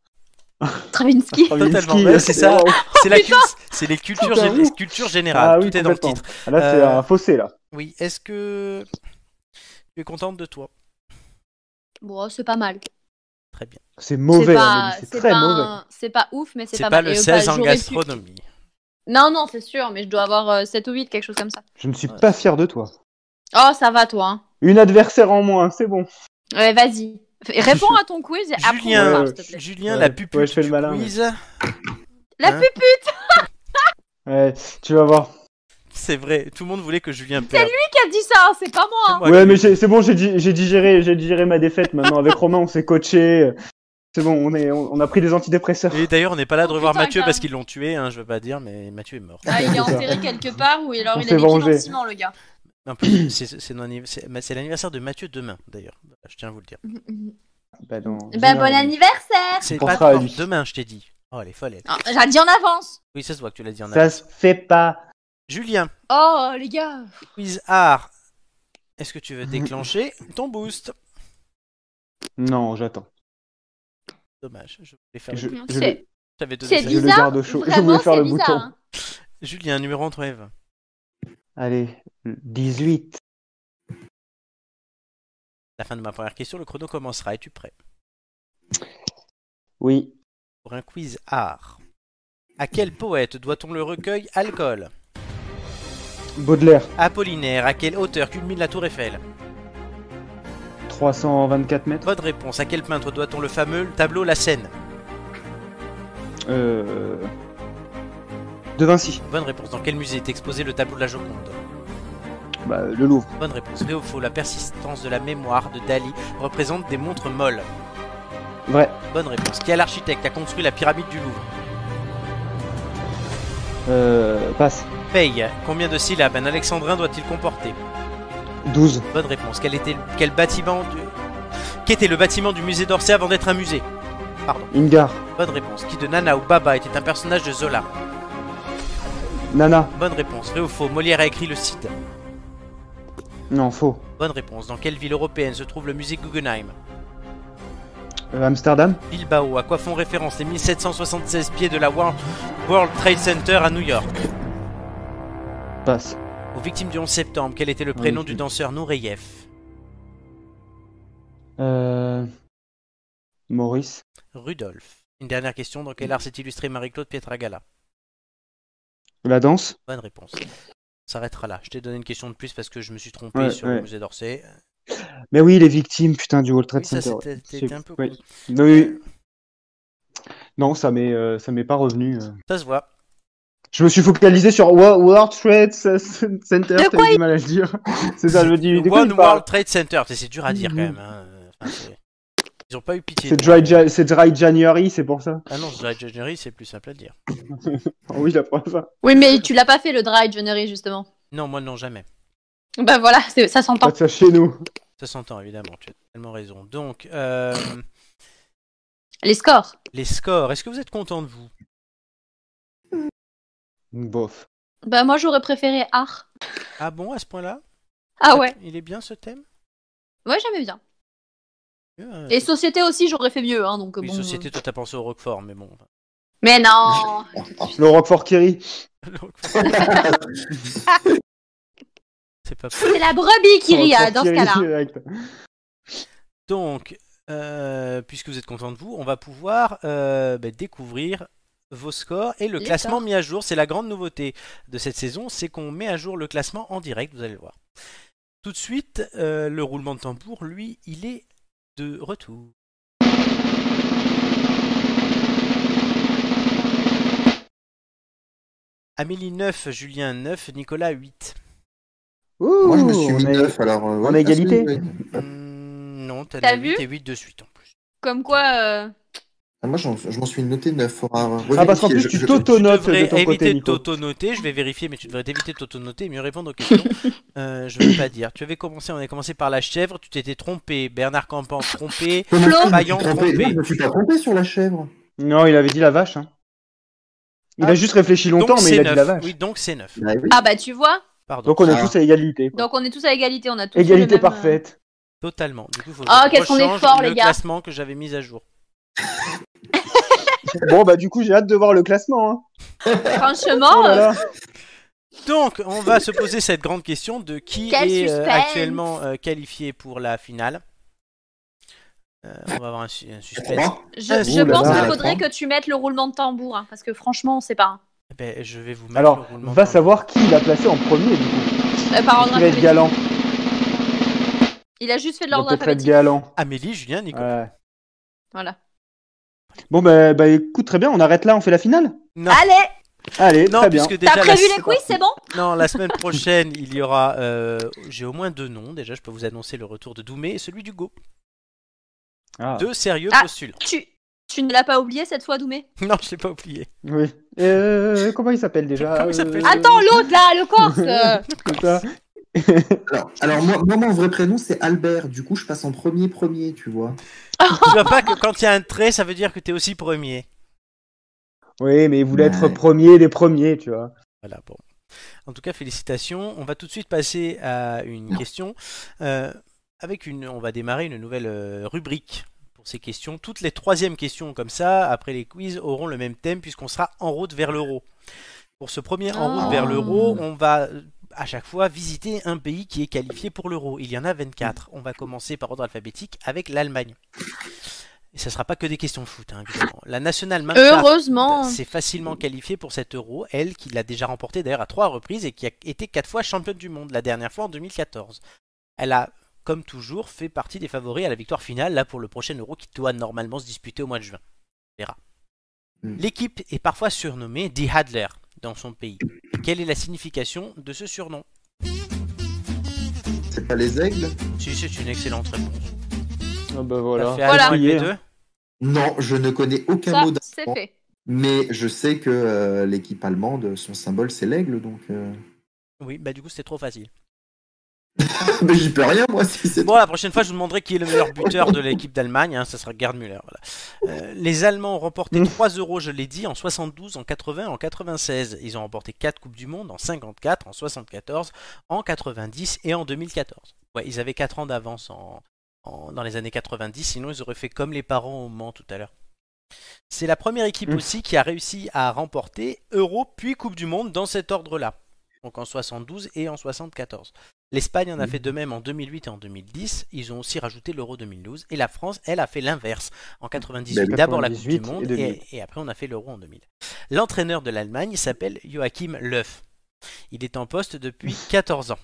S4: Stravinsky.
S5: Stravinsky,
S3: Totalement, ouais, c'est ça.
S5: waouh.
S3: C'est la cul- c'est les cultures,
S5: Putain,
S3: gé-
S5: ouf.
S3: cultures générales.
S5: Ah oui,
S3: Tout est dans le
S5: complètement.
S3: titre.
S5: Ah, Là, c'est
S3: Euh,
S5: un fossé, là.
S3: Oui. Est-ce que tu es contente de toi
S4: Bon, c'est pas mal.
S3: Très bien.
S5: C'est mauvais,
S4: c'est
S5: hein,
S4: pas,
S5: Amélie, c'est
S4: c'est
S5: très
S4: pas
S5: mauvais.
S4: un- c'est pas ouf, mais c'est
S3: C'est
S4: pas,
S3: pas,
S4: mal.
S3: le
S4: Et, euh,
S3: 16
S4: bah,
S3: en
S4: j'aurais pu-
S3: gastronomie.
S4: Non, non, c'est sûr, mais je dois avoir euh, 7 ou 8, quelque chose comme ça.
S5: Je ne suis
S3: Ouais.
S5: pas fier de toi.
S4: Oh, ça va, toi. hein.
S5: Une adversaire en moins, c'est bon.
S4: Ouais, vas-y. F- Réponds à ton quiz et après on
S3: Julien,
S4: parle,
S5: Ouais,
S4: hein, s'il te plaît.
S3: Julien,
S5: Ouais,
S3: la pupille
S5: ouais, je fais le
S3: du
S5: malin,
S3: quiz.
S4: La
S3: Hein
S4: pupille,
S5: Ouais, tu vas voir.
S3: C'est vrai. Tout le monde voulait que Julien perde.
S4: qui a dit ça, hein, c'est pas moi.
S3: C'est moi
S5: ouais,
S3: qui-
S5: mais j'ai- c'est bon, j'ai di- j'ai digéré, j'ai digéré ma défaite maintenant. Avec Romain, on s'est coaché. C'est bon, on, est, on, on a pris des antidépresseurs.
S3: Et d'ailleurs, on n'est pas là de
S4: Oh,
S3: revoir
S4: putain,
S3: Mathieu
S4: Karl.
S3: parce qu'ils l'ont tué. Hein, je veux pas dire, mais Mathieu est mort.
S4: Ah, il est
S5: C'est ça.
S4: enterré quelque part ou alors
S5: On
S4: il
S5: s'est
S4: est mis dans
S5: vengé.
S4: le ciment, le gars.
S3: En plus, c'est- c'est mon anniv- c'est- c'est l'anniversaire de Mathieu demain, d'ailleurs. Je tiens à vous le dire.
S5: Bah, non,
S4: Bah,
S5: non,
S4: bon anniversaire
S3: C'est pas
S5: pensera à
S3: encore
S5: lui.
S3: demain, je t'ai dit. Oh, elle est folle. elle.
S4: Ah, J'ai dit en avance
S3: Oui, ça se voit que tu l'as dit en
S5: Ça
S3: avance.
S5: se fait pas.
S3: Julien,
S4: Oh, les gars
S3: quiz art. Est-ce que tu veux déclencher ton boost
S5: Non, j'attends.
S3: Dommage. Je voulais faire.
S5: Je,
S3: le-
S5: je-
S4: C'est
S3: J'avais
S4: c'est
S3: donné ça.
S5: je le
S4: bizarre,
S5: garde chaud. Je
S4: vraiment,
S5: voulais faire
S4: c'est
S5: le
S4: bizarre.
S5: bouton.
S4: hein.
S3: Julien, numéro entre Eve.
S5: Allez, 18.
S3: La fin de ma première question, le chrono commencera. Es-tu prêt
S5: Oui.
S3: pour un quiz art À quel poète doit-on le recueil Alcool
S5: Baudelaire,
S3: Apollinaire, à quelle hauteur culmine la tour Eiffel
S5: 324 mètres.
S3: Bonne réponse, à quel peintre doit-on le fameux tableau La Seine
S5: Euh... De Vinci.
S3: Bonne réponse. Dans quel musée est exposé le tableau de la Joconde
S5: Bah, le Louvre.
S3: Bonne réponse. Léo Faux, la persistance de la mémoire de Dali représente des montres molles.
S5: Vrai.
S3: Bonne réponse. Qui est l'architecte qui a construit la pyramide du Louvre
S5: Euh, passe.
S3: Paye. Combien de syllabes un alexandrin doit-il comporter
S5: 12.
S3: Bonne réponse. Quel était quel bâtiment du... Qu'était le bâtiment du musée d'Orsay avant d'être un musée
S5: Une gare.
S3: Bonne réponse. Qui de Nana ou Baba était un personnage de Zola
S5: Nana.
S3: Bonne réponse. Vrai ou faux Molière a écrit le Cid.
S5: Non, faux.
S3: Bonne réponse. Dans quelle ville européenne se trouve le musée Guggenheim
S5: Euh, Amsterdam.
S3: Bilbao. À quoi font référence les 1776 pieds de la Wor- World Trade Center à New York
S5: Passe.
S3: Aux victimes du 11 septembre, quel était le prénom du danseur Nureyev
S5: Euh... Maurice.
S3: Rudolf. Une dernière question. Dans quel art s'est illustrée Marie-Claude Pietragala
S5: La danse.
S3: Bonne réponse. On s'arrêtera là. Je t'ai donné une question de plus parce que je me suis trompé
S5: Ouais,
S3: sur le
S5: ouais.
S3: musée d'Orsay.
S5: Mais oui, les victimes, putain, du World Trade
S3: Oui, ça,
S5: Center. ouais.
S3: c'était-
S5: C'est-
S3: c'était un peu
S5: oui. Non, oui. Non, ça m'est, euh, ça m'est pas revenu. euh.
S3: Ça se voit.
S5: Je me suis focalisé sur Wo- World Trade C- C- Center.
S4: De quoi
S5: T'as du mal à le dire. C'est ça, je me dis. de quoi
S3: One
S5: il parle
S3: World Trade Center. C'est- C'est dur à dire quand même. hein. Enfin, c'est- Ils ont pas eu pitié.
S5: C'est
S3: de-
S5: dry, Ja- c'est dry January, c'est pour ça.
S3: Ah non, Dry January, c'est plus simple à dire.
S5: Ah oui, la preuve.
S4: Oui, mais tu l'as pas fait le dry January justement.
S3: Non, moi non, jamais.
S4: Bah voilà, c'est- ça
S5: Pas
S4: s'entend.
S5: de ça chez nous.
S3: Ça s'entend, évidemment. Tu as tellement raison. Donc, euh,
S4: Les scores.
S3: les scores. Est-ce que vous êtes content de vous
S5: Bof.
S4: Bah moi j'aurais préféré art.
S3: Ah bon, à ce point-là
S4: Ah ouais,
S3: Il est bien ce thème
S4: ouais j'aimais bien.
S3: Euh,
S4: Et société aussi j'aurais fait mieux hein donc
S3: oui,
S4: bon.
S3: société, toi t'as pensé au Roquefort, mais bon.
S4: Mais non.
S5: Le Roquefort Kerry.
S3: Ah c'est pas
S4: C'est la brebis qui rit ah,
S5: Roquefort
S4: dans ce
S5: Kerry
S4: cas-là.
S5: direct.
S3: Donc, euh, puisque vous êtes content de vous, on va pouvoir euh, bah, découvrir vos scores et le
S4: Les
S3: classement
S4: scores.
S3: mis à jour. C'est la grande nouveauté de cette saison, c'est qu'on met à jour le classement en direct, vous allez le voir. Tout de suite, euh, le roulement de tambour, lui, il est de retour. Amélie 9, Julien 9, Nicolas 8.
S5: Ouh,
S2: Moi, je me suis mis
S5: on est-
S2: 9, alors. euh, voilà,
S5: égalité.
S2: c'est-
S3: Hmm, non, t'as,
S4: T'as
S3: la 8
S4: vu
S3: et 8 de suite en plus.
S4: Comme quoi. euh,
S2: Ah, moi, j'en- je m'en suis noté 9. Faudra
S5: Ah, parce qu'en
S2: revérifier,
S5: plus,
S2: je-
S5: tu
S2: je-
S5: t'autonotes
S3: tu devrais
S5: de ton
S3: éviter
S5: côté,
S3: de
S5: Nico.
S3: t'autonoter, je vais vérifier, mais tu devrais éviter de t'autonoter et mieux répondre aux questions. Euh, je ne veux pas dire. Tu avais commencé, on a commencé par la chèvre, tu t'étais trompé, Bernard Campan trompé,
S2: Comment ça, je me suis
S3: Vaillant
S2: trompé
S3: trompé.
S2: Non, Je me suis pas trompé sur la chèvre.
S5: Non, il avait dit la vache. hein. Il
S3: Ah.
S5: a juste réfléchi longtemps,
S3: donc
S5: mais il
S3: c'est
S5: a dit la
S3: 9.
S5: vache.
S3: Oui, donc c'est 9.
S2: Bah oui.
S4: Ah bah tu vois.
S3: Pardon.
S5: Donc on est
S2: Ah.
S5: tous à égalité. quoi.
S4: Donc on est tous à égalité, on a tous. eu le
S5: Égalité
S4: même, euh,
S5: parfaite.
S3: Totalement. Du coup, faut que
S4: Ah,
S3: je
S4: qu'est-ce qu'on est
S3: rechange
S4: forts,
S3: le
S4: les gars.
S3: classement que j'avais mis à jour.
S4: euh,
S5: Bon, bah du coup, j'ai hâte de voir le classement. hein.
S4: Franchement.
S5: Oh là
S4: euh,
S5: là.
S3: Donc, on va se poser cette grande question de qui
S4: Quel
S3: est euh,
S4: suspense.
S3: actuellement euh, qualifié pour la finale. Euh, on va avoir un, su- un suspense.
S2: Trois.
S4: Je,
S3: Ah,
S4: je
S2: ouh là
S4: pense
S2: là,
S4: qu'il
S2: la
S4: faudrait
S2: prendre.
S4: que tu mettes le roulement de tambour, hein, parce que franchement, on sait pas.
S3: Eh ben, je vais vous mettre le
S5: Alors,
S3: roulement.
S5: va
S3: dans-
S5: savoir qui l'a placé en premier, du coup.
S4: Euh, par ordre
S5: Qui va être
S4: alphabétique.
S5: galant.
S4: Il a juste fait de
S5: Il va
S4: l'ordre
S5: peut-être être
S4: alphabétique.
S5: galant.
S3: Amélie, Julien, Nicolas.
S5: Ouais.
S4: Voilà.
S5: Bon, bah, bah écoute, très bien, on arrête là, on fait la finale.
S3: Non.
S4: Allez,
S5: Allez,
S3: Non,
S5: très bien.
S3: puisque déjà
S4: t'as
S3: la-
S4: prévu les quiz, c'est bon
S3: Non, la semaine prochaine, il y aura. euh, J'ai au moins deux noms. Déjà, je peux vous annoncer le retour de Doumé et celui d'Hugo.
S5: Ah,
S3: Deux sérieux
S4: Ah.
S3: postulants.
S4: Tu, tu ne l'as pas oublié cette fois, Doumé
S5: Euh,
S3: Non, je l'ai pas oublié.
S5: Oui. Euh, comment il s'appelle déjà
S3: Comment il s'appelle
S5: Euh,
S4: Attends, l'autre là, le Corse euh,
S5: c'est ça.
S2: Alors, alors, moi, moi, mon vrai prénom, c'est Albert. Du coup, je passe en premier, premier, tu vois.
S3: Tu vois pas que quand il y a un trait, ça veut dire que t'es aussi premier.
S5: Oui, mais il voulait être
S2: Ouais.
S5: premier des premiers, tu vois.
S3: Voilà, bon. En tout cas, félicitations. On va tout de suite passer à une question. euh, avec une, on va démarrer une nouvelle euh, rubrique pour ces questions. Toutes les troisièmes questions comme ça, après les quiz, auront le même thème puisqu'on sera en route vers l'euro. Pour ce premier en route
S4: Ah.
S3: vers l'euro, on va euh, à chaque fois visiter un pays qui est qualifié pour l'euro. Il y en a 24. On va commencer par ordre alphabétique avec l'Allemagne. Et ça sera pas que des questions de foot, hein, évidemment. La nationale Mannschaft
S4: Heureusement.
S3: s'est Bah, facilement qualifiée pour cet euro, elle qui l'a déjà remporté d'ailleurs à trois reprises et qui a été quatre fois championne du monde, la dernière fois en 2014. Elle a, comme toujours, fait partie des favoris à la victoire finale, là pour le prochain euro qui doit normalement se disputer au mois de juin. On verra.
S2: Mm.
S5: Hmm.
S3: L'équipe est parfois surnommée Die Hadler. dans son pays. Quelle est la signification de ce surnom
S2: C'est pas les aigles
S3: Si, c'est une excellente réponse.
S5: Ah bah
S3: T'as
S5: voilà.
S3: fait Alban avec
S5: Prier,
S3: les
S5: hein.
S3: deux
S2: Non, je ne connais aucun
S4: Ça,
S2: mot
S4: c'est
S2: d'allemand,
S4: fait.
S2: mais je sais que euh, l'équipe allemande, son symbole, c'est l'aigle, donc. euh,
S3: Oui, bah du coup, c'était trop facile.
S2: mais j'y peux rien, moi, si c'est.
S3: Bon, la prochaine fois, je vous demanderai qui est le meilleur buteur de l'équipe d'Allemagne. Hein, ça sera Gerd Müller. voilà. Euh, les Allemands ont remporté 3 euros, je l'ai dit, en 72, en 80, en 96. Ils ont remporté 4 Coupes du Monde en 54, en 74, en 90 et en 2014. Ouais, ils avaient 4 ans d'avance en, en- dans les années 90, sinon ils auraient fait comme les parents au Mans tout à l'heure. C'est la première équipe
S5: Mm.
S3: aussi qui a réussi à remporter Euro puis Coupe du Monde dans cet ordre-là. Donc en 72 et en 74. L'Espagne en a fait de même en 2008 et en 2010. Ils ont aussi rajouté l'Euro 2012. Et la France, elle, a fait l'inverse. En 98,
S2: Ben,
S3: d'abord la Coupe
S5: 98
S3: du
S5: et
S3: Monde
S5: 2000.
S3: et, et après on a fait l'Euro en 2000. L'entraîneur de l'Allemagne s'appelle Joachim Löw. Il est en poste depuis 14 ans.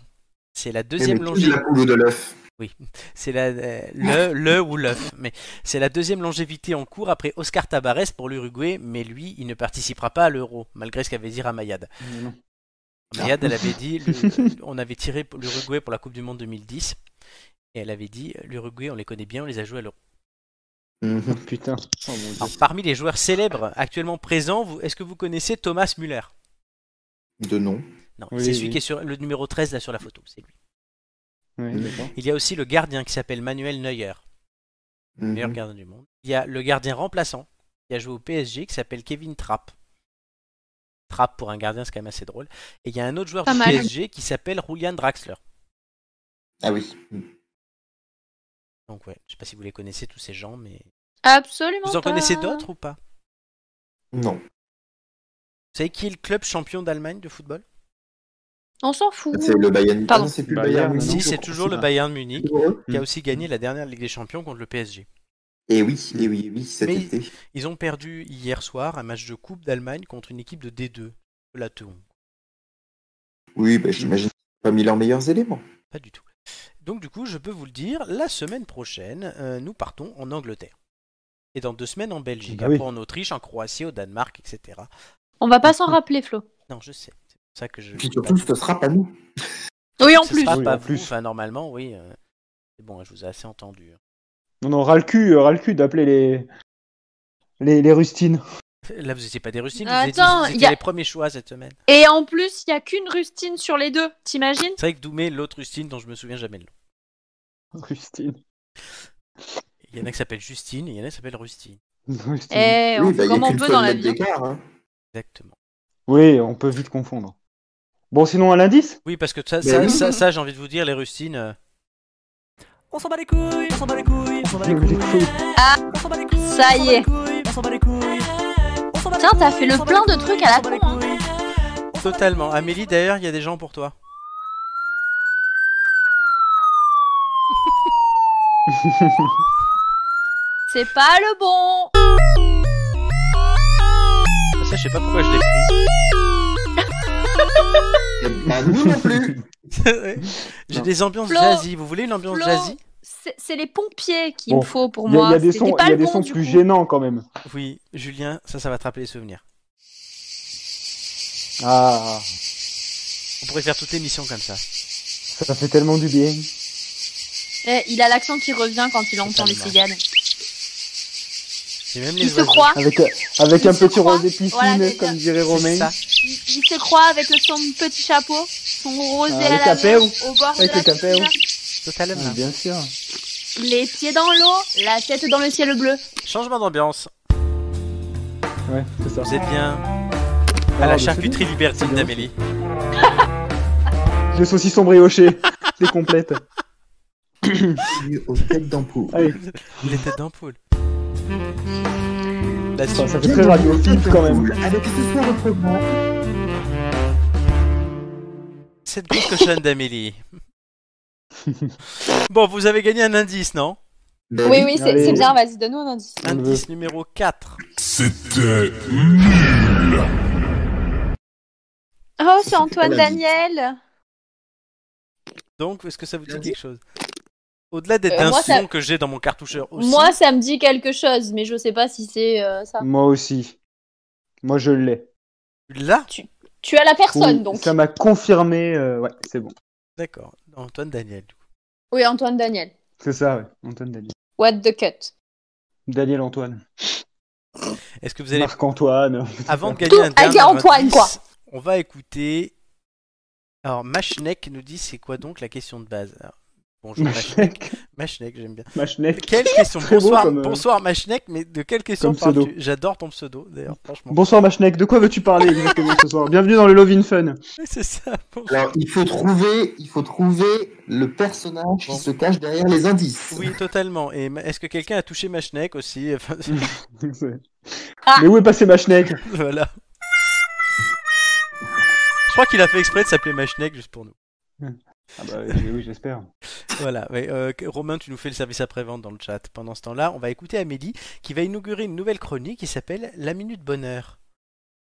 S3: C'est la
S2: Eh, Mais
S3: deuxième
S2: qui dit
S3: longévité.
S2: la poule ou de l'œuf
S3: C'est la, euh, le, le ou l'œuf, mais c'est la deuxième longévité en cours après Oscar Tabarès pour l'Uruguay, mais lui, il ne participera pas à l'Euro, malgré ce qu'avait dit Ramayad.
S5: Ah, Non.
S3: Ramayad, elle avait dit, le- on avait tiré pour l'Uruguay pour la Coupe du Monde 2010, et elle avait dit, euh, l'Uruguay, on les connaît bien, on les a joués à l'Euro.
S2: Mhm.
S5: Putain. Oh mon dieu.
S3: Alors, parmi les joueurs célèbres actuellement présents, vous- est-ce que vous connaissez Thomas Müller
S2: De nom.
S3: Non,
S5: Oui,
S3: c'est celui
S5: oui.
S3: qui est sur le numéro 13 là sur la photo, c'est lui.
S5: Ouais, d'accord.
S3: Il y a aussi le gardien qui s'appelle Manuel Neuer.
S2: Mhm.
S5: Mhm.
S3: meilleur gardien du monde. Il y a le gardien remplaçant qui a joué au PSG qui s'appelle Kevin Trapp. Trapp pour un gardien, c'est quand même assez drôle. Et il y a un autre joueur
S8: Pas
S3: du
S8: mal.
S3: PSG qui s'appelle Julian Draxler.
S2: Ah oui.
S3: Donc ouais, je sais pas si vous les connaissez tous ces gens, mais
S8: Absolument.
S3: vous en
S8: pas.
S3: connaissez d'autres ou pas Vous
S2: Non.
S3: savez qui est le club champion d'Allemagne de football
S5: Bah,
S8: On s'en fout.
S2: C'est le Bayern.
S8: Pardon.
S2: Ah non, c'est plus
S5: Bayern,
S2: le Bayern.
S5: non,
S3: Si,
S5: je
S3: c'est
S5: crois
S3: toujours
S5: que
S3: le
S5: c'est
S3: Bayern Munich qui a
S5: Mm.
S3: aussi gagné la dernière Ligue des Champions contre le PSG.
S2: Et Eh oui, et oui, oui, cet
S3: Mais-
S2: été.
S3: Ils ont perdu hier soir un match de coupe d'Allemagne contre une équipe de D2. La Tourne.
S2: Oui, bah, j'imagine qu'ils n'ont pas mis leurs meilleurs éléments.
S3: Pas du tout. Donc du coup, je peux vous le dire, la semaine prochaine, euh, nous partons en Angleterre. Et dans deux semaines en Belgique,
S5: Bah oui.
S3: après en Autriche, en Croatie, au Danemark, etc.
S8: On va pas s'en rappeler, Flo.
S3: Non, je sais. C'est pour ça que je.
S2: Puis surtout, ce sera pas nous.
S8: Oui, en
S3: Ce
S8: plus.
S3: sera
S5: Oui,
S3: pas
S5: en
S3: vous.
S5: plus.
S3: Enfin, normalement, oui. euh, C'est bon, hein, je vous ai assez entendu.
S5: On aura le cul, aura le cul d'appeler les... les les rustines.
S3: Là, vous n'étiez pas des Rustiques, vous
S8: Attends,
S3: étiez, vous étiez
S8: y a-
S3: les premiers choix cette semaine.
S8: Et en plus, il y a qu'une rustine sur les deux, t'imagines
S3: C'est vrai que Doumé, l'autre Rustine dont je me souviens jamais le nom.
S5: Rustine.
S3: Il y en a qui s'appelle Justine, et il y en a qui s'appelle Rustine.
S5: Rustine.
S8: Eh, on
S2: oui,
S8: fait
S2: bah, il
S8: comme
S2: n'y a
S8: on
S2: qu'une
S8: peut dans
S2: seule
S8: la
S2: lettre
S8: vie.
S2: d'écart. hein.
S3: Exactement.
S5: Oui, on peut vite confondre. Bon, sinon un indice
S3: Oui, parce que ça,
S2: Mais
S3: ça,
S2: oui.
S3: ça, ça, j'ai envie de vous dire, les Rustines. euh,
S10: On s'en bat les couilles, on s'en bat les couilles, on s'en bat les
S5: Les
S10: couilles.
S5: couilles.
S10: Ah, on s'en bat les couilles,
S4: ça y est.
S10: on s'en bat les couilles, on s'en bat les couilles.
S4: Tiens, t'as fait le plein de trucs à la con, hein.
S3: Totalement. Amélie, d'ailleurs, il y a des gens pour toi.
S4: C'est pas le bon.
S3: Ça, je sais pas pourquoi je l'ai pris.
S2: Et bah, nous non plus.
S3: Ouais. J'ai
S5: Non.
S3: des ambiances
S4: Flo,
S3: jazzy. Vous voulez une ambiance
S4: Flo,
S3: jazzy
S4: C'est c'est les pompiers qu'il
S5: Bon,
S4: me faut pour
S5: Il y a-
S4: moi.
S5: il y a des
S4: C'était
S5: sons,
S4: pas
S5: il y a
S4: le
S5: des
S4: bon,
S5: sons
S4: du
S5: plus
S4: coup.
S5: gênants quand même.
S3: Oui, Julien, ça, ça va te rappeler les souvenirs.
S5: Ah,
S3: On pourrait faire toute l'émission comme ça.
S5: ça fait tellement du bien.
S4: Eh, il a l'accent qui revient quand il entend les
S3: Totalement.
S4: ciganes.
S3: J'ai même les
S4: Il se
S3: oiseaux.
S4: croit.
S5: Avec, euh, avec un
S4: Il se
S5: petit
S4: croit.
S5: rose épicine,
S4: Voilà, c'est ça.
S5: comme dirait
S3: C'est
S5: Romain.
S3: ça.
S4: Il, il se croit avec son petit chapeau, son rosé
S5: Ah,
S4: à
S5: le
S4: la
S5: capet,
S4: main, au bord
S5: Avec
S4: de la
S5: le capet,
S4: piscine,
S5: Ah,
S3: Totalement.
S5: bien sûr.
S4: les pieds dans l'eau, la tête dans le ciel bleu.
S3: Changement d'ambiance.
S5: Ouais, c'est ça.
S3: Vous êtes bien à
S5: Ah,
S3: la
S5: mais c'est
S3: charcuterie libertine
S5: bien.
S3: d'Amélie.
S5: Le saucisson brioché, c'est complète.
S2: Bienvenue Aux têtes d'ampoule.
S5: Allez,
S3: Les têtes d'ampoule. La
S5: ça,
S3: suite.
S5: ça fait très radiophile quand même.
S2: Avec ce soir au
S3: hein.
S2: programme.
S3: Cette grosse cochonne d'Amélie. bon, vous avez gagné un indice, non
S2: Bah
S4: Oui, oui, c'est
S5: Allez.
S4: c'est bien, vas-y, donne-nous un indice.
S5: On le
S3: Indice numéro 4.
S2: euh,
S11: C'était
S4: Oh,
S2: c'est
S4: c'est Antoine
S2: pas l'indice.
S4: Daniel.
S3: Donc, est-ce que ça vous dit quelque chose Au-delà d'être
S4: Euh,
S3: un
S4: moi, ça-
S3: son que j'ai dans mon cartoucheur aussi.
S4: Moi, ça me dit quelque chose, mais je sais pas si c'est euh, ça.
S5: Moi aussi. Moi, je l'ai.
S3: Là
S4: Tu, Tu as la personne,
S5: Oui,
S4: donc.
S5: Ça m'a confirmé, euh, ouais, c'est bon.
S3: D'accord. Antoine Daniel. du coup.
S4: Oui, Antoine Daniel.
S5: C'est ça, ouais. Antoine Daniel.
S4: What the cut.
S5: Daniel Antoine.
S3: Est-ce que vous allez,
S5: Marc-Antoine.
S3: avant de
S4: Tout
S3: gagner un dernier
S4: avec Antoine,
S3: indice,
S4: quoi.
S3: on va écouter. Alors, Machnek nous dit c'est quoi donc la question de base Alors, Bonjour Machnek.
S5: Machnek.
S3: Machnek, j'aime bien.
S5: Machnek.
S3: Quelle question
S5: Très beau
S3: Bonsoir,
S5: comme, euh,
S3: bonsoir Machnek, mais de quelle question
S5: comme pseudo.
S3: parles-tu J'adore ton pseudo, d'ailleurs, franchement.
S5: Bonsoir Machnek, de quoi veux-tu parler exactement ce soir Bienvenue dans le Love in Fun.
S3: Oui, C'est ça. bon.
S2: Alors, il faut trouver, il faut trouver le personnage
S3: Bon.
S2: qui se cache derrière les indices.
S3: Oui, totalement. Et ma- est-ce que quelqu'un a touché Machnek aussi Enfin,
S5: C'est-
S4: Ah.
S5: Mais où est passé Machnek
S3: Voilà. Je crois qu'il a fait exprès de s'appeler Machnek juste pour nous.
S5: Ah bah oui, j'espère.
S3: Voilà, ouais, euh, Romain, tu nous fais le service après-vente dans le chat. Pendant ce temps-là, on va écouter Amélie qui va inaugurer une nouvelle chronique qui s'appelle La Minute Bonheur.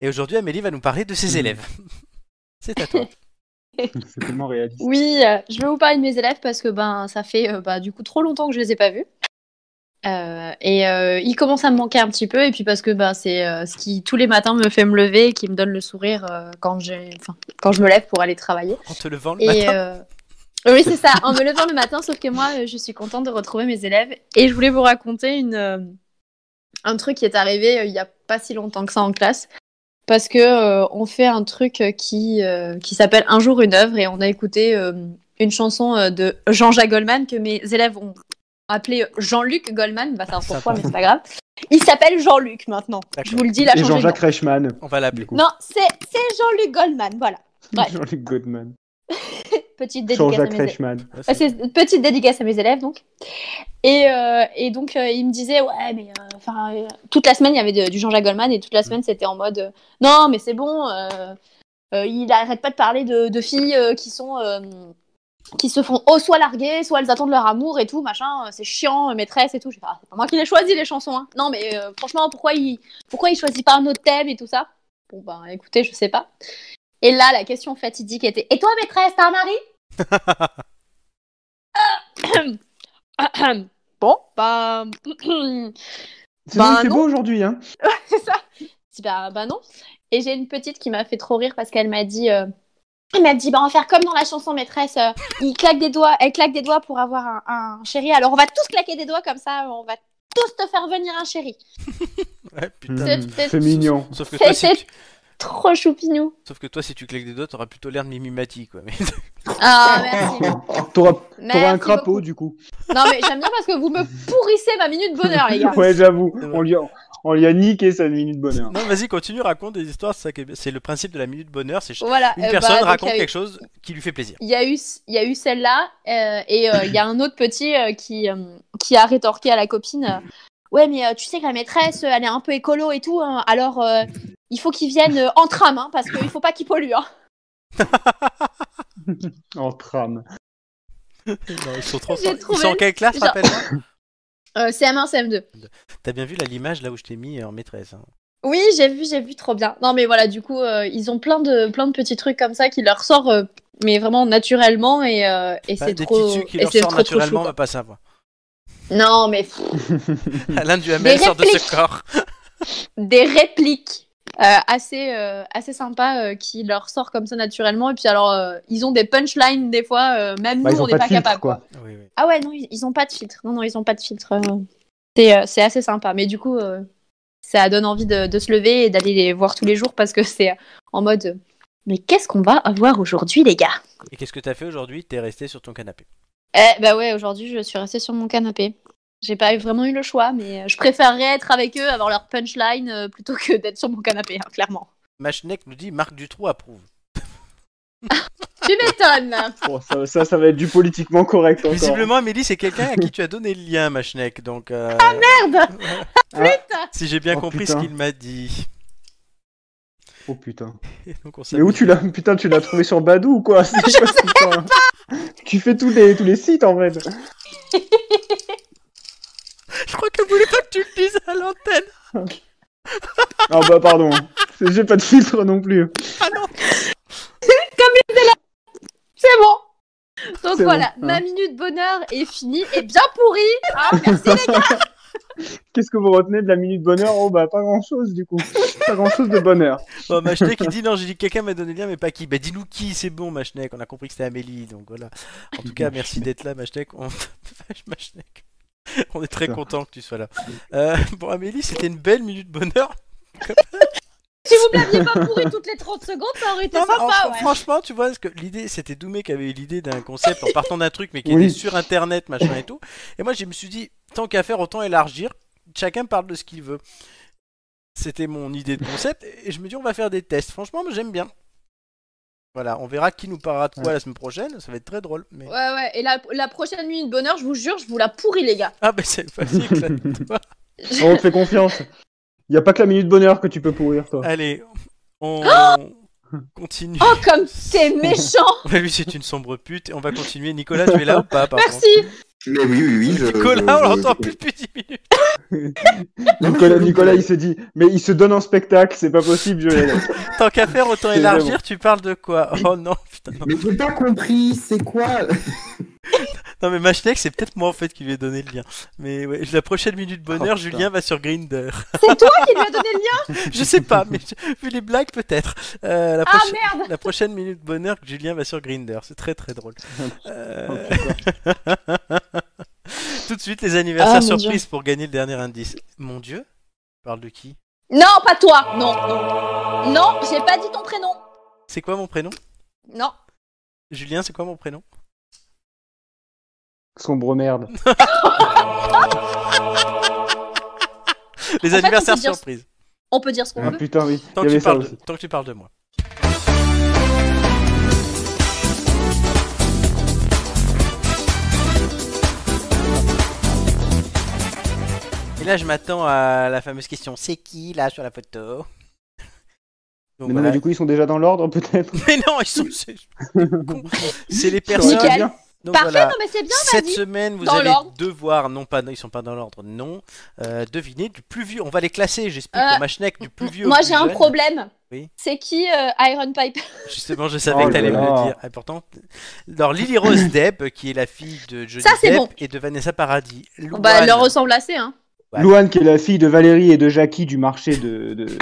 S3: Et aujourd'hui, Amélie va nous parler de ses élèves. C'est à toi.
S5: C'est tellement réaliste.
S4: Oui, euh, je vais vous parler de mes élèves parce que ben ça fait euh, bah, du coup trop longtemps que je les ai pas vus. Euh, et euh, ils commencent à me manquer un petit peu et puis parce que ben c'est euh, ce qui tous les matins me fait me lever et qui me donne le sourire euh, quand j'ai enfin, quand je me lève pour aller travailler.
S3: En te levant le
S4: Et
S3: matin.
S4: euh, oui c'est ça, en me levant le matin. Sauf que moi euh, je suis contente de retrouver mes élèves et je voulais vous raconter une euh, un truc qui est arrivé euh, il y a pas si longtemps que ça en classe parce que euh, on fait un truc euh, qui euh, qui s'appelle Un jour une œuvre et on a écouté euh, une chanson euh, de Jean-Jacques Goldman que mes élèves ont appelé Jean-Luc Goldman, bah c'est un pourquoi mais c'est pas grave. Il s'appelle Jean-Luc maintenant. Je
S3: D'accord.
S4: vous le dis, la
S5: Et
S4: chanson.
S5: Jean-Jacques Reichmann.
S3: On va l'appeler.
S5: Du coup.
S4: Non, c'est c'est Jean-Luc Goldman, voilà. Ouais.
S5: Jean-Luc Goodman.
S4: Petite dédicace à
S5: Jean-Jacques
S4: mes élèves.
S5: Reichmann.
S3: Ouais,
S4: Euh,
S3: c'est-
S4: C'est une petite dédicace à mes élèves, donc. Et, euh, et donc, euh, il me disait, ouais, mais euh, enfin, euh, toute la semaine, il y avait de- du Jean-Jacques Goldman, et toute la semaine, c'était en mode, euh, non, mais c'est bon, euh, euh, il arrête pas de parler de, de filles euh, qui sont. euh, qui se font oh, soit larguer, soit elles attendent leur amour et tout, machin, euh, c'est chiant, euh, maîtresse et tout. J'ai fait, Ah, c'est pas moi qui les choisi, les chansons. hein. Non, mais euh, franchement, pourquoi il, pourquoi il choisit pas un autre thème et tout ça Bon, ben écoutez, je sais pas. Et là, la question fatidique était, et toi, maîtresse, t'as un mari Ahem. bon, bah.
S5: C'est vrai
S4: Bah,
S5: qu'il fait
S4: non.
S5: beau aujourd'hui, hein
S4: c'est ça. Je dis, bah, bah non. Et j'ai une petite qui m'a fait trop rire parce qu'elle m'a dit. euh, Elle m'a dit, bah, on va faire comme dans la chanson maîtresse. euh, il claque des doigts, elle claque des doigts pour avoir un, un chéri. Alors, on va tous claquer des doigts comme ça. On va tous te faire venir hein, un chéri.
S3: Ouais,
S5: Hmm,
S3: putain.
S4: C'est- c'est-
S5: C'est mignon.
S3: Sauf que,
S4: C'est-
S3: toi, si
S4: c'est-
S3: tu...
S4: Trop choupinou.
S3: Sauf que toi, si tu claques des doigts, t'auras plutôt l'air de Mimimati, quoi. Mais...
S4: Ah, merci.
S5: T'auras
S4: Merci
S5: t'auras un crapaud,
S4: beaucoup.
S5: du coup.
S4: Non, mais j'aime bien parce que vous me pourrissez ma minute bonheur, les gars.
S5: Ouais, j'avoue.
S3: C'est vrai.
S5: On lui a... On lui a niqué sa minute bonheur.
S3: Non, vas-y, continue, raconte des histoires. C'est ça qui est bien. C'est le principe de la minute bonheur. C'est ch-
S4: Voilà.
S3: une
S4: euh,
S3: personne
S4: bah, donc,
S3: raconte
S4: il y a eu-
S3: quelque chose qui lui fait plaisir.
S4: Il y a eu, il y a eu celle-là euh, et euh, il y a un autre petit euh, qui, euh, qui a rétorqué à la copine euh, Ouais, mais euh, tu sais que la maîtresse, euh, elle est un peu écolo et tout, hein, alors euh, il faut qu'ils viennent euh, en tram hein, parce qu'il faut pas qu'ils polluent. hein.
S5: En Oh, trame.
S3: Non, ils sont trop
S4: J'ai
S3: forts. Ils
S4: trouvé
S3: sont en quelle classe,
S4: Genre-
S3: rappelle-moi
S4: Euh, CM1, CM2.
S3: T'as bien vu là, l'image là où je t'ai mis en maîtresse. hein.
S4: Oui, j'ai vu, j'ai vu, trop bien. Non, mais voilà, du coup, euh, ils ont plein de, plein de petits trucs comme ça qui leur sort, euh, mais vraiment naturellement et, euh, et
S3: Bah,
S4: c'est
S3: des
S4: trop.
S3: petits trucs qui
S4: et
S3: leur
S4: c'est
S3: sortent
S4: trop, trop chou,
S3: naturellement, on
S4: quoi.
S3: va pas savoir.
S4: Non, mais pff,
S3: L'un du Hamel sort de ce
S4: répliques.
S3: corps.
S4: des répliques euh, assez, euh, assez sympas euh, qui leur sort comme ça naturellement. Et puis alors, euh, ils ont des punchlines des fois, euh, même
S5: Bah,
S4: nous,
S5: ils ont
S4: on n'est
S5: pas de
S4: pas
S5: filtre,
S4: capable.
S5: quoi.
S4: Quoi.
S3: Oui, oui.
S4: Ah ouais, non, ils, ils ont pas de filtre. Non, non, ils ont pas de filtre. euh. C'est euh, c'est assez sympa. Mais du coup, euh, ça donne envie de, de se lever et d'aller les voir tous les jours parce que c'est euh, en mode euh, Mais qu'est-ce qu'on va avoir aujourd'hui, les gars
S3: Et qu'est-ce que t'as fait aujourd'hui T'es resté sur ton canapé.
S4: Eh bah ouais, aujourd'hui, je suis restée sur mon canapé. J'ai pas vraiment eu le choix, mais euh, je préférerais être avec eux, avoir leur punchline euh, plutôt que d'être sur mon canapé, hein, clairement.
S3: Machnek nous dit Marc Dutroux approuve.
S4: Tu m'étonnes
S5: Oh, ça, ça, ça va être du politiquement correct encore.
S3: Visiblement, Amélie, c'est quelqu'un à qui tu as donné le lien, Machnek. Donc, euh,
S4: Ah,
S3: Ah,
S4: Merde
S3: si j'ai bien
S5: Oh,
S3: compris
S5: putain.
S3: ce qu'il m'a dit.
S5: Oh putain.
S3: Et donc, on
S5: Mais où tu l'as Putain, tu l'as trouvé sur Badou ou quoi C'est quoi cette histoire Tu fais tous les, tous les sites en fait.
S3: Je crois que vous voulez pas que tu le dises à l'antenne.
S5: Ah bah pardon. C'est- J'ai pas de filtre non plus.
S4: C'est bon Donc
S5: C'est
S4: voilà,
S5: bon, hein.
S4: ma minute bonheur est finie et bien pourrie hein, Merci les gars
S5: Qu'est-ce que vous retenez de la minute bonheur Oh bah pas grand-chose du coup. Pas grand-chose de bonheur.
S3: Bon, Machenet qui dit non, j'ai dit que quelqu'un m'a donné le lien, mais pas qui. Bah, dis-nous qui, c'est bon, Machenek. On a compris que c'était Amélie, donc voilà. En tout cas, merci d'être là, Machenek. On... Machenek. On est très content que tu sois là. Euh, bon, Amélie, c'était une belle minute bonheur.
S4: Si vous ne l'aviez pas pourri toutes les 30 secondes, ça aurait été
S3: Non, mais
S4: sympa,
S3: en-
S4: ouais.
S3: Franchement, tu vois, parce que l'idée, c'était Doumé qui avait eu l'idée d'un concept en partant d'un truc, mais qui
S5: Oui.
S3: était sur Internet, machin et tout. Et moi, je me suis dit, tant qu'à faire, autant élargir. Chacun parle de ce qu'il veut. C'était mon idée de concept, et je me dis, on va faire des tests. Franchement, moi, j'aime bien. Voilà, on verra qui nous parlera de quoi la semaine prochaine. Ça va être très drôle. Mais...
S4: Ouais, ouais. Et la, la prochaine minute bonheur, je vous jure, je vous la pourris, les gars.
S3: Ah, ben c'est facile. éclate-toi.
S5: On te fait confiance. Il n'y a pas que la minute bonheur que tu peux pourrir, toi.
S3: Allez, on continue.
S4: Oh, comme c'est méchant
S3: Bah oui, c'est une sombre pute. On va continuer. Nicolas, tu es là ou pas par contre
S4: Merci
S2: Mais oui, oui, oui. je-
S3: Nicolas, on
S2: je-
S3: l'entend plus depuis 10 minutes.
S5: Nicolas, Nicolas, il se dit, mais il se donne en spectacle, c'est pas possible, je vais-
S3: Tant qu'à faire, autant
S5: C'est
S3: élargir.
S5: vraiment.
S3: Tu parles de quoi Oh non, putain. Non,
S2: Mais j'ai pas compris, c'est quoi
S3: non mais Machnek, c'est peut-être moi en fait qui lui ai donné le lien. Mais ouais, la prochaine minute bonheur,
S5: Oh, putain.
S3: Julien va sur Grinder.
S4: C'est toi qui lui as donné le lien
S3: Je sais pas, mais je- vu les blagues, peut-être. Euh, la,
S4: Ah,
S3: prochaine-
S4: merde
S3: la prochaine minute bonheur, Julien va sur Grinder. C'est très très drôle.
S5: Oh,
S3: Euh, Tout de suite, les anniversaires
S8: Ah, mon Dieu.
S3: surprises pour gagner le dernier indice. Mon Dieu Tu parles de qui
S4: Non, pas toi Non, non. Non, j'ai pas dit ton prénom.
S3: C'est quoi mon prénom
S4: Non.
S3: Julien, c'est quoi mon prénom
S5: Sombre merde.
S3: Les
S4: En fait, on
S3: anniversaires
S4: peut dire-
S3: surprises.
S4: On peut dire ce qu'on
S5: Ah
S4: veut.
S5: putain, oui.
S3: Mmh.
S5: il y
S3: Tant que, tu
S5: avait ça
S3: parles de...
S5: aussi.
S3: Tant que tu parles de moi. Et là, je m'attends à la fameuse question c'est qui là sur la photo
S5: Mais
S3: Donc,
S5: non,
S3: voilà.
S5: mais du coup, ils sont déjà dans l'ordre, peut-être.
S3: Mais non, ils sont. C'est con. C'est les
S5: Ça
S3: personnes.
S5: aurait été
S4: Nickel.
S5: bien.
S3: Donc,
S4: Parfait,
S3: voilà.
S4: non mais c'est bien,
S3: Cette
S4: vas-y.
S3: semaine, vous
S4: Dans
S3: allez
S4: l'ordre.
S3: devoir, non pas, non, ils sont pas dans l'ordre, non, euh, deviner du plus vieux. On va les classer, j'explique,
S4: Euh,
S3: pour Machnek, du plus vieux. au
S4: Moi
S3: plus
S4: j'ai un
S3: jeune.
S4: problème.
S3: Oui.
S4: C'est qui euh, Iron Pipe
S3: Justement, je savais
S5: Oh
S3: que t'allais me
S5: là
S3: le
S5: là.
S3: dire. Et pourtant, dans Lily Rose Depp, qui est la fille de Johnny
S4: Ça, c'est
S3: Depp
S4: bon.
S3: et de Vanessa Paradis. Louane,
S4: Bah elle leur ressemble assez hein.
S3: Ouais.
S5: Louane, qui est la fille de Valérie et de Jackie du marché de. de-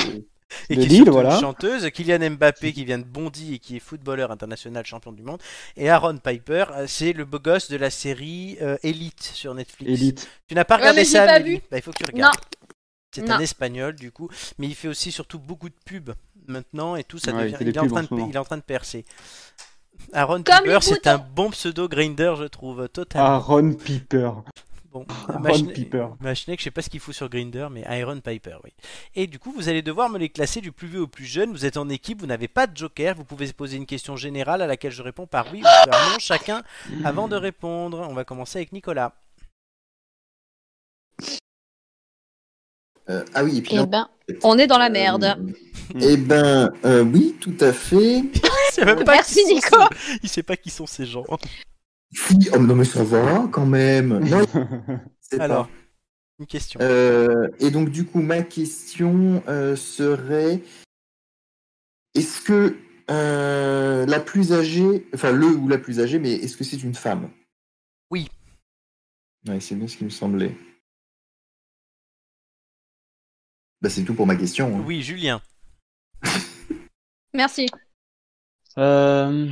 S3: et
S5: de
S3: qui est
S5: Lille,
S3: surtout
S5: voilà.
S3: une chanteuse. Kylian Mbappé, qui vient de Bondy et qui est footballeur international champion du monde. Et Aaron Piper, euh, c'est le beau gosse de la série euh, Elite sur Netflix.
S5: Elite.
S3: Tu n'as pas
S4: Ouais,
S3: regardé
S4: mais j'ai
S3: ça,
S4: pas
S3: Amélie
S4: vu.
S3: Bah, il faut que tu
S4: Non.
S3: regardes. C'est
S4: Non.
S3: un espagnol du coup, mais il fait aussi surtout beaucoup de pubs maintenant et tout ça
S5: Ouais, il
S3: devient.
S5: fait
S3: Il,
S5: des
S3: est en
S5: pubs
S3: train
S5: en
S3: de,
S5: ce moment.
S3: il est en train de percer. Aaron
S4: Comme
S3: Piper,
S4: les
S3: c'est
S4: boutons.
S3: un bon pseudo grinder, je trouve totalement.
S5: Aaron Piper.
S3: Bon,
S5: Ah, Aaron
S3: Machne-
S5: Piper.
S3: Machnek, je sais pas ce qu'il fout sur Grinder, mais Iron Piper, oui. Et du coup, vous allez devoir me les classer du plus vieux au plus jeune. Vous êtes en équipe, vous n'avez pas de joker. Vous pouvez poser une question générale à laquelle je réponds par oui ou par non chacun avant de répondre. On va commencer avec Nicolas.
S2: Euh, Ah oui, et puis
S4: Eh
S2: non,
S4: ben, on est dans la merde.
S2: Euh, Eh ben, euh, oui, tout à fait.
S3: Il sait même pas
S4: Merci
S3: qui sont
S4: Nico.
S3: ces- Il sait pas qui sont ces gens.
S2: Si, oh, non mais ça va quand même. Non, c'est pas-
S3: Alors, une question.
S2: Euh, et donc du coup, ma question euh, serait est-ce que euh, la plus âgée, enfin le ou la plus âgée, mais est-ce que c'est une femme
S3: Oui.
S2: Ouais, c'est bien ce qui me semblait. Bah, c'est tout pour ma question. hein.
S3: Oui, Julien.
S4: Merci.
S5: Euh,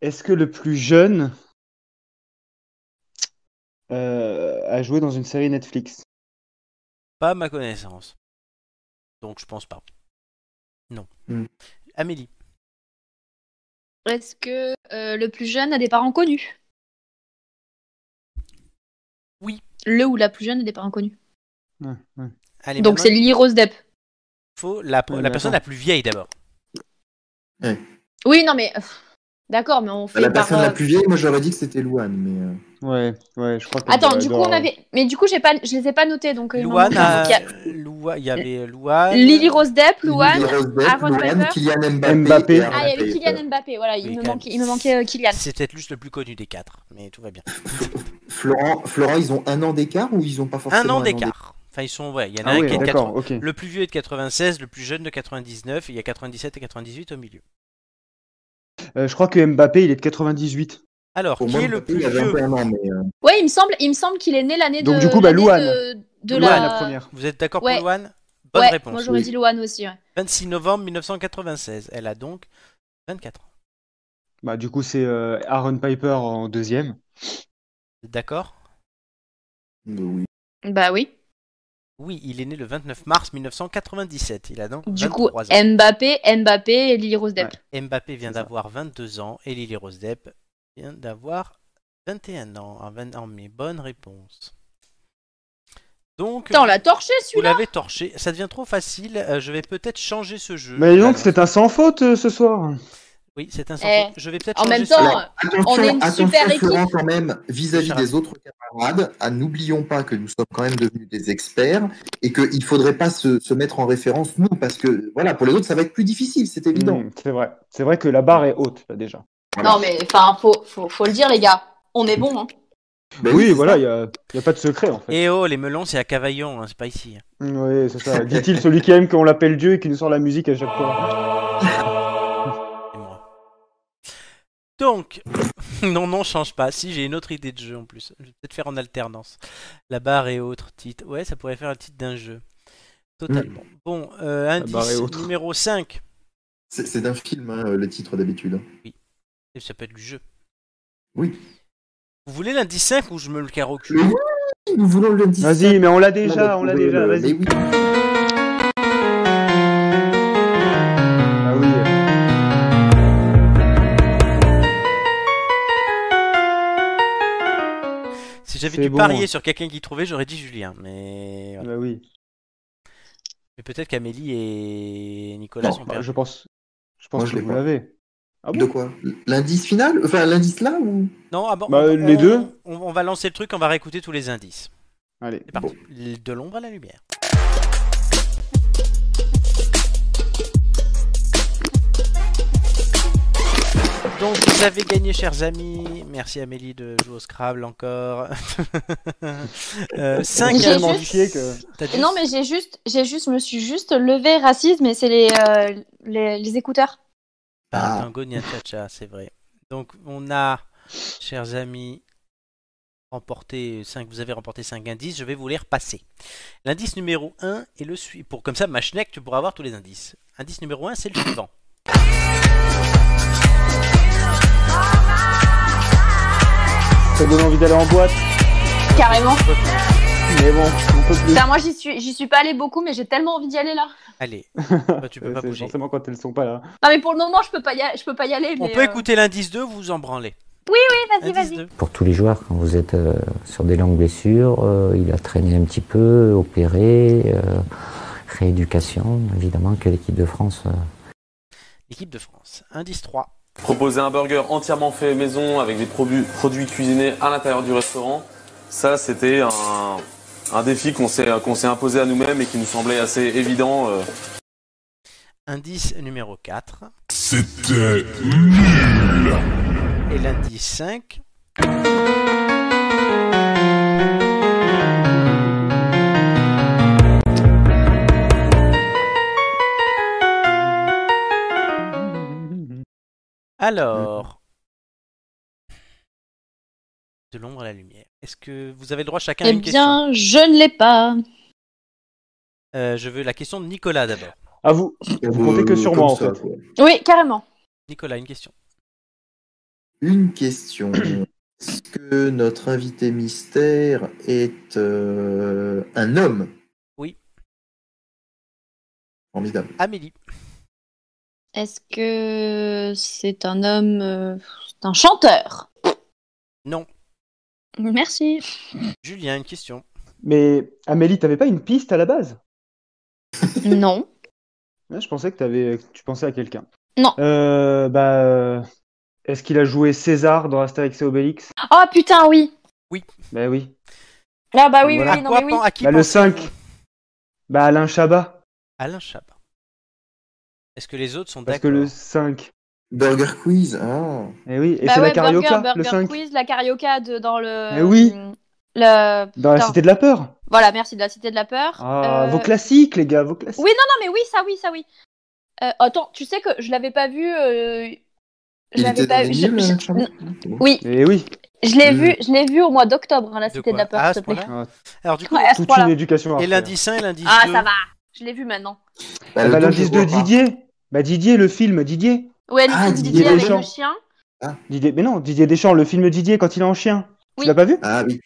S5: Est-ce que le plus jeune euh, a joué dans une série Netflix?
S3: Pas à ma connaissance. Donc, je pense pas. Non.
S2: Hmm.
S3: Amélie.
S4: Est-ce que euh, le plus jeune a des parents connus
S3: Oui.
S4: Le ou la plus jeune a des parents connus.
S5: Ouais, ouais.
S3: Allez,
S4: Donc
S3: maintenant,
S4: c'est Lily Rose Depp.
S3: il faut la,
S5: Ouais,
S3: la
S5: mais
S3: personne
S5: attends.
S3: la plus vieille d'abord.
S4: Oui, non mais euh, d'accord, mais on
S2: Bah,
S4: fait
S2: la
S4: par,
S2: personne
S4: euh,
S2: la plus vieille, moi j'aurais dit que c'était Louane, mais. euh,
S5: Ouais, ouais, je crois qu'on
S4: Attends,
S5: doit-
S4: du coup
S5: doit-
S4: on avait mais du coup j'ai pas je les ai pas notés donc euh, il m'en
S3: Louane,
S4: manque un.
S3: a-
S4: Donc, il
S3: Loua- il y avait euh,
S4: y a
S3: Louane.
S4: Lily Rose Depp, Louane,
S2: Lily Rose Depp,
S4: Aaron
S2: Louane,
S4: Piper.
S2: Kylian Mbappé.
S5: Mbappé.
S2: et Aaron
S4: Ah, il y avait
S2: Piper.
S4: Kylian Mbappé, voilà, il,
S3: Oui,
S4: me,
S3: quand
S4: manque,
S3: même.
S4: il me manquait euh, Kylian.
S3: C'est peut-être juste le plus connu des quatre, mais tout va bien.
S2: Florent, Florent, ils ont un an d'écart ou ils ont pas forcément
S3: Un an d'écart. Enfin, ils sont, ouais, il y en
S5: Ah
S3: a un
S5: ouais,
S3: qui est de
S5: d'accord,
S3: 80
S5: ok.
S3: Le plus vieux est de 96, le plus jeune de 99, et il y a 97 et 98 au milieu.
S5: Euh, je crois que Mbappé, il est de 98.
S3: Alors,
S2: Pour
S3: qui
S2: moi,
S3: est le
S2: Mbappé,
S3: plus
S2: il avait
S3: vieux
S2: 21 ans, mais euh,
S4: Ouais, il me semble, il me semble qu'il est né l'année de.
S5: Donc, du coup, bah,
S4: l'année
S5: Louane.
S4: De, de
S5: Louane,
S4: la...
S5: la première.
S3: Vous êtes d'accord
S4: Ouais.
S3: pour Loane Bonne
S4: ouais,
S3: réponse.
S4: Moi j'aurais
S2: oui.
S4: dit Loane aussi. Ouais.
S3: 26 novembre 1996. Elle a donc 24 ans.
S5: Bah, du coup, c'est euh, Aaron Piper en deuxième.
S3: Vous êtes D'accord
S2: oui.
S4: Bah oui.
S3: Oui, il est né le 29 mars 1997. Il a donc
S4: Du coup,
S3: 23 ans.
S4: Mbappé, Mbappé et Lily Rose Depp.
S3: Mbappé vient
S5: C'est ça.
S3: d'avoir 22 ans et Lily Rose Depp vient d'avoir 21 ans. En 20 ans, mais bonne réponse. Donc,
S4: Putain, on l'a hein. torché
S3: vous
S4: celui-là
S3: l'avez torché. Ça devient trop facile. euh, je vais peut-être changer ce jeu.
S5: Mais dis donc,
S3: Valence.
S5: c'est un sans faute euh, ce soir.
S3: Oui, c'est un sans
S4: Eh,
S3: faute. Je vais peut-être
S4: En
S3: changer
S4: même
S3: ce jeu.
S4: temps,
S2: Attention,
S4: est une
S2: attention
S4: super équipe.
S2: Florent, quand même, vis-à-vis
S3: Richard.
S2: des autres camarades, ah, n'oublions pas que nous sommes quand même devenus des experts et qu'il ne faudrait pas se, se mettre en référence, nous, parce que, voilà, pour les autres, ça va être plus difficile, c'est évident.
S5: Mm, c'est vrai. C'est vrai que la barre est haute, là, déjà.
S2: Voilà.
S4: Non, mais enfin, faut, faut, faut le dire, les gars. On est bon, hein.
S2: Ben
S5: oui,
S2: c'est
S5: voilà,
S2: ça.
S5: il n'y a, y a pas de secret, en fait.
S3: Eh oh, les melons, c'est à Cavaillon, hein, c'est pas ici.
S5: Mm, Oui, c'est ça. Dit-il celui qui aime qu'on l'appelle Dieu et qui nous sort la musique à chaque
S2: Ah,
S5: fois.
S3: Et moi. Donc, non, non, change pas. Si, j'ai une autre idée de jeu en plus. Je vais peut-être faire en alternance. La barre et autres titres. Ouais, ça pourrait faire le titre d'un jeu. Totalement. Bon, euh,
S5: Hmm. barre et
S3: indice
S5: autres.
S3: numéro 5.
S2: C'est c'est d'un film, hein, le titre d'habitude.
S3: Et ça peut être du jeu.
S2: Oui.
S3: Vous voulez l'indice 5 ou je me le carocule
S2: Oui, nous voulons le dire.
S5: Vas-y, mais on l'a déjà,
S2: Non,
S5: on l'a
S2: mais
S5: déjà,
S2: le- mais
S5: vas-y.
S2: oui.
S5: Ah oui. euh,
S3: Si j'avais
S5: C'est
S3: dû
S5: bon.
S3: parier sur quelqu'un qui trouvait, j'aurais dit Julien. Mais, voilà.
S5: bah oui.
S3: Mais peut-être qu'Amélie et Nicolas
S2: Non,
S3: sont
S5: Bah,
S3: perdus.
S5: je pense, je pense
S2: Ah, Moi, je
S5: que
S2: l'ai
S5: vous
S2: pas.
S5: l'avez. Ah
S2: De quoi L'indice final Enfin, l'indice là ou...
S3: Non, ah bon,
S5: Bah,
S3: on-
S5: les
S3: on-
S5: deux.
S3: on- on va lancer le truc, on va réécouter tous les indices.
S5: Allez.
S3: C'est parti. De l'ombre à la lumière. Donc vous avez gagné chers amis, merci Amélie de jouer au Scrabble encore. euh, cinq
S4: J'ai
S5: tellement
S3: indices.
S4: juste-
S5: indiqué que.
S3: T'as dit-
S4: Non, mais j'ai juste, j'ai juste, je me suis juste levée raciste, mais c'est les, euh, les, les écouteurs.
S3: Pas un
S2: Ah.
S3: tango ni un cha-cha, c'est vrai. Donc on a, chers amis, remporté 5, vous avez remporté 5 indices, je vais vous les repasser. L'indice numéro 1 est le suivant. Pour, comme ça, Machnek, tu pourras avoir tous les indices. Indice numéro 1, c'est le suivant.
S5: Ça donne envie d'aller en boîte.
S4: Carrément.
S5: Mais bon, on peut plus.
S4: Putain, moi j'y suis, j'y suis pas allée beaucoup, mais j'ai tellement envie d'y aller là.
S3: Allez, toi, tu peux
S5: Euh,
S3: pas
S5: c'est
S3: bouger.
S5: Forcément, quand elles sont pas là.
S4: Non, mais pour le moment, je peux pas y, aller- je peux pas y aller.
S3: On
S4: mais,
S3: peut
S4: euh,
S3: écouter l'indice 2, vous vous en branlez.
S4: Vas-y,
S3: Indice
S4: vas-y.
S3: 2.
S6: Pour tous les joueurs, quand vous êtes euh, sur des longues blessures, euh, il a traîné un petit peu, opéré, euh, rééducation. Évidemment que l'équipe de France euh,
S3: L'équipe de France. Indice 3.
S9: Proposer un burger entièrement fait maison avec des probu- produits cuisinés à l'intérieur du restaurant, ça c'était un, un défi qu'on s'est qu'on s'est imposé à nous-mêmes et qui nous semblait assez évident. euh.
S3: Indice numéro 4.
S11: C'était
S3: Et l'indice 5. Alors. De l'ombre à la lumière. Est-ce que vous avez le droit chacun à
S8: Eh
S3: une question
S8: bien, je ne l'ai pas.
S3: Euh, Je veux la question de Nicolas d'abord.
S5: À Ah, vous. Vous comptez que sur
S2: Euh, comme
S5: moi, en
S2: ça,
S5: fait.
S2: quoi.
S4: Oui, carrément.
S3: Nicolas, une question.
S2: Une question. Est-ce que notre invité mystère est euh, un homme
S3: Oui.
S2: Formidable.
S3: Amélie.
S8: Est-ce que c'est un homme, euh, c'est un chanteur
S3: Non.
S8: Merci.
S3: Julien, une question.
S5: Mais Amélie, t'avais pas une piste à la base
S8: non.
S5: Ouais, Je pensais que, t'avais- que tu pensais à quelqu'un.
S8: Non.
S5: Euh, bah, euh, est-ce qu'il a joué César dans Astérix et Obélix
S4: Oh putain, oui.
S5: Bah oui.
S4: Ah bah oui, oui,
S5: Voilà.
S4: oui, non,
S3: Quoi
S4: mais oui.
S3: pen- à qui
S5: Bah, le
S3: pensez-vous
S5: 5. Bah Alain Chabat.
S3: Alain Chabat. Est-ce que les autres sont
S5: Parce
S3: d'accord
S5: que le
S4: Ah,
S5: 5.
S2: Burger quiz. Ah.
S5: Eh oui, et
S4: bah
S5: c'est
S4: ouais,
S5: la carioca,
S4: Burger,
S5: le
S4: Burger
S5: 5.
S4: Quiz, la carioca de, dans le.
S5: Eh oui.
S4: Le...
S5: Dans la
S4: Putain.
S5: Cité Bah, de la Peur.
S4: Voilà, merci de la cité de la peur.
S5: Ah,
S4: Euh,
S5: vos classiques, les gars, vos classiques.
S4: Oui, non, non, mais oui, ça, oui, ça, oui. Euh, attends, tu sais que je l'avais pas vu. euh,
S2: Il
S4: J'avais
S2: était
S4: pas
S2: dans
S4: vu-
S2: les hein,
S4: je-
S2: mille,
S4: je-
S2: Charlie Bah,
S4: Oui,
S5: Et Eh oui,
S4: je l'ai
S5: Mm.
S4: vu, je l'ai vu au mois d'octobre, hein, la
S3: De
S4: Cité
S3: quoi
S4: de la
S3: Ah, à
S4: Peur,
S3: ce
S4: s'il te plaît.
S3: point-là Alors du coup,
S4: Ouais, à ce
S5: toute
S4: point-là.
S5: une éducation. à
S3: et
S5: refaire.
S3: l'indice 1 et l'indice 2.
S4: Ah, ça va, je l'ai vu maintenant.
S2: Bah,
S5: Ah
S2: le
S5: bah,
S2: temps,
S5: L'indice
S2: je vois
S5: de
S2: pas.
S5: Didier. Bah Didier, le film Didier.
S4: Ouais, le
S2: Ah,
S4: film
S2: Didier
S4: Didier avec
S5: Deschamps.
S4: le chien.
S5: Didier, mais non, Didier Deschamps, le film Didier quand il est en chien.
S4: Oui.
S5: Tu l'as pas vu
S2: Ah oui.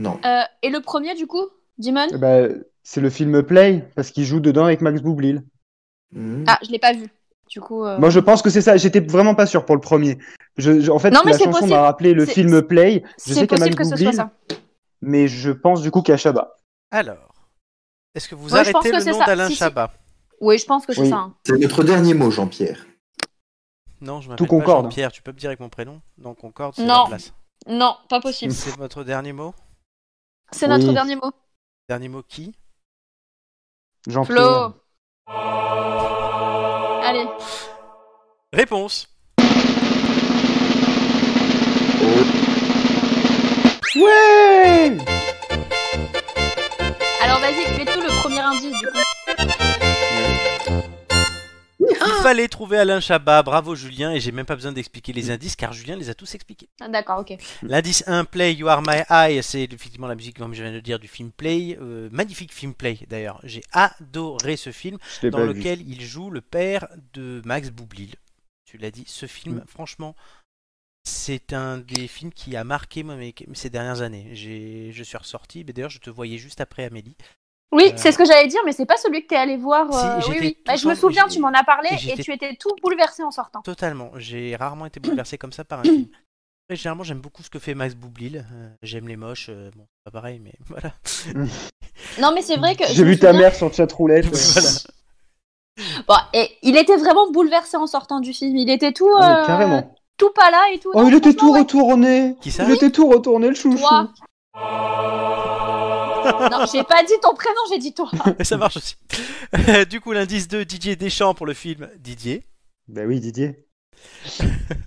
S2: Non.
S4: Euh, et le premier, du coup, Dimon
S5: Eh bah, c'est le film Play parce qu'il joue dedans avec Max Boublil.
S2: Hmm.
S4: Ah, je l'ai pas vu. Du coup. euh,
S5: Moi, je pense que c'est ça. J'étais vraiment pas sûr pour le premier. Je, je- en fait,
S4: Non, mais
S5: la
S4: c'est
S5: chanson
S4: possible.
S5: m'a rappelé le
S4: C'est-
S5: film Play. Je sais
S4: C'est
S5: qu'il y a
S4: possible
S5: Max
S4: que ce soit
S5: Boublil,
S4: ça.
S5: mais je pense du coup qu'il y a Chabat.
S3: Alors, est-ce que vous
S4: Ouais, je pense
S3: arrêtez
S4: que
S3: le
S4: c'est
S3: nom
S4: ça.
S3: d'Alain
S4: Si, si.
S3: Chabat
S4: Oui, je pense que c'est
S5: Oui.
S4: ça. hein.
S2: C'est notre dernier mot, Jean-Pierre.
S3: Non, je m'appelle
S5: Tout
S3: pas
S5: concorde.
S3: Jean-Pierre, tu peux me dire avec mon prénom Non, Concorde, c'est
S4: Non.
S3: la place.
S4: Non, pas possible.
S3: C'est votre dernier mot
S4: C'est notre
S5: Oui.
S4: dernier mot.
S3: Dernier mot qui
S5: Jean-Pierre.
S4: Flo. Allez.
S3: Réponse
S5: Ouais
S4: Alors vas-y, fais tout le premier indice du coup.
S3: Il fallait trouver Alain Chabat, bravo Julien, et j'ai même pas besoin d'expliquer les indices car Julien les a tous expliqués.
S4: Ah, D'accord, ok.
S3: L'indice 1, Play, You Are My Eye, c'est effectivement la musique, comme je viens de le dire, du film Play. Euh, magnifique film Play, d'ailleurs. J'ai adoré ce film,
S5: Je l'ai
S3: dans
S5: pas vu.
S3: lequel il joue le père de Max Boublil. Tu l'as dit, ce film, franchement, c'est un des films qui a marqué moi, mes- ces dernières années. J'ai- Je suis ressorti, mais d'ailleurs, je te voyais juste après Amélie.
S4: Oui,
S3: Euh,
S4: c'est ce que j'allais dire, mais c'est pas celui que t'es allé voir. euh,
S3: Si,
S4: oui,
S3: j'étais
S4: oui.
S3: tout
S4: Bah, je me
S3: en-
S4: souviens,
S3: j'ai-
S4: tu m'en as parlé et
S3: j'étais-
S4: tu étais tout bouleversé en sortant.
S3: Totalement. J'ai rarement été bouleversé comme ça par un film. Après, généralement, j'aime beaucoup ce que fait Max Boublil. Euh, j'aime les moches. euh, bon, c'est pas pareil, mais voilà.
S4: Non, mais c'est vrai que. je
S5: J'ai
S4: me
S5: vu ta
S4: souviens-
S5: mère sur le chat roulette.
S3: Voilà.
S4: Bon, et il était vraiment bouleversé en sortant du film. Il était tout.
S5: Ah oui,
S4: euh,
S5: carrément.
S4: Tout pas là et tout.
S5: Oh,
S4: Non,
S5: il était tout
S4: franchement, ouais.
S5: retourné.
S3: Qui ça
S5: Il était tout retourné, le chouchou.
S4: Toi. non, j'ai pas dit ton prénom, j'ai dit toi.
S3: Ça marche aussi. Euh, du coup, l'indice 2, Didier Deschamps pour le film Didier.
S5: Bah oui, Didier.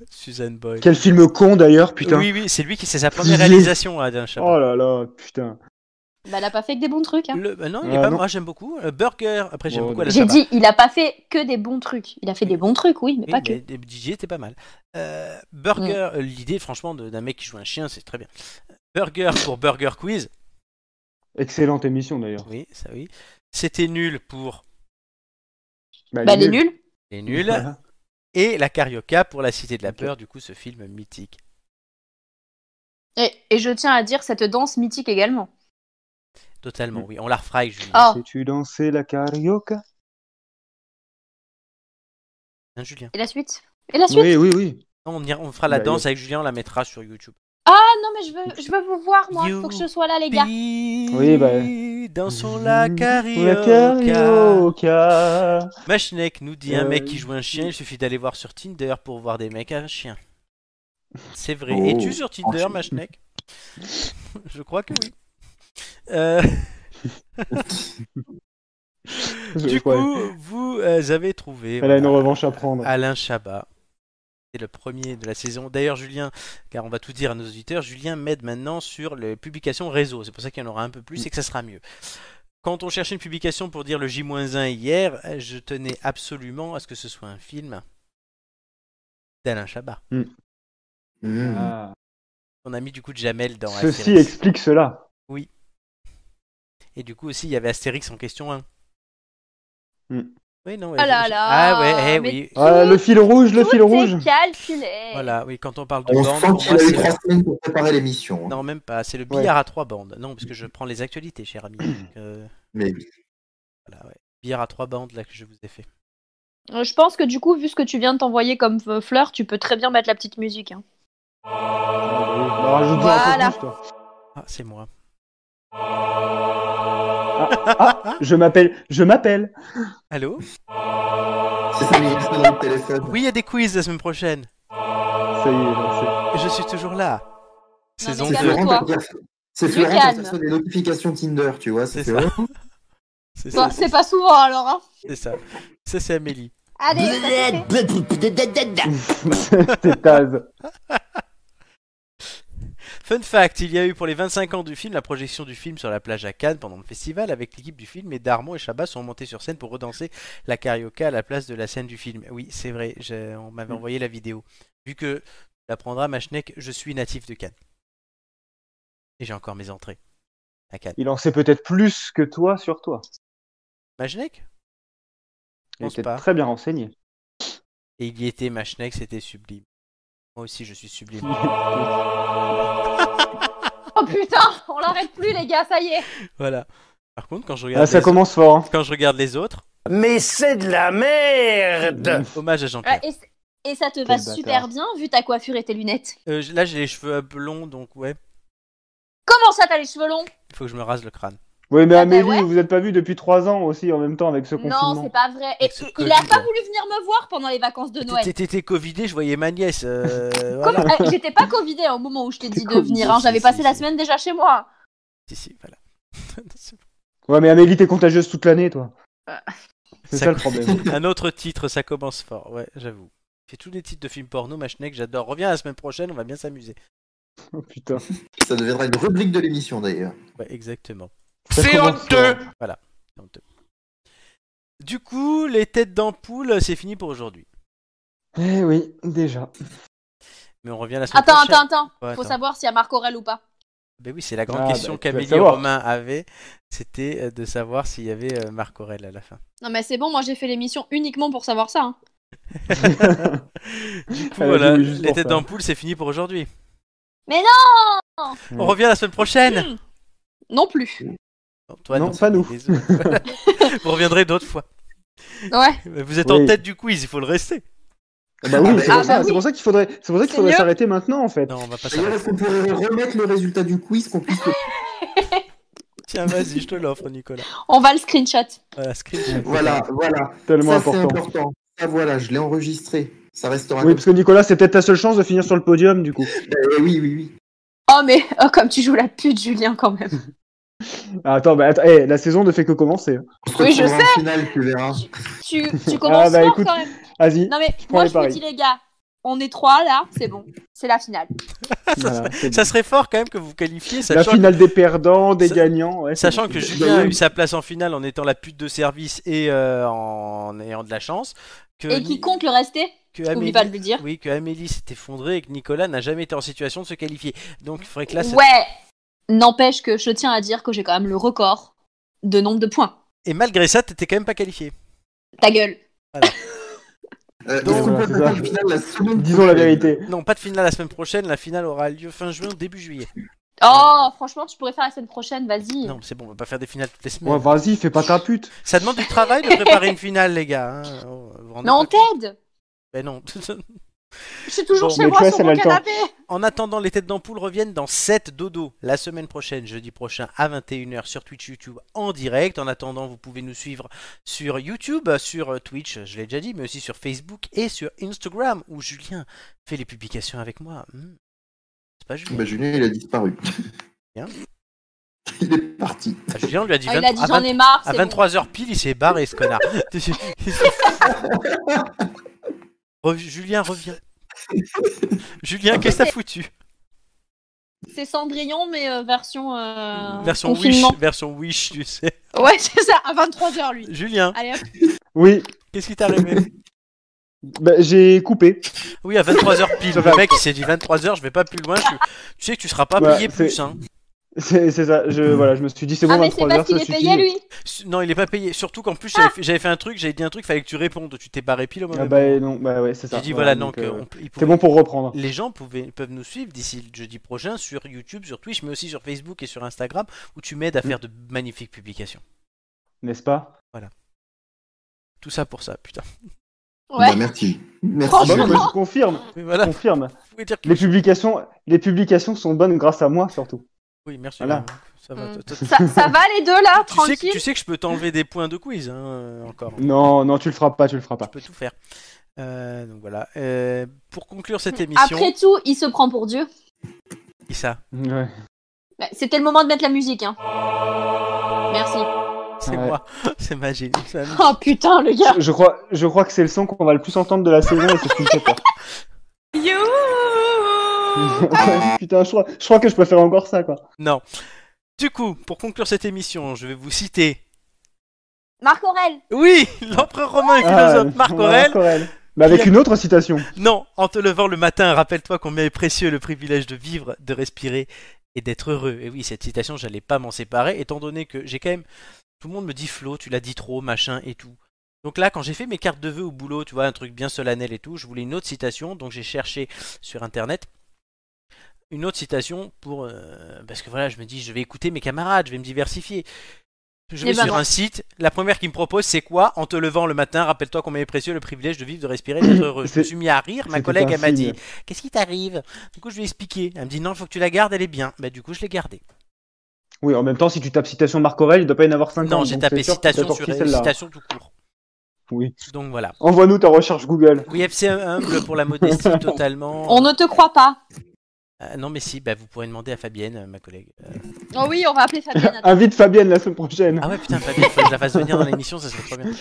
S3: Suzanne Boyle.
S5: Quel film con d'ailleurs, putain.
S3: Oui, oui, c'est lui qui c'est sa première
S5: Didier.
S3: réalisation hein, Alain Chabat.
S5: Oh là là, putain.
S4: Bah, elle a pas fait que des bons trucs. hein.
S3: Le- euh, non, il est
S5: Ah,
S3: pas
S5: non. Oh,
S3: moi, j'aime beaucoup. Euh, Burger, après j'aime
S5: Bon,
S3: beaucoup Alain
S4: J'ai
S3: Chabat.
S4: dit, il a pas fait que des bons trucs. Il a fait des bons trucs, oui, mais
S3: Oui,
S4: pas que.
S3: mais Didier était pas mal. Euh, Burger, euh, l'idée franchement de- d'un mec qui joue un chien, c'est très bien. Burger pour Burger Quiz,
S5: Excellente émission d'ailleurs.
S3: oui, ça oui. C'était nul pour
S4: Bah,
S5: il est
S4: les nuls.
S3: les nuls.
S5: Ah.
S3: Et la Carioca pour la Cité de la Peur, du coup, ce film mythique.
S4: Et, et je tiens à dire cette danse mythique également.
S5: Mm.
S3: Totalement, oui. On la refera avec Julien.
S4: Oh,
S5: Sais-tu danser la carioca
S3: Hein, Julien.
S4: et la suite Et la suite
S5: Oui, oui, oui.
S3: Non, on, ira- on fera la
S5: Bah,
S3: danse avec Julien, on la mettra sur YouTube.
S4: Ah non, mais je veux, je veux vous voir, moi.
S3: You
S4: Faut que je sois là, les gars.
S3: Oui, Dansons la
S5: La
S3: Carioca.
S5: carioca.
S3: Machnek nous dit un
S5: Euh,
S3: mec qui joue un chien, il suffit d'aller voir sur Tinder pour voir des mecs à un chien. C'est vrai.
S2: Oh,
S3: Es-tu sur Tinder,
S2: franchement.
S3: Machnek Je crois que oui. Euh,
S5: Je-
S3: du
S5: ouais.
S3: coup, Ah. vous euh, avez trouvé
S5: Elle a une
S3: voilà,
S5: revanche à prendre.
S3: Alain Chabat. C'est le premier de la saison. D'ailleurs, Julien, car on va tout dire à nos auditeurs, Julien m'aide maintenant sur les publications réseau. C'est pour ça qu'il y en aura un peu plus et que ça sera mieux. Quand on cherchait une publication pour dire le J-1 hier, euh, je tenais absolument à ce que ce soit un film d'Alain Chabat.
S2: Hmm.
S5: Ah.
S3: On a mis du coup de Jamel dans
S5: Ceci
S3: Astérix.
S5: explique cela.
S3: Et du coup aussi, il y avait Astérix en question 1.
S5: Hmm.
S3: Oui, non.
S4: Ah là
S3: je-
S4: là,
S3: Ah ouais, eh
S4: mais-
S3: oui.
S5: Ah, le fil rouge, le
S4: Tout
S5: fil
S4: est
S5: rouge.
S4: calculé.
S3: Voilà, oui, quand on parle de
S2: On
S3: bande,
S2: sent
S3: pour
S2: qu'il
S3: moi,
S2: a eu
S3: c'est-
S2: trois semaines pour préparer l'émission. hein.
S3: Non, même pas. C'est le
S5: Ouais.
S3: billard à trois bandes. Non, parce que je prends les actualités, cher ami. Donc, euh,
S2: Mais
S3: voilà, ouais. Billard à trois bandes, là, que je vous ai fait.
S4: Euh, Je pense que du coup, vu ce que tu viens de t'envoyer comme euh, fleur, tu peux très bien mettre la petite musique. hein.
S5: Bah, rajoute-en un peu
S4: Voilà.
S5: plus, toi.
S3: Ah, c'est moi. Hein
S5: Je m'appelle, je m'appelle.
S3: Allô
S2: c'est ça, mais il reste dans le téléphone.
S3: Oui, il y a des quiz la semaine prochaine.
S5: Ça y est, lancé.
S3: Je suis toujours là. Saison
S4: Non, mais
S2: C'est
S4: calme-toi.
S3: 2.
S2: Florent pour dire- c'est
S4: Du
S2: Florent pour
S4: calme.
S2: faire ça des notifications Tinder, tu vois. C'est
S3: C'est ça.
S2: ça.
S3: C'est
S4: Bon,
S3: ça.
S4: c'est pas souvent alors. Hein.
S3: C'est ça. Ça, c'est Amélie.
S4: Allez, ça, c'est fait.
S5: T'es taze.
S3: Fun fact, il y a eu pour les 25 ans du film la projection du film sur la plage à Cannes pendant le festival avec l'équipe du film et Darmon et Chabat sont montés sur scène pour
S5: Mm.
S3: redanser la carioca à la place de la scène du film. Oui, c'est vrai, je- on m'avait envoyé la vidéo. Vu que tu l'apprendras, Machnek, je suis natif de Cannes. Et j'ai encore mes entrées à Cannes.
S5: Il en sait peut-être plus que toi sur toi.
S3: Machnek Je
S5: Il
S3: pense
S5: est peut-être
S3: pas.
S5: très bien renseigné.
S3: Et il y était, Machnek, c'était sublime. Moi aussi, je suis sublime.
S4: Oh putain, on l'arrête plus les gars, ça y est.
S3: voilà. Par contre, quand je regarde,
S5: Ah, ça
S3: les...
S5: commence fort. hein.
S3: quand je regarde les autres,
S10: Mais c'est de la merde
S3: hommage à
S4: Ouais,
S3: Jean-Pierre.
S4: et, c- et ça te va
S5: bâtard.
S4: super bien vu ta coiffure et tes lunettes.
S3: Euh, j- là, j'ai les cheveux euh, blonds, donc ouais,
S4: Comment ça t'as les cheveux longs
S3: il faut que je me rase le crâne.
S5: Oui, mais
S4: Ah, bah
S5: Amélie,
S4: ouais.
S5: vous n'êtes pas vue depuis trois ans aussi en même temps avec ce confinement.
S4: Non, c'est pas vrai. Et-
S3: Avec ce
S4: et- il a
S3: Covid,
S4: pas
S3: là.
S4: voulu venir me voir pendant les vacances de Noël.
S3: T'étais- T'étais covidé, je voyais ma nièce. euh,
S4: Comme-
S3: voilà.
S4: euh, J'étais pas covidée hein, au moment où je t'ai
S5: T'es
S4: dit de
S5: covidée,
S4: venir. hein.
S3: si,
S4: J'avais
S3: si,
S4: passé la
S3: si.
S4: semaine déjà chez moi.
S3: Si, si, voilà.
S5: Ouais, mais Amélie, t'es contagieuse toute l'année, toi.
S4: Ah.
S5: C'est
S3: Ça
S5: ça le problème.
S3: Un autre titre, ça commence fort, ouais, j'avoue. C'est tous les titres de films porno, Machnek, j'adore. Reviens la semaine prochaine, on va bien s'amuser.
S5: Oh, putain.
S2: Ça deviendra une rubrique de l'émission d'ailleurs.
S3: Ouais, exactement.
S5: Ça
S10: C'est
S5: commence
S10: honteux.
S5: fort.
S3: Du coup, les têtes d'ampoule, c'est fini pour aujourd'hui.
S5: Eh oui, déjà.
S3: Mais on revient la semaine
S4: Attends,
S3: prochaine.
S4: attends, attends.
S3: Ouais,
S4: Faut
S3: attends.
S4: savoir s'il y a Marc Aurel ou pas.
S3: Ben oui, c'est la grande
S5: Ah,
S3: question
S5: bah, tu vas le
S3: qu'Amélie
S5: savoir.
S3: Romain avait, c'était euh, de savoir s'il y avait euh, Marc Aurel à la fin.
S4: Non mais c'est bon, moi j'ai fait l'émission uniquement pour savoir ça. hein.
S5: Ah, bah
S3: Du coup,
S5: Elle a
S3: voilà,
S5: dit Ah, oui, juste
S3: les
S5: pour
S3: têtes
S5: ça.
S3: d'ampoule, c'est fini pour aujourd'hui.
S4: Mais
S3: non On
S5: Ouais.
S3: revient la semaine prochaine
S4: Non plus.
S3: Non, toi,
S5: Non, pas nous.
S3: désolé. Vous reviendrez d'autres fois.
S4: Ouais.
S3: Vous êtes en
S5: Oui.
S3: tête du quiz, il faut le rester.
S5: Ah Bah oui,
S2: Ah,
S5: c'est
S2: bah
S5: pour, ça-
S4: oui.
S5: c'est pour ça qu'il faudrait, c'est pour ça qu'il
S4: C'est
S5: faudrait
S4: mieux.
S5: s'arrêter maintenant en fait.
S3: Non, on va pas
S2: D'ailleurs,
S3: s'arrêter.
S2: est-ce qu'on pourrait remettre le résultat du quiz qu'on puisse le-
S3: Tiens, vas-y, je te l'offre, Nicolas.
S4: On va le screenshot.
S3: Voilà, screenshot.
S2: Voilà, voilà.
S5: Tellement
S2: ça c'est
S5: important.
S2: important. Ça voilà, je l'ai enregistré. Ça restera.
S5: Oui,
S2: comme
S5: parce que Nicolas, c'est peut-être ta seule chance de finir sur le podium du coup.
S2: Euh, oui, oui, oui.
S4: Oh mais oh, comme tu joues la pute Julien quand même.
S5: Ah, attends, bah, att- eh, la saison ne fait que commencer.
S2: On se
S4: Oui, je
S2: retrouvera en finale, tu verras.
S4: Tu, tu commences
S5: Ah, bah,
S4: fort
S5: écoute.
S4: quand même.
S5: Vas-y.
S4: Non mais
S5: prends
S4: moi
S5: les
S4: je vous
S5: paris.
S4: dis les gars, on est trois là, c'est bon. C'est la finale.
S5: Voilà, c'est
S3: Ça serait fort quand même que vous vous qualifiez,
S5: la
S3: sachant,
S5: finale des perdants, des
S3: Sa-
S5: gagnants. ouais,
S3: que,
S5: c'est-
S3: sachant que
S5: c'est-
S3: Julien a eu sa place en finale en étant la pute de service et euh, en ayant de la chance. Que
S4: Et
S3: Ni-
S4: qui compte le rester
S3: que
S4: N'oublie
S3: Amélie-
S4: pas de le dire.
S3: Euh, Ah, Oui, que Amélie s'est effondrée et que Nicolas n'a jamais été en situation de se qualifier. Donc il faudrait que là, ça-
S4: Ouais. N'empêche que je tiens à dire que j'ai quand même le record de nombre de points.
S3: Et malgré ça, t'étais quand même pas qualifié.
S4: Ta gueule.
S2: Euh, est-ce
S3: Donc,
S2: qu'on
S5: voilà,
S2: peut
S5: c'est
S2: faire
S5: ça.
S2: une finale la seconde
S5: Disons la vérité.
S3: Non, pas de finale la semaine prochaine, la finale aura lieu fin juin ou début juillet.
S4: Oh, franchement, tu pourrais faire la semaine prochaine, vas-y.
S3: Non, c'est bon, on va pas faire des finales toutes les semaines.
S5: Ouais, vas-y, fais pas ta pute.
S3: Ça demande du travail de préparer une finale, les gars. hein. Oh, vous vous rendez
S4: Mais on
S3: pas compte
S4: t'aide
S3: Ben non.
S4: Je suis toujours
S3: Bon,
S4: chez
S5: mais
S4: moi
S5: tu vois,
S4: sur
S5: ça
S4: mon
S5: va le temps.
S4: canapé
S3: En attendant, les têtes d'ampoule reviennent dans 7 dodo la semaine prochaine, jeudi prochain à 21h sur Twitch YouTube en direct. En attendant, vous pouvez nous suivre sur YouTube, sur euh, Twitch, je l'ai déjà dit, mais aussi sur Facebook et sur Instagram où Julien fait les publications avec moi. Hmm. C'est pas Julien.
S2: Bah, Julien, il a disparu.
S3: Bien.
S2: Il est parti.
S3: Ah, Julien, on lui a dit,
S4: Ah, Il a dit
S3: 23
S4: j'en ai marre,
S3: à
S4: c'est
S3: 23h pile, il s'est barré ce connard. Re- Julien, reviens. Julien, qu'est-ce que t'as foutu
S4: bon. C'est Cendrillon, mais euh, version, euh,
S3: Version Wish,
S4: confinement.
S3: version Wish, tu sais.
S4: Ouais, c'est ça, à 23h, lui.
S3: Julien,
S4: Allez, hop.
S5: Oui,
S3: qu'est-ce qui t'est arrivé
S5: bah, j'ai coupé.
S3: Oui, à 23h pile.
S5: Ça
S3: Le
S5: va.
S3: mec, il s'est dit 23h, je vais pas plus loin. Tu, tu sais que tu seras pas
S5: Bah,
S3: payé
S5: c'est-
S3: plus. Hein.
S5: C'est c'est ça, je,
S3: Hmm.
S5: voilà, je me suis dit c'est bon,
S4: ah, mais c'est
S5: 23
S4: parce
S5: heures, ça
S4: qu'il est
S5: suffit.
S4: payé, lui
S3: S- Non, il est pas payé. Surtout qu'en plus,
S4: Ah.
S3: j'avais fait, j'avais fait un truc, j'avais dit un truc, fallait que tu répondes. Tu t'es barré pile au moment.
S5: Ah bah non, bah ouais, c'est ça.
S3: J'ai dit voilà,
S5: donc,
S3: donc
S5: euh,
S3: on peut- il
S5: c'est
S3: pouvait-
S5: bon pour reprendre.
S3: les gens pouvaient- peuvent nous suivre d'ici le jeudi prochain sur YouTube, sur Twitch, mais aussi sur Facebook et sur Instagram où tu m'aides à
S5: Mm.
S3: faire de magnifiques publications.
S5: N'est-ce pas
S3: Tout ça pour ça, putain.
S2: Bah,
S4: Ouais.
S2: merci. Merci.
S3: Oh,
S5: Ah bah non,
S2: Julien.
S5: mais je confirme,
S3: Oui,
S5: je
S3: voilà.
S5: confirme.
S3: Vous pouvez dire que-
S5: Les publications, les publications sont bonnes grâce à moi surtout.
S3: Oui, merci.
S5: Voilà.
S3: Ça va.
S4: Mm.
S3: toi- toi-
S4: Ça, ça va, les deux, là
S3: tu, sais que,
S4: Tranquille
S3: tu sais que je peux t'enlever des points de quiz hein, euh, encore.
S5: Non, non, tu le feras pas, tu le feras
S3: Je
S5: Mm. pas.
S3: peux tout faire. Euh, donc voilà. Euh, pour conclure cette émission,
S4: Mm. Après tout, il se prend pour Dieu.
S3: Issa,
S5: Ouais.
S4: Bah, C'était le moment de mettre la musique, hein. Merci.
S3: c'est
S5: Ouais.
S3: moi, c'est magique. Ça me-
S4: Oh putain, le gars
S5: Je, je crois, je crois que c'est le son qu'on va le plus entendre de la saison et c'est ce qui me fait peur. Ouais, Putain, je crois, je crois que je préfère encore ça quoi.
S3: Non. Du coup, pour conclure cette émission, je vais vous citer.
S4: Marc Aurel
S3: Oui, l'empereur romain et
S5: Ah,
S3: philosophe Marc
S5: Marc
S3: Aurel.
S5: Aurèle. Mais avec une autre citation.
S3: Non, en te levant le matin, rappelle-toi combien est précieux le privilège de vivre, de respirer et d'être heureux. Et oui, cette citation, j'allais pas m'en séparer, étant donné que j'ai quand même. Tout le monde me dit Flo, tu l'as dit trop, machin et tout. Donc là, quand j'ai fait mes cartes de vœux au boulot, tu vois, un truc bien solennel et tout, je voulais une autre citation, donc j'ai cherché sur internet une autre citation pour. euh, parce que voilà, je me dis, je vais écouter mes camarades, je vais me diversifier. Je
S4: Eh
S3: vais
S4: ben
S3: sur
S4: non.
S3: un site, la première qui me propose, c'est quoi En te levant le matin, rappelle-toi combien est précieux le privilège de vivre, de respirer, et d'être heureux. Je me
S5: C'est-
S3: suis mis à rire, ma
S5: c'était
S3: collègue,
S5: un
S3: elle m'a dit
S5: signe.
S3: Qu'est-ce qui t'arrive Du coup, je lui ai expliqué. Elle me dit Non, faut que tu la gardes, elle est bien. Bah, du coup, je l'ai gardée.
S5: Oui, en même temps, si tu tapes citation Marc Aurèle, il doit pas y en avoir 50.
S3: Non, j'ai
S5: donc
S3: tapé
S5: c'est sûr que t'as
S3: citation sur
S5: sorti celle-là.
S3: citation tout court.
S5: Oui.
S3: Donc voilà.
S5: Envoie-nous ta recherche Google.
S3: Oui, FC humble pour la modestie totalement.
S4: On ne te croit pas.
S3: Ah, non, mais si, bah, vous pourrez demander à Fabienne, euh, ma collègue. Euh,
S4: Oh oui, on va appeler Fabienne. attends.
S5: Invite Fabienne la semaine prochaine.
S3: Ah ouais, putain, Fabienne, faut que je la fasse venir dans l'émission, ça serait trop bien.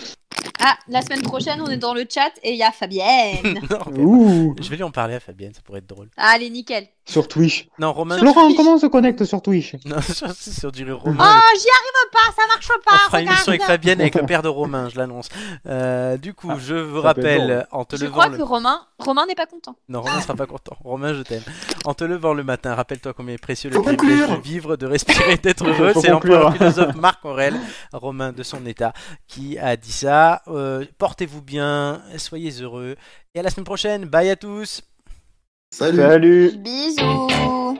S4: Ah, la semaine prochaine, on est dans le chat et il y a Fabienne.
S3: Non, ok.
S5: Ouh,
S3: Je vais lui en parler à Fabienne, ça pourrait être drôle.
S4: Allez, nickel.
S5: sur Twitch.
S3: Non, Romain.
S4: Sur
S5: Laurent,
S4: Twitch.
S5: comment on se connecte sur Twitch
S3: Non, sur- sur du Romain.
S4: Oh, j'y arrive pas, ça marche
S3: On
S4: pas.
S3: fera une
S4: regarde.
S3: émission avec Fabienne, avec le père de Romain, je l'annonce. Euh, du coup, je vous
S5: Ah, ça peut être
S3: rappelle,
S5: drôle.
S3: en te
S4: Je
S3: levant.
S4: crois
S3: le-
S4: que Romain, Romain n'est pas content.
S3: Non, Romain sera pas content. Romain, je t'aime. En te levant le matin, rappelle-toi combien est précieux le
S2: Faut
S3: privilège de
S2: conclure.
S3: vivre, de respirer, d'être heureux.
S5: Faut
S3: C'est l'empereur
S5: conclure.
S3: philosophe Marc Aurèle, Romain de son état, qui a dit ça. Euh, Portez-vous bien, soyez heureux. Et à la semaine prochaine. Bye à tous.
S2: Salut.
S5: Salut
S4: Bisous.